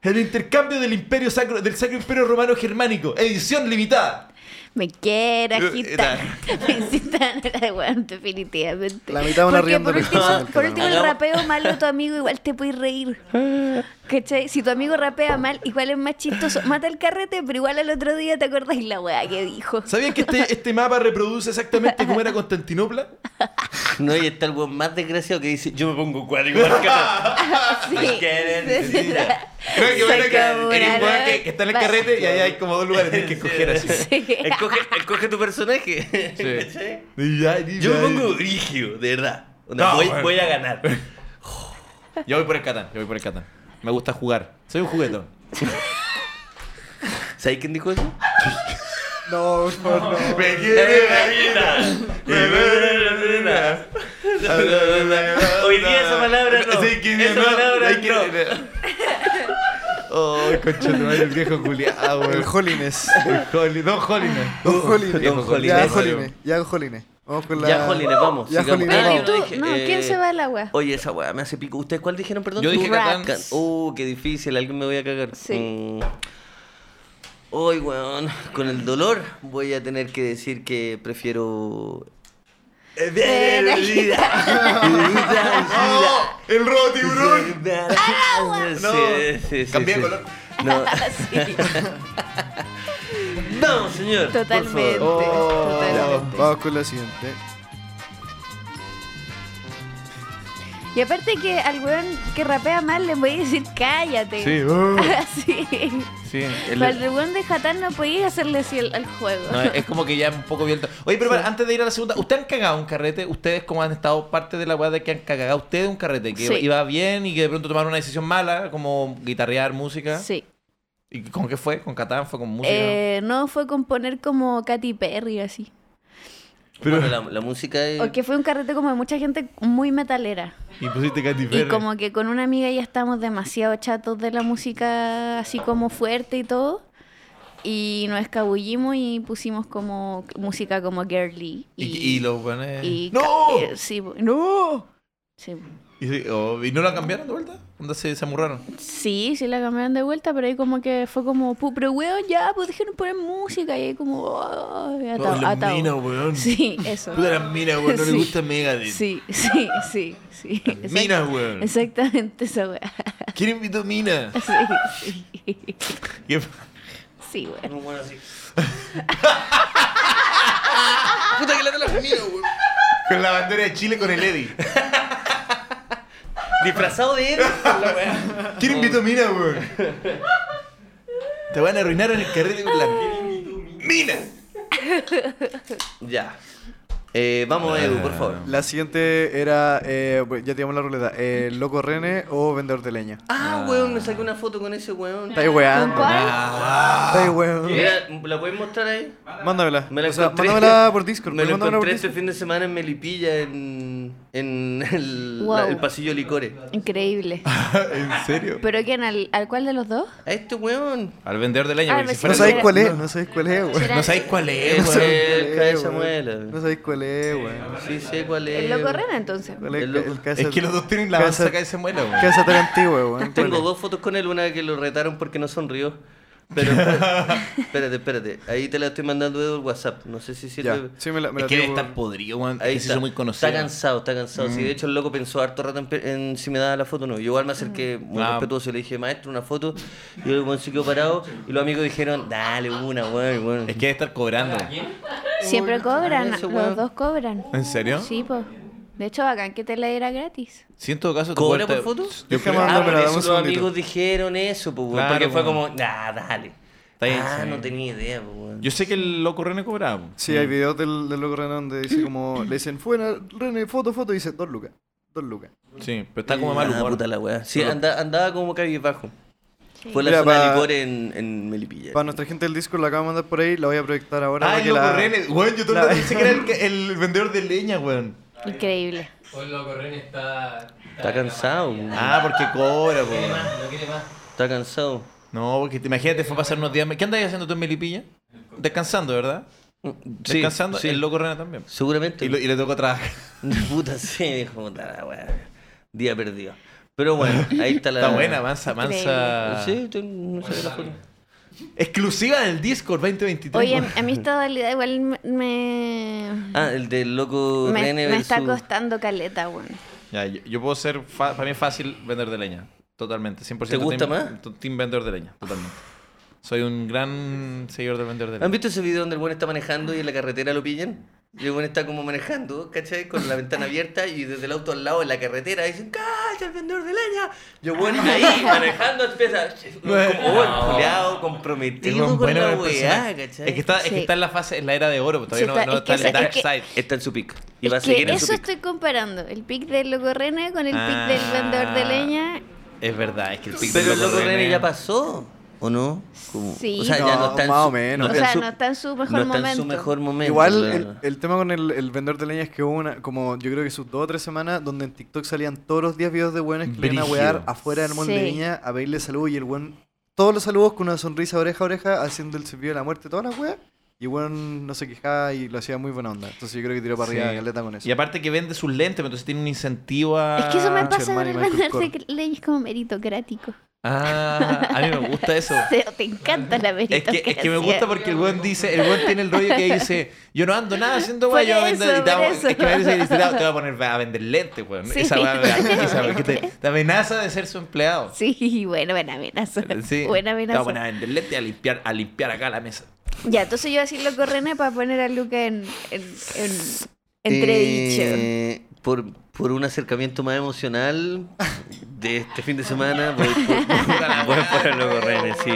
El intercambio del imperio sacro, del sacro imperio romano germánico, edición limitada. Me quiera Eh, gitana. <laughs> Me gitana era weón, definitivamente. La mitad van Porque arriando por de último, cosas del por último, el canal. rapeo malo de tu amigo igual te puedes reír. ¿Cachai? Si tu amigo rapea mal, igual es más chistoso. Mata el carrete, pero igual al otro día te acordás la weá que dijo. ¿Sabían que este, este mapa reproduce exactamente cómo era Constantinopla? No, y está el weón más desgraciado que dice, yo me pongo <laughs> cuadro igual que no". Sí. quieren, Sí. No, que Se bueno que, acabó, eres ¿no? igual que- que está en el Va- carrete y ahí hay como dos lugares tienes que escoger así. Sí. Escoge, escoge tu personaje. ¿Cachai? Y ya, y <laughs> Yo ya. me pongo rígido, de verdad. Onda, No, voy, bueno. voy a ganar. Yo voy por el Catán, yo voy por el Catán. Me gusta jugar. Soy un juguetón. ¿Sabes quién dijo eso? No, por favor, no. Me quiere la <laughs> Hoy día esa palabra no. Sí, que Esa no, palabra hay que- no. Oh, concha de madre, el viejo culiado, <laughs> El güey. Jolines. El Jolly- Don Jolines. Don Jolines. Don Ya Jolines. Jolines. Ya Jolines. Vamos con la. Ya, Jolines, vamos. Ya, sigamos. Jolines, Ah, vamos. yo Tú- dije, no, ¿quién eh, se va al agua? Oye, esa weá me hace pico. ¿Ustedes cuál dijeron, perdón? Yo dije Raps. Catán. Can- Uh, qué difícil, alguien me voy a cagar. Sí. Mm. Hoy, weón, con el dolor voy a tener que decir que prefiero. Eh, Ven <laughs> aquí. ¡Oh! ¡El robo tiburón! No. Sí, sí, sí, Cambié de sí. color. No, <laughs> Sí, <laughs> no, señor. por favor. totalmente. Oh, Ya, totalmente. Vamos con la siguiente. Y aparte que al weón que rapea mal le voy a decir cállate. <laughs> Sí, sí. Sí. el- Para el weón de Hatán no podía hacerle así al, al juego. No, es como que ya un poco violento. Oye, pero para- antes de ir a la segunda, ¿ustedes han cagado un carrete? ¿Ustedes como han estado parte de la weá de que han cagado ustedes un carrete? Que Sí. iba bien y que de pronto tomaron una decisión mala, como guitarrear música. Sí. ¿Y con qué fue? ¿Con Catán? ¿Fue con música? Eh, no fue componer como Katy Perry así. Bueno, la, la música es. O que fue un carrete como de mucha gente muy metalera. <laughs> Y pusiste Katy Y como que con una amiga ya estábamos demasiado chatos de la música así como fuerte y todo. Y nos escabullimos y pusimos como música como girly. Y, y los weones- y ca- ¡No! eh, sí, bo- ¡No! Sí, bo- Y, sí, oh, ¿y no la cambiaron de vuelta? ¿Dónde se, se amurraron? sí, sí la cambiaron de vuelta, pero ahí como que fue como, "Pu, pero weón, ya, pues dejaron poner música. Y ahí como, oh, y atao- atao. weón. Sí, eso. Puta las minas, weón. No Sí. les gusta Megadeth. Sí, sí, sí, sí. Exact- Minas, weón. Exactamente esa weá. ¿Quién <laughs> invitó minas? Sí, sí. ¿Qué- Sí, weón. Bueno, sí. Puta que la las minas, weón. Con la bandera de Chile con el Eddie. Disfrazado de él. la weá. ¿Quién invitó Mina, weón? Te van a arruinar en el carrete con la Mina. Ya. Eh, vamos, Edu, por favor. La siguiente era. Eh, bueno, ya tiramos la ruleta. Eh, Loco Rene o Vendedor de Leña. Ah, weón, me saqué una foto con ese weón. Estáis weando. ¿Cuál? Ah. Estáis weando. Mira, ¿La puedes mostrar ahí? Mándamela. Me la o sea, encontré. mándamela por Discord. Me pero lo mándamela por encontré este Discord. fin de semana en Melipilla, en, en el, Wow. la- el pasillo Licore. Increíble. Ah. ¿En serio? ¿Pero quién? ¿Al, al cuál de los dos? A este weón. Al vendedor del año, Ah, porque si No este vecino. fuera- sabéis cuál es, no sabéis cuál es, weón. No sabéis cuál es, Es weón. cerca de weón. No Samuel. sabéis cuál es, weón. Sí sé cuál es. El loco Rena, entonces. ¿Cuál es El loco. casa- Es que los dos tienen la casa- banza acá y se muela, weón. Casa tan antigua, weón. ¿Cuál Tengo es? dos fotos con él, una que lo retaron porque no sonrió. <laughs> Pero espérate, espérate, espérate. ahí te la estoy mandando Edu el WhatsApp. No sé si sirve. Ya, sí me la, me Es la que debe tiro estar por- podrido, weón. Ahí Es que está. es muy conocido. Mm. Está cansado, está cansado. Sí, de hecho el loco pensó harto rato en, pe- en si me daba la foto o no. Yo igual me acerqué muy Ah. respetuoso y le dije, maestro, una foto. Y el weón se quedó parado. Y los amigos dijeron, dale una, weón, weón. Es que debe estar cobrando. Siempre cobran, ese weón. los dos cobran. ¿En serio? Sí, pues. De hecho, bacán que te la era gratis. Si en todo caso... tu ¿Cobra puerta- por foto? Yo Déjame creo- Ah, por mándamela, dame eso un los segundito. amigos dijeron eso, pues, weón, Claro, porque fue weón. como, nah, dale. Está bien, ah, sí. no tenía idea, pues, weón. Yo sé que el loco René cobraba. weón. Sí, hay videos del, del loco René donde dice como, le dicen, fuera, René, foto, foto, y dice, dos lucas, dos lucas. Sí, pero está como Ah, de mal humor. puta la weá. Sí, anda- andaba como cabizbajo. Fue la Mira, zona de pa- licor en, en Melipilla. Para nuestra gente del Discord la acabo de mandar por ahí, la voy a proyectar ahora. Ah, para el que loco la... René. Weón, yo todo el la- rato pensé que era el, que- el vendedor de leña, weón. Increíble. Hoy loco Ren está. Está cansado, weón. Ah, porque cobra, weón. No quiere más. Está cansado. No, porque te imagínate, fue a pasar unos días. ¿Qué andabas haciendo tú en Melipilla? Descansando, ¿verdad? Sí, Mm, Descansando. sí. El loco René también. <laughs> Seguramente. Y, lo- y le tocó trabajar. Puta, sí, dijo, puta la weá. Día perdido. Pero bueno, ahí <laughs> está la. Está buena, mansa, mansa. Sí, tú no sabes la foto. Exclusiva del Discord 2023. Oye, a mí esta dualidad igual me- me. Ah, el del loco me, Rene me está versus- costando caleta, weón. Ya, yo, yo puedo ser. fa- para mí es fácil vender de leña. Totalmente. 100% ¿Te gusta team, más? t- Team vendedor de leña. Totalmente. Soy un gran seguidor del vendedor de ¿Han leña. visto ese video donde el buen está manejando y en la carretera lo pillan? Y el buen está como manejando, ¿cachai? Con la ventana abierta y desde el auto al lado en la carretera dicen, ¡Cacha, el vendedor de leña! Y el buen <laughs> ahí manejando empieza, como oh, culiao, comprometido buen- con bueno la el weá, personaje. ¿cachai? Es que, está, es Sí. que está en la fase, en la era de oro. pues, Todavía Sí, no- está- no es que está en el esa- Dark es que- Side. Está en su pic. Y Es va a que seguir en su eso pic. estoy comparando, el pic del loco Rene con el Ah. pic del vendedor de leña. Es verdad, es que el pic Pero del el loco René- Rene ya pasó, ¿o no? Como- Sí. O sea, ya no No, está en más su- o menos. o está en sea, su- Ah, no está en su mejor no está momento. en su mejor momento. Igual claro. el, el tema con el, el vendedor de leña es que hubo una, como yo creo que sus dos o tres semanas, donde en TikTok salían todos los días videos de buenas que le iban a Brígido. wear afuera del molde Sí. de leña a pedirle salud y el buen, todos los saludos con una sonrisa oreja a oreja, haciendo el servicio de la muerte, todas las weas. Y el buen no se quejaba y lo hacía muy buena onda. Entonces yo creo que tiró para arriba Sí. la caleta con eso. Y aparte que vende sus lentes, entonces tiene un incentivo a... Es que eso me Pinche pasa con hermano el y Michael vendedor de Kors. leyes como meritocrático. <laughs> Ah, a mí me gusta eso. O sea, te encanta la Es meritocracia. que, es que me gusta porque el buen dice, el buen tiene el rollo que dice, yo no ando nada haciendo weá, yo voy a Por vender y te eso, voy a- por es que me eso. dice, te voy <laughs> a poner a vender lentes, weón. Sí. Esa weá me da- <laughs> esa weá que te, te amenaza de ser su empleado. Sí, <laughs> bueno, buena amenaza. Eh, Sí. Buena Te voy amenaza. a poner a vender lentes y a limpiar, a limpiar acá la mesa. Ya, entonces yo así loco Rene para poner a Luca en, en, en entredicho. Eh, por, por un acercamiento más emocional de este fin de semana, voy por, <laughs> voy por el Loco René, sí.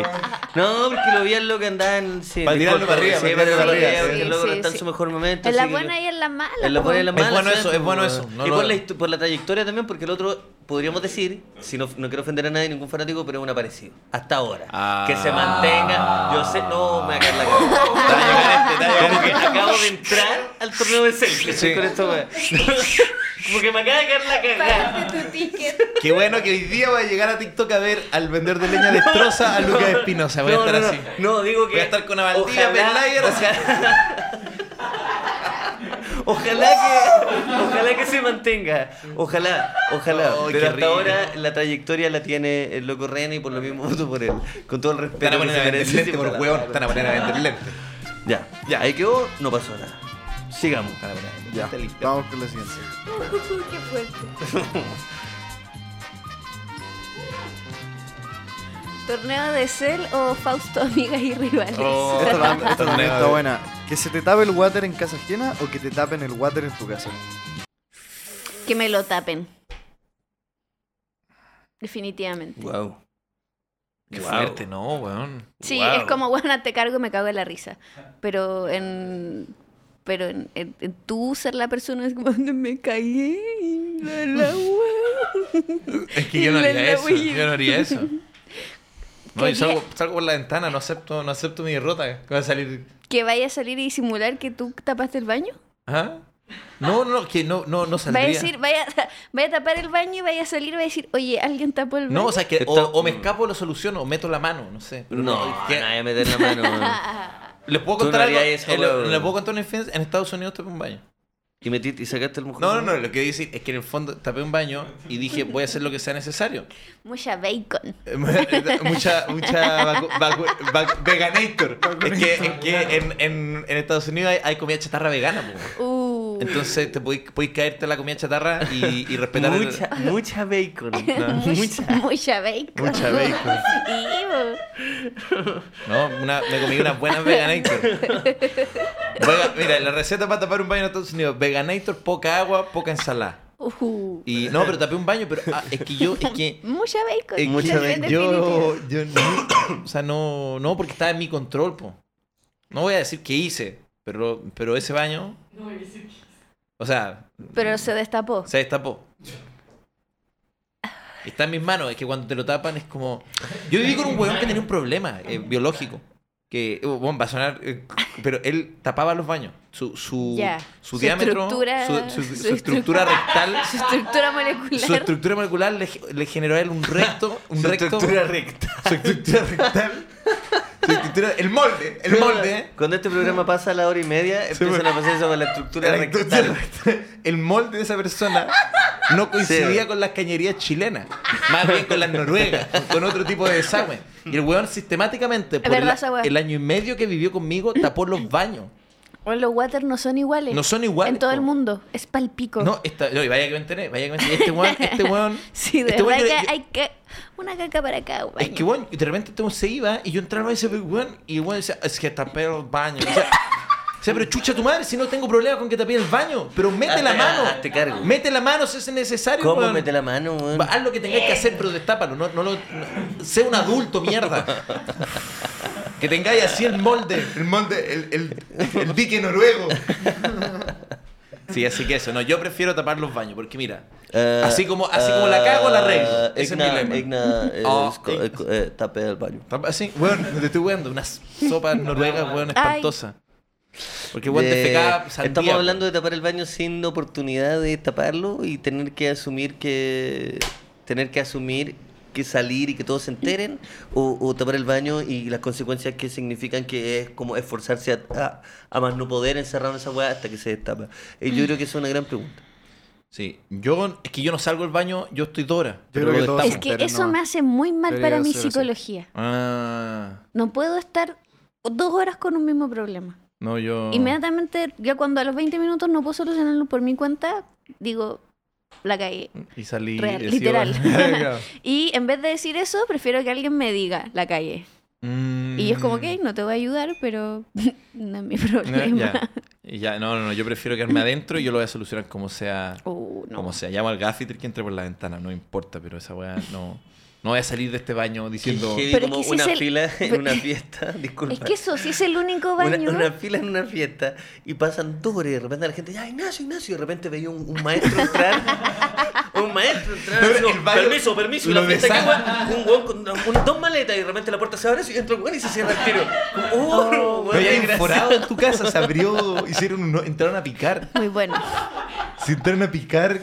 No, porque lo vi al loco andaba en. Sí, Para tirarlo disculpa, para arriba, sí, para para tirarlo para tirarlo arriba, porque sí. el loco no Sí, está en sí. su mejor momento. En la así que- buena y en la mala. en la buena y en la po. mala. Es bueno ¿sabes? eso, es bueno eso, no y lo- por la, histo- por la trayectoria también, porque el otro, podríamos decir, si no, no quiero ofender a nadie, ningún fanático, pero es un aparecido. Hasta ahora. Ah. Que se mantenga. Yo sé, no, me va a caer la cabeza. Te va a llegar <laughs> este, te va a llegar Como que este. acabo de entrar al torneo de selfie. Estoy con esto, weón. Como que me acaba de caer la cagada. Pagaste tu ticket. Qué bueno que hoy día voy a llegar a TikTok a ver al vendedor de leña destroza a Lucas Espinosa. Voy a no, estar no, así. No, no, digo que. Voy a estar con una Valdivia, ojalá- Berlayer, así. ojalá- Ojalá que, ojalá que se mantenga. Ojalá, ojalá. Ay, Pero Oh, qué hasta rico. ahora la trayectoria la tiene el loco Rene y por lo mismo voto por él. Con todo el Te van respeto a que poner a se vender merece. lentes por sí, hueón. Te van a poner a vender lentes. Ya, ya. Ahí quedó, no pasó nada. Sigamos. Te van a poner a vender Ya, lentes, limpiar. vamos con la siguiente. Qué fuerte. Torneo de Cell o Fausto Amigas y Rivales. Oh. Esta también esta también Torneo está de- buena. ¿Que se te tape el water en casa ajena o que te tapen el water en tu casa? Que me lo tapen. Definitivamente. Wow. Qué fuerte, ¿no, weón? Sí, Wow. es como, bueno, te cargo y me cago en la risa. Pero en. Pero en, en- en tú ser la persona es como, "No, me caí en el <laughs> agua. Es que yo no Y la- la haría eso. huella. Yo no haría <laughs> eso. No, yo Quería- salgo, salgo por la ventana, no acepto, no acepto mi derrota. ¿Qué va a salir? Que vaya a salir y simular que tú tapaste el baño. ¿Ah? No, no, que no, no, no Vaya saldría. a decir, vaya, vaya a tapar el baño y vaya a salir y vaya a decir, oye, alguien tapó el baño. No, o sea, que o, Está- o me escapo o lo soluciono, o meto la mano, no sé. Pero No, ¿qué? nadie meter la mano. <laughs> weón. ¿Les puedo Tú contar no algo? harías eso, Eh, lo- weón. ¿Les puedo contar una experiencia? En Estados Unidos tapé un baño. Y metiste y sacaste el mojón. No, no, no, lo que voy a decir es que en el fondo tapé un baño y dije, voy a hacer lo que sea necesario. Mucha bacon. Eh, <laughs> mucha mucha vacu- vacu- vac- veganator. Es que, es que en, en, en Estados Unidos hay, hay comida chatarra vegana, po. Uh, <laughs> Entonces te podéis, podéis caerte en la comida chatarra y, y respetar el- Mucha, mucha bacon. <laughs> mucha, mucha bacon. Mucha bacon. <laughs> Sí, bo. No, una- me comí unas <laughs> buenas Veganator. Vega- mira, la receta para tapar un baño en Estados Unidos, Veganator, poca agua, poca ensalada. Uh, Y no, pero tapé un baño, pero ah, es que yo, es que mucha bacon. Es Mucha que bacon. Yo, yo no, <coughs> o sea, no, no, porque estaba en mi control, po. No voy a decir qué hice, pero, pero ese baño, o sea, Pero se destapó. se destapó. Está en mis manos, es que cuando te lo tapan es como... Yo viví con un weón que tenía un problema eh, biológico. Que, eh, bueno, va a sonar... eh, pero él tapaba los baños. Su, su, Ya. su Su diámetro, estructura- su, su- su su estructura- estructura rectal, Su estructura molecular. su estructura <laughs> molecular le, le generó a él un recto... Un recto recta. su estructura rectal Te- te tira- El molde, el Claro, molde. ¿eh? Cuando este programa pasa a la hora y media, empiezan a pasar eso con la estructura rectal. El molde de esa persona no coincidía Sí. con las cañerías chilenas, más bien con las noruegas, con otro tipo de desagüe. Y el weón sistemáticamente, por verdad el, esa weá. el año y medio que vivió conmigo, tapó los baños. O los water no son iguales. No son iguales, En todo po. el mundo. Es palpico. No, esta, no, y vaya que me enteré, vaya que me enteré. Este weón, <laughs> este weón. Sí, de este weón, verdad yo- que yo- hay que... Una caca para cada Es baño. que, weón, de repente este weón se iba y yo entraba y ese weón, y el weón decía, es que tapé el baño. O sea, o sea, pero chucha tu madre, si no tengo problema con que tapé el baño, pero mete Hazte- la mano. hazte Ah, cargo. Mete la mano si es necesario, ¿Cómo weón. mete la mano, weón? Va, Haz lo que tengáis que hacer, pero destápalo. No, no lo, no- sé un adulto, mierda. Que tengáis así el molde, el molde, el, el, el dique noruego. Sí, así que eso, no, yo prefiero tapar los baños, porque mira, Eh, así como, así como la cago, la arreglo. eh, Ese es mi Igna- lema. Igna, <laughs> eh, Ah, es co- eh, co- eh, tapé el baño. Tapa- Así, weón, te estoy weando. <laughs> Una sopa noruega, weón, espantosa. Porque weón, Eh, te pegaba Estamos hablando de tapar el baño sin oportunidad de taparlo y tener que asumir que. tener que asumir que salir y que todos se enteren o, o tapar el baño y las consecuencias que significan que es como esforzarse a, a- a más no poder encerrar en esa weá hasta que se destapa. Eh, yo creo que esa es una gran pregunta. Sí, yo, es que yo no salgo del baño, yo estoy Dora. pero creo lo que todos- destapo. Es que Pero eso no. me hace muy mal Debería para mi ser así. psicología. Ah, No puedo estar dos horas con un mismo problema. no, yo. Inmediatamente, ya cuando a los 20 minutos no puedo solucionarlo por mi cuenta, digo, la cagué. Y salí. eh, Real, decía, literal. "Verga". Y en vez de decir eso, prefiero que alguien me diga, la cagué. <laughs> <laughs> Mm. Y yo es como, ok, no te voy a ayudar, pero <laughs> no es mi No, problema. ya. Y ya, no, no, no, yo prefiero quedarme adentro y yo lo voy a solucionar como sea. Oh, no. Como sea, llamo al gaffiter que entre por la ventana, no importa, pero esa weá no. No voy a salir de este baño diciendo. Qué heavy, Pero es como que si una es el- fila en una fiesta, <laughs> disculpa. Es que eso, si es el único Una, baño. una fila en una fiesta y pasan dos horas y de repente la gente, ya Ignacio, Ignacio, y de repente veía un, un maestro <laughs> entrar, un maestro entrar, así como, permiso, permiso, y la lo fiesta que desarma. un hueón con un- dos maletas y de repente la puerta se abre y entra un hueón y se cierra el tiro. Como, oh, Pero hueón, ya qué hay un gracia. forado en tu casa, se abrió, hicieron un ho- entraron a picar. Muy bueno. Si entraron a picar,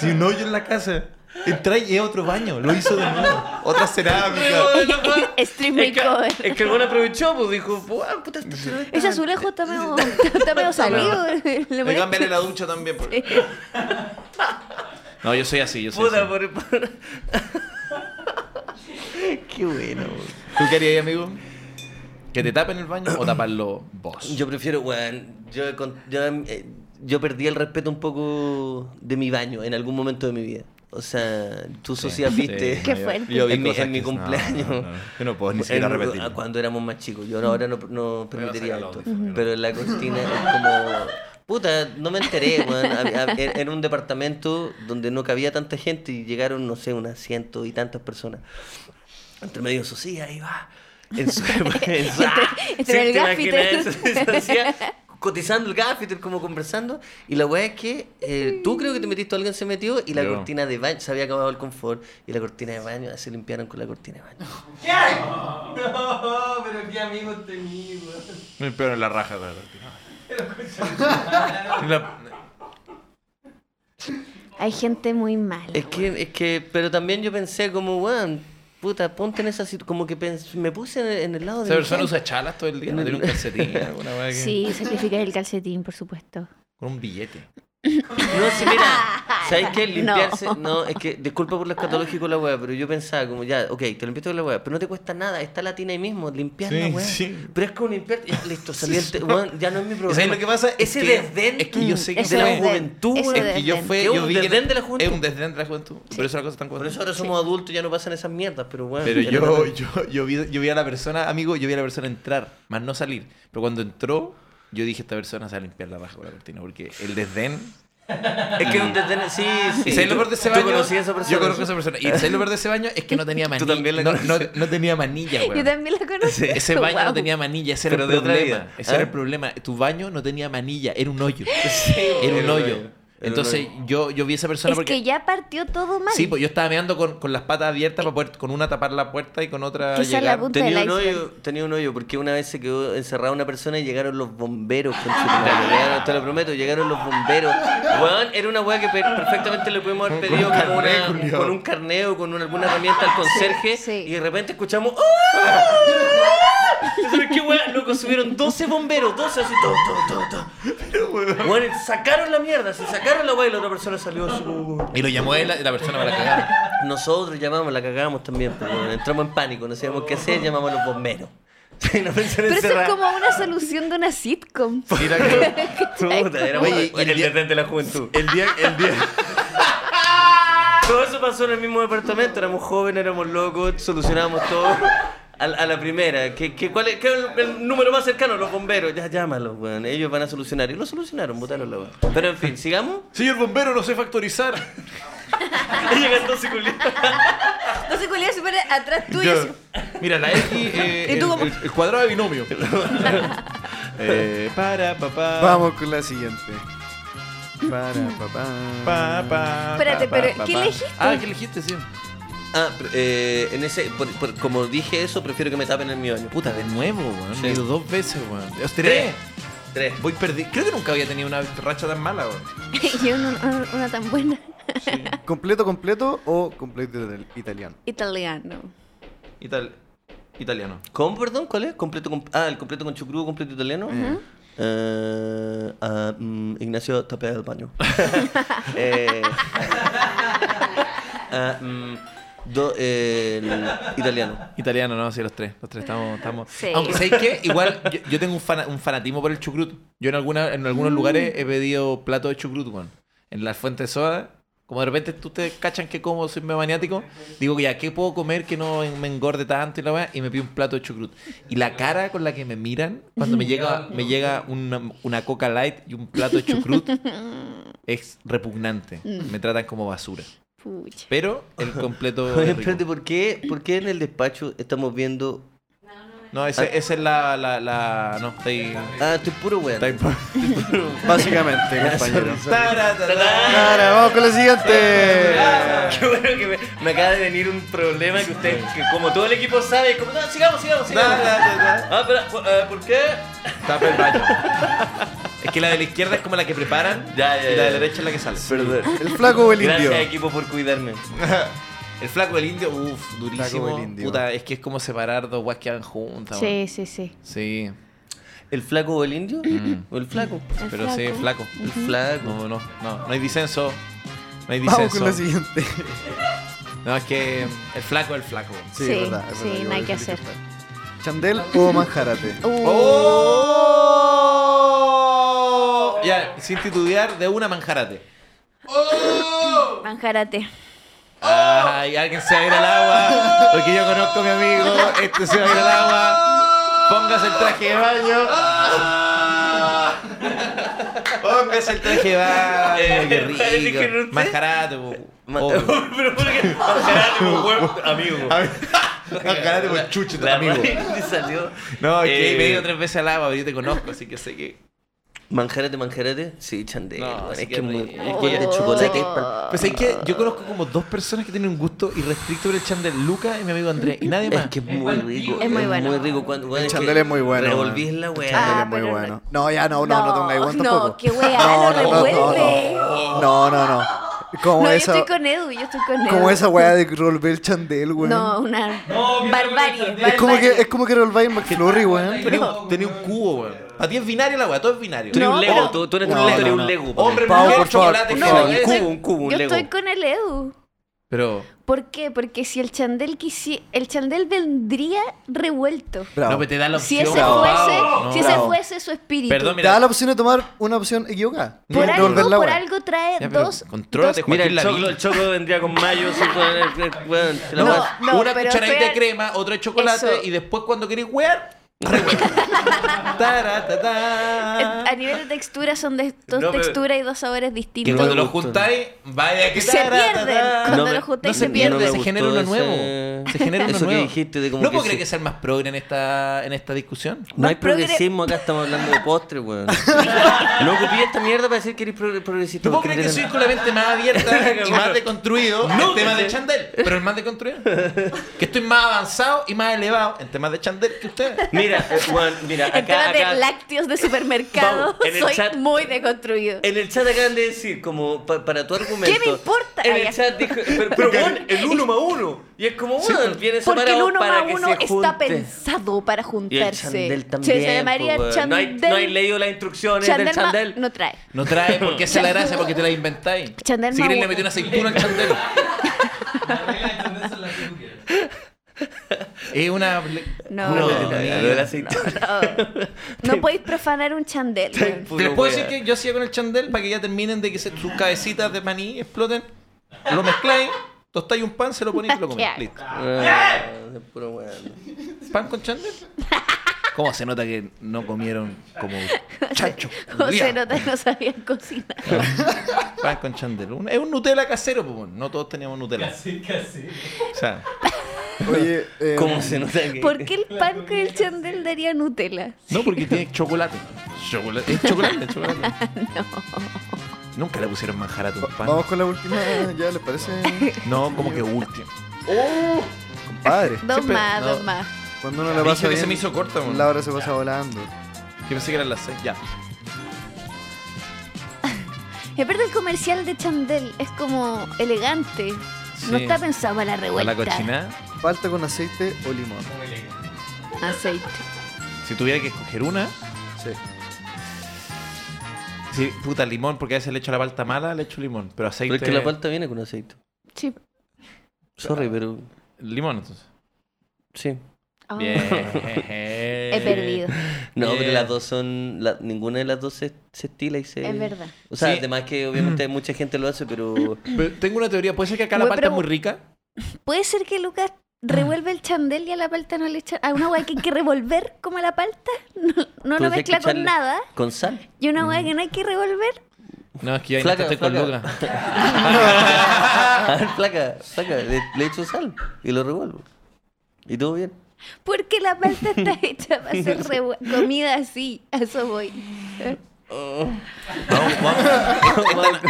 si un hoyo en la casa, entra y es otro baño, lo hizo de nuevo. Otra cerámica. Stream <laughs> Es que, makeover. es que el hueón aprovechó, pues dijo, "Buah, puta, esta ciudad está- Ese azulejo está medio, está medio salido. <laughs> Le Me molesta. cambiaré la ducha también. por- No, yo soy así, yo soy puta, así. por- por- <laughs> Qué bueno, hueón. ¿Tú qué harías, amigo? ¿Que te tapen el baño o taparlo vos? Yo prefiero, weón. Yo, con- yo, eh, yo perdí el respeto un poco de mi baño en algún momento de mi vida. O sea, tú socias viste. Qué fuerte. yo vi en mi, cosas en mi que- no, cumpleaños. no, no, yo no puedo ni siquiera En- ah, repetir. Cuando éramos más chicos. Yo no- ahora no, no permitiría sacar el esto. audífono. Pero en la cortina es como. Puta, no me enteré, weón. <laughs> Hab- hab- Era un departamento donde no cabía tanta gente y llegaron, no sé, unas ciento y tantas personas. Entre medio socias, ahí va. En su, <laughs> en su- entre el te imaginas gaffiter. eso? <laughs> Eso hacía cotizando el gaffiter, como conversando. Y la weá es que eh, tú creo que te metiste, alguien se metió y la Yo. cortina de baño, se había acabado el confort y la cortina de baño, se limpiaron con la cortina de baño. <laughs> No, pero qué amigos tenías, weón. No, pero en la raja, la verdad. <laughs> En la- Hay gente muy mala. Es que, es que, pero también yo pensé como, weón, puta, ponte en esa situación, como que pens- me puse en el, en el lado de... Esa mi persona gente. usa chalas todo el día, no tiene un <laughs> calcetín, alguna weá que- Sí, sacrificar el calcetín, por supuesto. Con un billete. No, sí, <laughs> mira, ¿sabes qué? Limpiarse, no. No. es que, disculpa por lo escatológico la weá, pero yo pensaba como, ya, ok, te limpias con la weá, pero no te cuesta nada, está la tina ahí mismo, limpiar la Sí, weá. sí. Pero es como limpiar, ya, listo, salí el te- weón, ya no es mi ¿Y problema. sabes lo que pasa? Es Ese que- desdén es que yo sé que de Ese la desdén, juventud, ese weón. Es que yo desdén. fue, Es un yo vi que desdén de la juventud. Es un desdén de la juventud. Por eso las cosas están Por eso cuadradas. ahora somos adultos y ya no pasan esas mierdas, pero bueno. <laughs> Pero yo, yo, yo, vi, yo vi a la persona, amigo, yo vi a la persona entrar, más no salir. Pero cuando entró, yo dije, esta persona se va a limpiar la raja con la cortina, porque el desdén... Es que es un desdén, sí, sí. ¿Y sabes lo peor de ese baño? Yo conocí a esa persona. Yo conozco a esa persona. ¿Y sabes lo peor de ese baño? Es que no <laughs> tenía manilla. también la no, no, conoces. no tenía manilla, Yo güey. también la conocí. <laughs> Ese baño Guau. no tenía manilla, ese era Pero el de otra problema. vida. Ese ¿Ah? era el problema. Tu baño no tenía manilla, era <laughs> un hoyo. Era un hoyo. Entonces yo, yo vi a esa persona Es porque. que ya partió todo mal. Sí, pues yo estaba meando con, con las patas abiertas para poder con una tapar la puerta y con otra Quizá llegar. la punta del Tenía un, iceberg. hoyo, tenía un hoyo, porque una vez se quedó encerrada una persona y llegaron los bomberos. <laughs> conchetumare. Llegaron, te lo prometo, llegaron los bomberos. Weón, era una weá que per- perfectamente le pudimos haber pedido como un carné, una- culiao. con un <laughs> carneo, con una- alguna herramienta al conserje. sí. Y de repente escuchamos. ¡Ah! "Oh, Entonces, ¿Qué weá? Loco, subieron 12 bomberos, 12 así, todo, todo, todo, todo. Bueno, sacaron la mierda, se sacaron la weá y la otra persona salió así. como, como. Y lo llamó él, la persona para <laughs> cagar. Nosotros llamamos, la cagamos también, pero bueno, entramos en pánico, no sabíamos qué hacer, llamamos a los bomberos. <laughs> Sí, la persona Pero eso es encerrada. como una solución de una <laughs> sitcom. Mira que- Puta, era Oye, muy- y el en el día- detente de la juventud. el día, el día. Todo eso pasó en el mismo departamento, éramos jóvenes, éramos locos, solucionábamos todo. A, a la primera, ¿Qué, qué- cuál es, qué es el, el número más cercano? Los bomberos, ya llámalos, weón. Ellos van a solucionar. Y lo solucionaron, botaron la weón. Pero en fin, <laughs> sigamos. <laughs> Señor bombero, no sé factorizar. Y llegan 12 culiados. Entonces, Julián se pone atrás tuyo. Ya. así. Mira, la X, eh, <laughs> ¿Y el, tú cómo? el- el cuadrado de binomio. <laughs> Eh, para, papá. Vamos con la siguiente. <laughs> Para, papá. Pa, pa, Espérate, pa, pa, pero pa, ¿qué pa. elegiste? Ah, ¿qué elegiste? Sí. Ah, pero, eh, en ese, por- por- como dije eso, prefiero que me tapen el mío. Puta, de nuevo, weón. Sí. He ido dos veces, weón. Tres. Tres. Tres. Voy perdido. Creo que nunca había tenido una racha tan mala, weón. Yo no- no- una tan buena. ¿Completo, completo o completo del italiano? Italiano. Ital- italiano. ¿Cómo, perdón? ¿Cuál es? ¿Completo con, ah, el completo con chucrú, completo italiano. Eh, ah, mm, Ignacio, tapé el baño. <laughs> Eh, ah, mm, do- el italiano. Italiano, no, sí, los tres. Los tres estamos. estamos. Sí. Aunque, ¿sabes qué? Igual yo, yo tengo un, fana- un fanatismo por el chucrut. Yo en, alguna, en algunos lugares he pedido plato de chucrut, weón. En la fuente de soda. Como de repente tú te cachan que como soy medio maniático, digo ya, ¿qué puedo comer que no me engorde tanto y la weá? Y me pido un plato de chucrut. Y la cara con la que me miran cuando me llega, me llega una, una coca light y un plato de chucrut es repugnante. Me tratan como basura. Pucha. Pero el completo. <laughs> Oye, es rico. espérate, ¿por qué, ¿por qué en el despacho estamos viendo... No, ese- esa es la, la, la. No, está ahí. Ah, estoy puro weón. Está ahí. Básicamente, compañero. Taratara. Ahora, vamos con la <laughs> <laughs> siguiente. Qué bueno que me, me acaba de venir un problema que usted, que como todo el equipo sabe, como, no, sigamos, sigamos, sigamos. Ah, pero, eh, ¿por qué? Tapa el baño. Es que la de la izquierda es como la que preparan Ya, ya, y la ya. de la derecha es la que sale. Perdón. El flaco <laughs> o el indio. Gracias equipo por cuidarme. El flaco del indio, uff, durísimo. Flaco del indio. Puta, es que es como separar dos guas que van juntas. weón. Sí, sí, sí. Sí. ¿El flaco o el indio? Mm. ¿O el <laughs> flaco? El Pero sí, flaco. flaco. El flaco. No, no, no. No hay disenso. No hay Vamos con la disenso. siguiente. No, es que el flaco es el flaco. weón. Sí, sí, yo no hay voy que a decir hacer. flaco. ¿Chandel <laughs> o Manjarate? Uh, ¡Oh! Ya, sin titubear, de una manjarate. Manjarate. Ay, Ah, alguien se va a ir al agua. Porque yo conozco a mi amigo. Este se va a ir al agua. Póngase el traje de baño. Póngase el traje de baño. Qué rico. Manjarate, po. Ma- Obvio. pero ¿por qué? Manjarate, po, huevo, amigo. Manjarate por chucho, La amigo. raíz le salió. No, es que Eh, me he ido tres veces al agua, pero yo te conozco, así que sé que. Manjarate, manjarate. Sí, chandel. No, bueno, sí es que que es muy rico. rico el de Sí, chocolate. que- Pues es que yo conozco como dos personas que tienen un gusto irrestricto por el chandel, Luca y mi amigo Andrés, y nadie más. Es que es muy rico. Es muy bueno. rico. Cuando, bueno, El es chandel que es muy bueno, Revolvís bueno. la weá. chandel. Chandel Ah, es muy pero no- bueno. No, ya no, no, no, tengo igual no, tampoco. qué weá, lo revuelve. No, no, no. no. Como No, esa, yo estoy con Edu, yo estoy con Edu. como esa weá de revolver el chandel, weón. No, una No, que barbarie. no me Es como que, barbarie. es como que revolver el McFlurry, weón. Tenía, un, tenía un cubo, weón. Para ti es binario la weá, todo es binario. Tú eres Ah, No, un Lego. pero- Tú, tú eres No, un Lego. eres no, un no. Lego. Hombre, Pau, mujer, por favor, chocolate, por no, favor. un es- cubo, un cubo, un Yo Lego. estoy con el Edu. Pero, ¿Por qué? Porque si el chandel quisi- el chandel vendría revuelto. no, Bravo. pero te da la Si opción. ese Bravo. fuese, No. si ese Bravo. fuese su espíritu. Perdón, Te da mira. la opción de tomar una opción equivocada. por Tienes que algo, revolver la por weá. algo trae Ya, pero dos. contrólate, dos- eh, Mira, Joaquín el Lavín. choclo, el choclo vendría con mayo. sin poder- weón, se la No, weá- una pero cucharadita estoy de a- crema, otra de chocolate, Eso. y después cuando querés wear, <laughs> revuelve. eh, Taratatá. A nivel de textura son de dos No, pero- texturas y dos sabores Y distintos. cuando lo gustó. juntáis, vaya que Se pierden. taratatá. Cuando me- lo juntáis No se se me- pierde, me se gustó genera uno ese- nuevo. Se genera <laughs> uno Eso que nuevo. dijiste de como ¿No que puedo creer sí. que sea el más progre en esta, en esta discusión? No hay Más progre- progresismo, acá estamos hablando de postre, weón. No ocupé esta mierda para decir que eres progre- progresista. ¿No puedo porque creer que soy tiene- con la mente más <laughs> abierta y Bueno. más deconstruido en temas de chandel? Pero el más <laughs> deconstruido. Que estoy más avanzado y más elevado en temas de chandel que ustedes. Mira, eh, weón, mira, El tema acá, de acá- lácteos de supermercado. Pau, en el Soy chat- muy deconstruido. En el chat acaban de decir, como pa- para tu argumento. ¿Qué me importa? En Ah, ya. el chat dijo, pero, pero bueno, el uno más uno. Y es como, bueno, viene Porque el separado uno para más que uno se está junte. pensado para Y el juntarse. chandel Sí, también. se llamaría po, weón. no, hay, chandel. no hay leído las instrucciones del ma- chandel. No trae. No trae porque esa es la gracia, porque te la inventáis. Chandel si querés Mau- le metí una aceituna al <laughs> chandel. La regla de entender son las que tú quieras. Es una... No, No, no, no, no, del aceite. no. No podéis profanar un chandel. weón. Puro ¿Les puedo wea. decir que yo hacía con el chandel para que ya terminen de que se- sus cabecitas de maní exploten? Lo mezcláis, tostáis un pan, se lo ponéis y lo coméis. <laughs> Qué Listo. Ah, es puro wea. ¿Pan con chandel? ¿Cómo se nota que no comieron <laughs> como chancho? José Julián? Nota no sabía cocinar. Pan con chandel. Un- es un Nutella casero, pues, bueno. no todos teníamos Nutella. Casi, casi. O sea, Oye, eh, ¿Cómo se nota que.? ¿Por qué el pan con el chandel daría Nutella? no porque tiene chocolate. Chocolate, es chocolate, <laughs> es chocolate. Oh, Nunca le pusieron manjar a tu pan. vamos con la última, ¿ya les parece? No, como que último. Oh. Compadre, Dos Siempre- más, no. dos más. cuando uno la Dije pasa que bien, se me hizo corta, weón. la hora se pasa volando. Que pensé que eran las seis. Ya. Y aparte el comercial de chandel es como elegante. No Sí. está pensado para la A revuelta. la cochinada. Falta con aceite o limón. Aceite. Si tuviera que escoger una. Sí. Sí, puta, limón, porque a veces le echo la palta mala, le echo limón. Pero aceite. Pero es que la palta viene con aceite. Sí. Sorry, pero. Limón, entonces. Sí. Oh, Bien. <laughs> He perdido. No, Bien. pero las dos son. la- ninguna de las dos se, se estila y se. Es verdad. O sea, Sí. además que obviamente mucha gente lo hace, pero. Pero tengo una teoría. ¿Puede ser que acá la Güey, palta pero- es muy rica? ¿Puede ser que Lucas revuelve el chandel y a la palta no le echa... A una hueá que hay que revolver como a la palta, <laughs> no, no lo Pues hay que mezcla con echarle- nada. Con sal. Y una hueá que no hay que revolver, No, es que ya Flaca, estoy con flaca. Lucas. <laughs> A ver, placa, placa, le, le echo sal y lo revuelvo. Y todo bien. porque la <laughs> palta está hecha para hacer revue- comida así. A eso voy. Vamos, vamos. Vamos,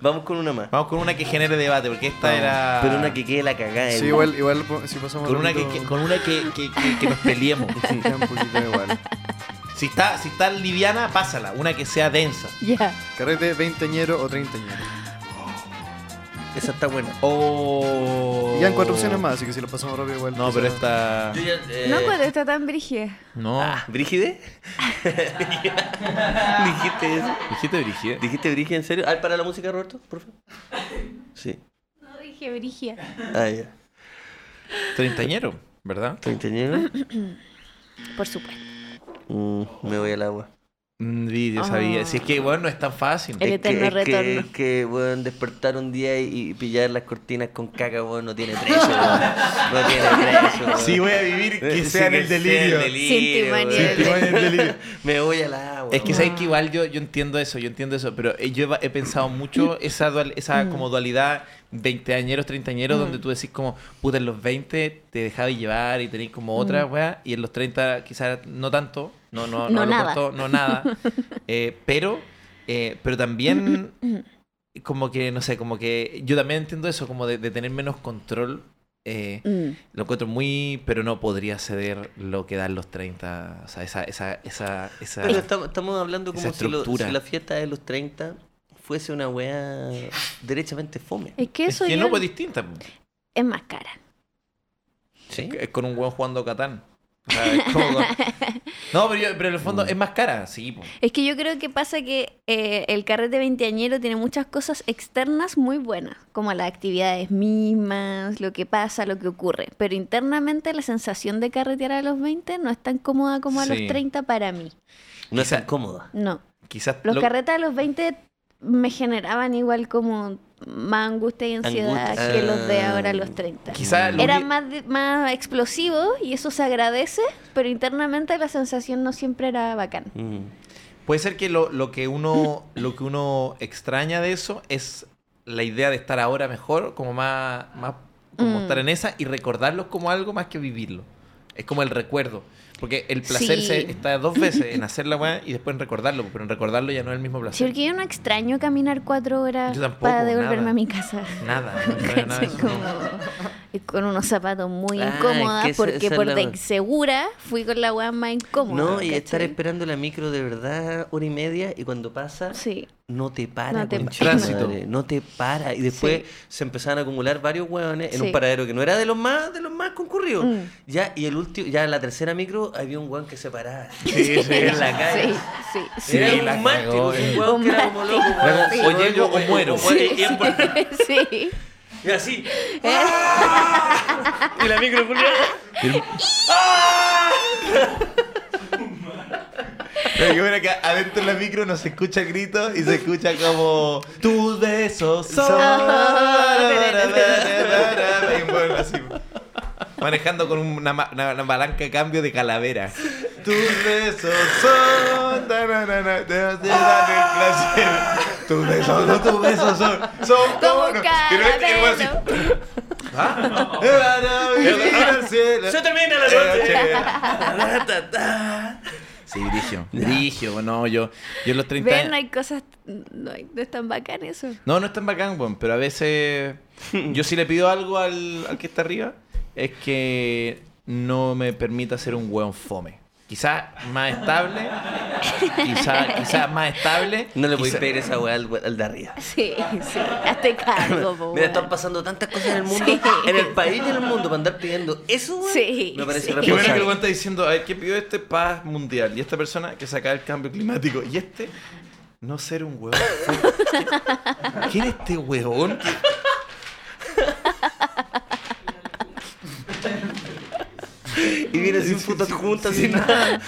Vamos con una más. Vamos con una que genere debate, porque esta Vamos. era. Pero una que quede la cagada. Sí, el- igual, igual po- si pasamos Con una que, rápido, que- con una que, que- que- que nos peleemos. queda un poquito igual. Si está, si está liviana, pásala. Una que sea densa. Eh. Ya. Carrete veinteañero o treintañero. Esa está buena. O. Y ya en cuatro opciones más, así que si lo pasamos rápido igual. No, quizá- pero esta. Yo ya, eh, No cuando está tan brígida. No. ah, ¿Brígide? <laughs> ¿Dijiste eso? Dijiste Brigitte. ¿Dijiste Brígide en serio? Ah, para la música, Roberto, por favor. Sí. No dije brígida. Ah, ya. Treintañero, ¿verdad? ¿Treintañero? Por supuesto. Mm, me voy al agua. Mm, Sí, yo sabía. Si es que, bueno, no es tan fácil. El Es que- eterno es que, retorno. es que, weón, despertar un día y, y pillar las cortinas con caca, weón, no tiene precio, weón. No tiene precio, weón. Sí, voy a vivir Eh, que Sí, sea en que el sea delirio. el delirio, Sin weón. timonel. Sin <laughs> timonel, el delirio. Me voy al agua. Es que weón. sabes Ah. que igual yo, yo entiendo eso, yo entiendo eso, pero eh, yo he- he pensado mucho Mm. esa, dual- esa como dualidad veinteañeros, treintañeros, Mm. donde tú decís como, puta, en los 20 te dejaba llevar y tenéis como otra, weá, y en los 30 quizás no tanto, no, no, no, Mm. No lo nada. cortó, no nada, <laughs> Eh, pero, eh, <clears throat> pero también como que, no sé, como que yo también entiendo eso, como de, de tener menos control. eh, Mm. lo encuentro muy, pero no podría ceder lo que dan los 30. O sea, esa, esa, esa, esa. Pero estamos, estamos hablando como Esa si, lo- estructura. si la fiesta de los 30 fuese una weá derechamente fome. Es que eso es que ya no, pues distinta. po. es más cara. ¿Sí? Es con un weón jugando Catán. O sea, es como <laughs> con- No, pero, yo- pero en el fondo es más cara, sí. po. Es que yo creo que pasa que eh, el carrete veinteañero tiene muchas cosas externas muy buenas, como las actividades mismas, lo que pasa, lo que ocurre. Pero internamente la sensación de carretear a los 20 no es tan cómoda como a Sí. los 30 para mí. No es Quizá- tan cómoda. No. Quizás. Los lo- carretes a los 20 me generaban igual como más angustia y ansiedad Angustia. que los de ahora a Ah. los 30. Quizás. lo Era uni- más, de- más explosivo y eso se agradece, pero internamente la sensación no siempre era bacán. Mm. Puede ser que lo, lo que uno lo que uno extraña de eso es la idea de estar ahora mejor, como más, más como Mm. estar en esa y recordarlo como algo más que vivirlo. Es como el recuerdo. Porque el placer Sí. se está dos veces en hacer la weá y después en recordarlo, pero en recordarlo ya no es el mismo Sí, placer. porque yo no extraño caminar cuatro horas Yo tampoco, para devolverme nada. a mi casa. Nada, <laughs> no, no, nada de eso, Como- no. y con unos zapatos muy Ah, es incómodos que esa- porque esa es por la- de insegura fui con la weá más incómoda. No, y estar ¿cachai? esperando la micro de verdad hora y media y cuando pasa Sí. no te para. No te concha para. tu Tránsito. madre, no te para. Y después Sí. se empezaban a acumular varios hueones en Sí. un paradero que no era de los más de los más concurridos. Mm. Ya, y el último, ya en la tercera micro había un hueón que se paraba. Sí, sí. <laughs> en la calle. <laughs> Sí, sí. era Sí, un la mártir, cagó, un eh. hueón que era Un como loco. Era como, hueón, o sí, llego hueón, o muero. muere, y en- <laughs> <laughs> sí. Y <laughs> así. ¡Ah! Y la micro culiada. Pero yo creo que adentro de la micro no se escucha el grito y se escucha como tus besos son. <laughs> Y un pueblo así, Manejando con una, ma- una, una palanca de cambio de calavera. Tus besos son. ta, na, na, na, te vas a dar el placer. Tus besos son, tus besos son. Son Como no. un Y de repente el güey así, caramelo. <laughs> ¿ah? Es maravilloso. Se termina <laughs> la Eh, noche. che. <laughs> Ta, ta, ta. Sí, Brigio. Brigio, no, yo, yo en los 30 Ven, no años. hay cosas. No, hay- no es tan bacán eso. No, no es tan bacán, weón, pero <laughs> a veces. Yo si le pido algo al, al que está arriba, es que no me permita ser un weón fome. Quizás más estable. Quizás quizá más estable. No le voy a quizá- pedir esa weá al, we- al de arriba. Sí, sí. Hazte <laughs> cargo, po, Mira, weón. están pasando tantas cosas en el mundo, Sí. en el país y en el mundo, para andar pidiendo eso, weón. Sí, Me parece sí. Qué bueno que el irresponsable. weón está diciendo, a ver, ¿qué pidió este paz mundial? Y esta persona que saca el cambio climático. Y este, no ser un huevón. ¿Quién es este huevón? Y viene sin putas juntas, sin nada. <laughs>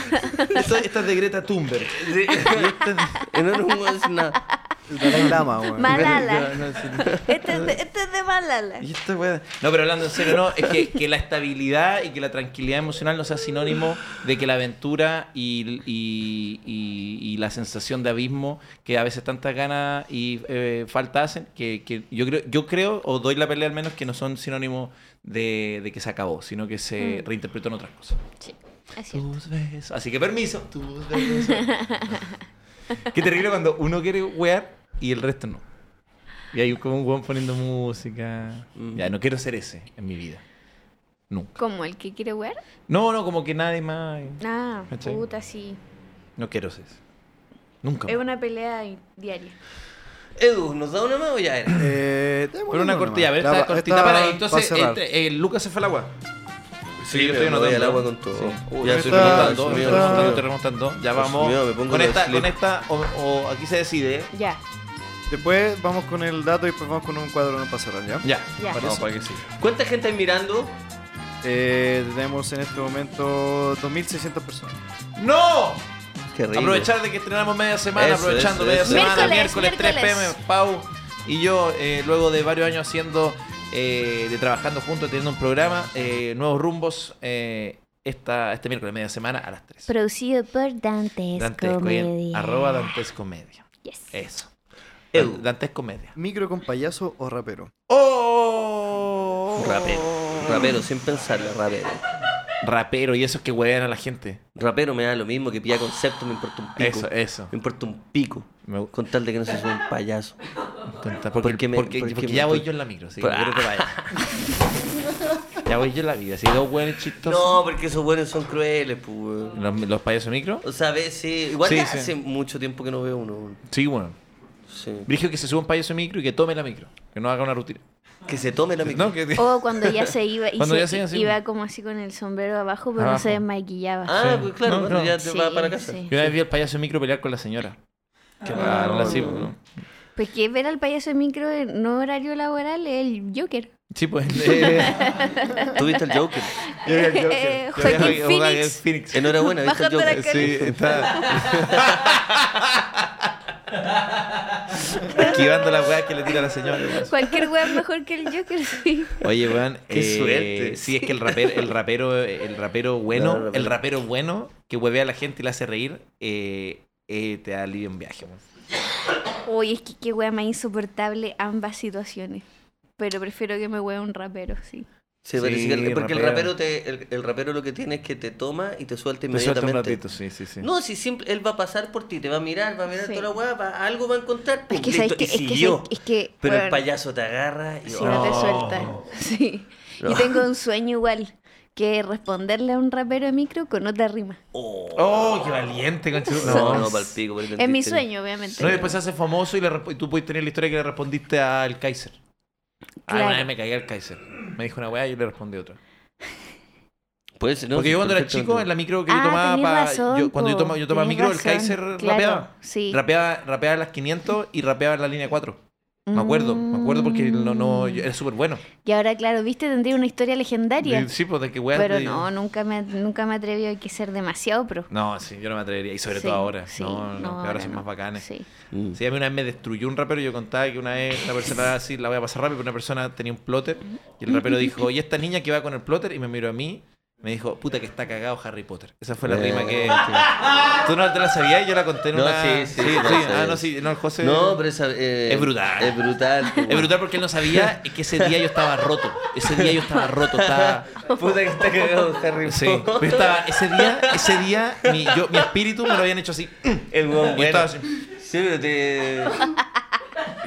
Esta, esta es de Greta Thunberg. Sí. este <laughs> Y no era un weón sin nada. El Dalai Lama, <laughs> weón. Malala. No, no, sí. Este es de, <laughs> este es de Malala. Y esta wea- No, pero hablando en serio, no, es que, que la estabilidad y que la tranquilidad emocional no sea sinónimo de que la aventura y, y- y- y la sensación de abismo que a veces tantas ganas y eh, falta hacen, que, que yo creo, yo creo, o doy la pelea al menos, que no son sinónimos de, de que se acabó, sino que se Mm. reinterpretó en otras cosas. Sí, es cierto. Tus besos. Así que permiso, tus besos. <laughs> Qué terrible cuando uno quiere wear y el resto no. Y hay como un weón poniendo música. Ya, no quiero ser ese en mi vida. Nunca. Mm. ¿Como el que quiere wear? No, no, como que nadie más. Ah, ¿Cachai? puta, sí. No quiero ser ese. Nunca. Es más. una pelea di- diaria. Edu, ¿nos da una más o ya era? Eh, Pero una cortilla, a ver, La- esta cortita esta para. va a Entonces, cerrar. este, eh, Lucas se fue al agua. Sí, pero me voy al agua con todo. Uy, Ya estoy ya estoy remontando, remontando, estoy Dios remontando, mío. estoy remontando. Ya Dios vamos. mío, me pongo con los esta, slip. con esta, o, o aquí se decide. Ya, Después vamos con el dato y después vamos con un cuadro para cerrar, ¿ya? Ya, Ya. parece. Vamos para que siga. ¿Cuánta gente hay mirando? Eh, tenemos en este momento 2.600 personas. ¡No! Qué rico. Aprovechar de que estrenamos media semana, Eso, aprovechando eso, media eso. semana, miércoles, Miércoles, 3 pm, miércoles. Pau y yo, eh, luego de varios años haciendo, eh, de trabajando juntos, teniendo un programa, eh, nuevos rumbos, eh, esta, este miércoles, media semana, a las 3. producido por Dantes, Dantes Comedia. Arroba Dantes Comedia. Yes. Eso. Edu. Dantes Comedia. ¿Micro con payaso o rapero? ¡Oh! Rapero. Rapero, sin pensarlo, rapero. Rapero, y eso es que huevean a la gente. Rapero me da lo mismo que pilla concepto, me importa un pico. Eso, eso. Me importa un pico. Me gu- Con tal de que no se suba un payaso. Porque, Porque me- porque- porque porque me- ya voy yo en la micro, así que Por- no quiero que vaya. <laughs> ya voy yo en la vida, así dos hueones chistosos. No, porque esos buenos son crueles, pues. weón. ¿Los, los payasos micro? O sea, a veces. Igual Sí, ya sí. hace mucho tiempo que no veo uno. weón. Sí, bueno. Sí. Brigio que se suba un payaso micro y que tome la micro. Que no haga una rutina. Que se tome la micro. No, que... O cuando ya se iba y Cuando se- ya se iba, sí. iba como así con el sombrero abajo, pero no Abajo. se desmaquillaba. Ah, Sí. pues claro, No, cuando no. ya te Sí, va para casa. sí. Yo una vez vi al payaso micro pelear con la señora. Qué raro. así, ¿no? Pues que ver al payaso de micro en no horario laboral es el Joker. <laughs> Sí, pues. eh, <laughs> Tuviste el Joker. Eh, Joaquín Joaquín Phoenix. Phoenix. Enhorabuena, viste el Baja para Joker. acá. Eh, Sí, está. Esquivando la weá que le tira a la señora. Cualquier weón mejor que el Joker, sí. Oye, weón, Qué eh, suerte. Sí, es que el rapero, el rapero, el rapero bueno, Claro, rapero. el rapero bueno que huevea a la gente y la hace reír, eh, eh, te alivia un viaje, weón. Uy, es que qué weón más insoportable ambas situaciones. Pero prefiero que me wea un rapero, sí. Sí, parece que el- Sí, porque el rapea. rapero te, el, el rapero lo que tiene es que te toma y te suelta Te suelta inmediatamente. un ratito, sí, sí, sí. No, si siempre él va a pasar por ti, te va a mirar, va a mirar Sí. toda la weá, va- algo va a encontrar, Es pum, que, ¿sabes listo, qué? y Es que, siguió. ¿sabes qué? Es que, Pero el bueno, payaso te agarra y oh, Si no te No. suelta. Sí. No. Y tengo un sueño igual, que responderle a un rapero de micro con otra rima. oh, ¡Oh, qué valiente, conchito! no, no, pa'l pico, porque Es mi entendiste. sueño, obviamente. No, y después se hace famoso y, le resp- y tú puedes tener la historia que le respondiste al Kaiser. Ah, Claro. una vez me cagué al Kaiser. Me dijo una weá y yo le respondí otra. Puede ser, no, Porque yo sí, cuando era perfectamente. chico, en la micro que yo Ah, tomaba tenés pa- razón, yo, Cuando yo po, tomaba, yo tomaba tenés micro, el razón, Kaiser claro, rapeaba. sí. Rapeaba, rapeaba las 500 y rapeaba la línea 4. Me acuerdo, me acuerdo porque Mm. no, no, yo- era súper bueno. Y ahora, claro, viste, tendría una historia legendaria. Y- Sí, pues de que weá. Pero de- no, nunca me, nunca me atreví a que ser demasiado pro. No, sí, yo no me atrevería. Y sobre Sí, todo ahora. sí, no, no, no, que ahora ahora son no. más bacanes. Sí. Sí. <laughs> Mm. a mí una vez me destruyó un rapero. Yo contaba que una vez una <laughs> persona así, la voy a pasar rápido, pero una persona tenía un plotter. Y Mm. el <laughs> rapero dijo, ¿y esta niña que va con el plotter? Y me miró a mí. Me dijo, puta que está cagado Harry Potter. Esa fue la Eh, rima que. este, sí. Tú no te la sabías y yo la conté en No, una. sí, sí, sí. no sé. Ah, no, sí. No, el José. No, pero esa, eh, Es brutal. Es brutal. pues. po, Es brutal porque él no sabía que ese día yo estaba roto. Ese día yo estaba <laughs> roto. Estaba. Puta que está cagado Harry Sí. Potter. Yo estaba. Ese día, ese día, mi, yo- mi espíritu me lo habían hecho así. El weón Y bueno. estaba así. Sí, pero te.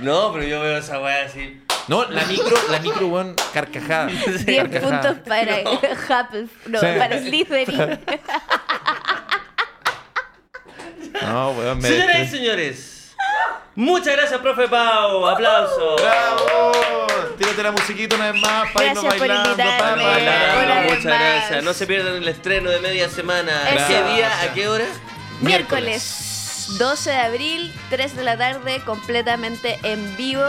No, pero yo veo esa weá así. No, la micro, la micro, weón, carcajada. 10 Carcajada. puntos <laughs> para <laughs> Hufflepuff, no, Sí. para <laughs> Slytherin. No, weón, me. Señoras y señores, muchas gracias, profe Pau. Aplauso. ¡Bravo! Tírate la musiquita una vez más para irnos Gracias por bailando. pa, invitarme. pa, pa, Una pa. vez Muchas más. gracias. No se pierdan el estreno de media semana. Eso. ¿Qué día? ¿A qué hora? Miércoles 12 de abril, 3 de la tarde, completamente en vivo.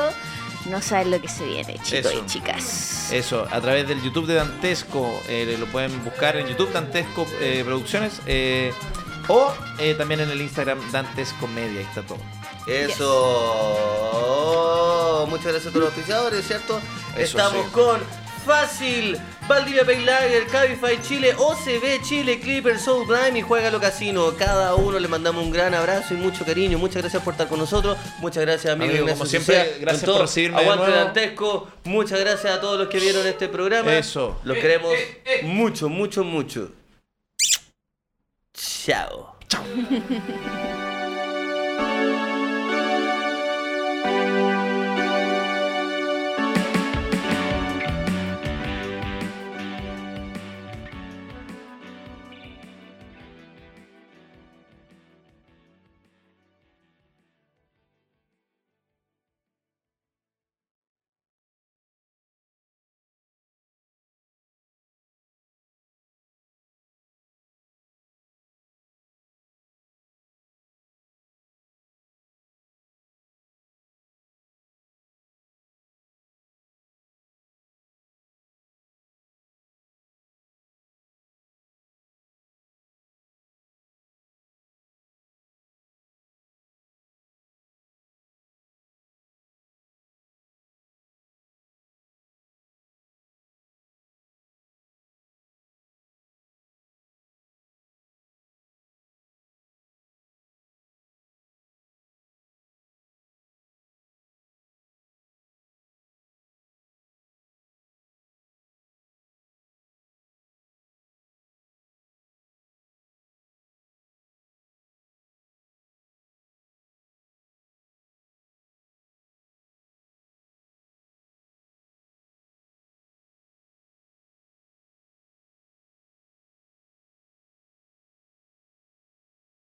No saben lo que se viene, chicos Eso. y chicas. Eso, a través del YouTube de Dantesco, eh, lo pueden buscar en YouTube Dantesco eh, Producciones eh, o eh, también en el Instagram Dantesco Media, ahí está todo. Eso. Oh, Muchas gracias a todos los auspiciadores, ¿cierto? Eso Estamos sí. con Fácil, Valdivia Paylager, Cabify Chile, OCB Chile, Clipper, Soul Prime y Juega lo Casino. Cada uno le mandamos un gran abrazo y mucho cariño. Muchas gracias por estar con nosotros. Muchas gracias, amigo. Amigo, Ignacio como siempre, Suceda. Con gracias todo, por recibirme de Aguante nuevo. Dantesco. Muchas gracias a todos los que vieron este programa. Eso. Los queremos mucho, mucho, mucho. Chao.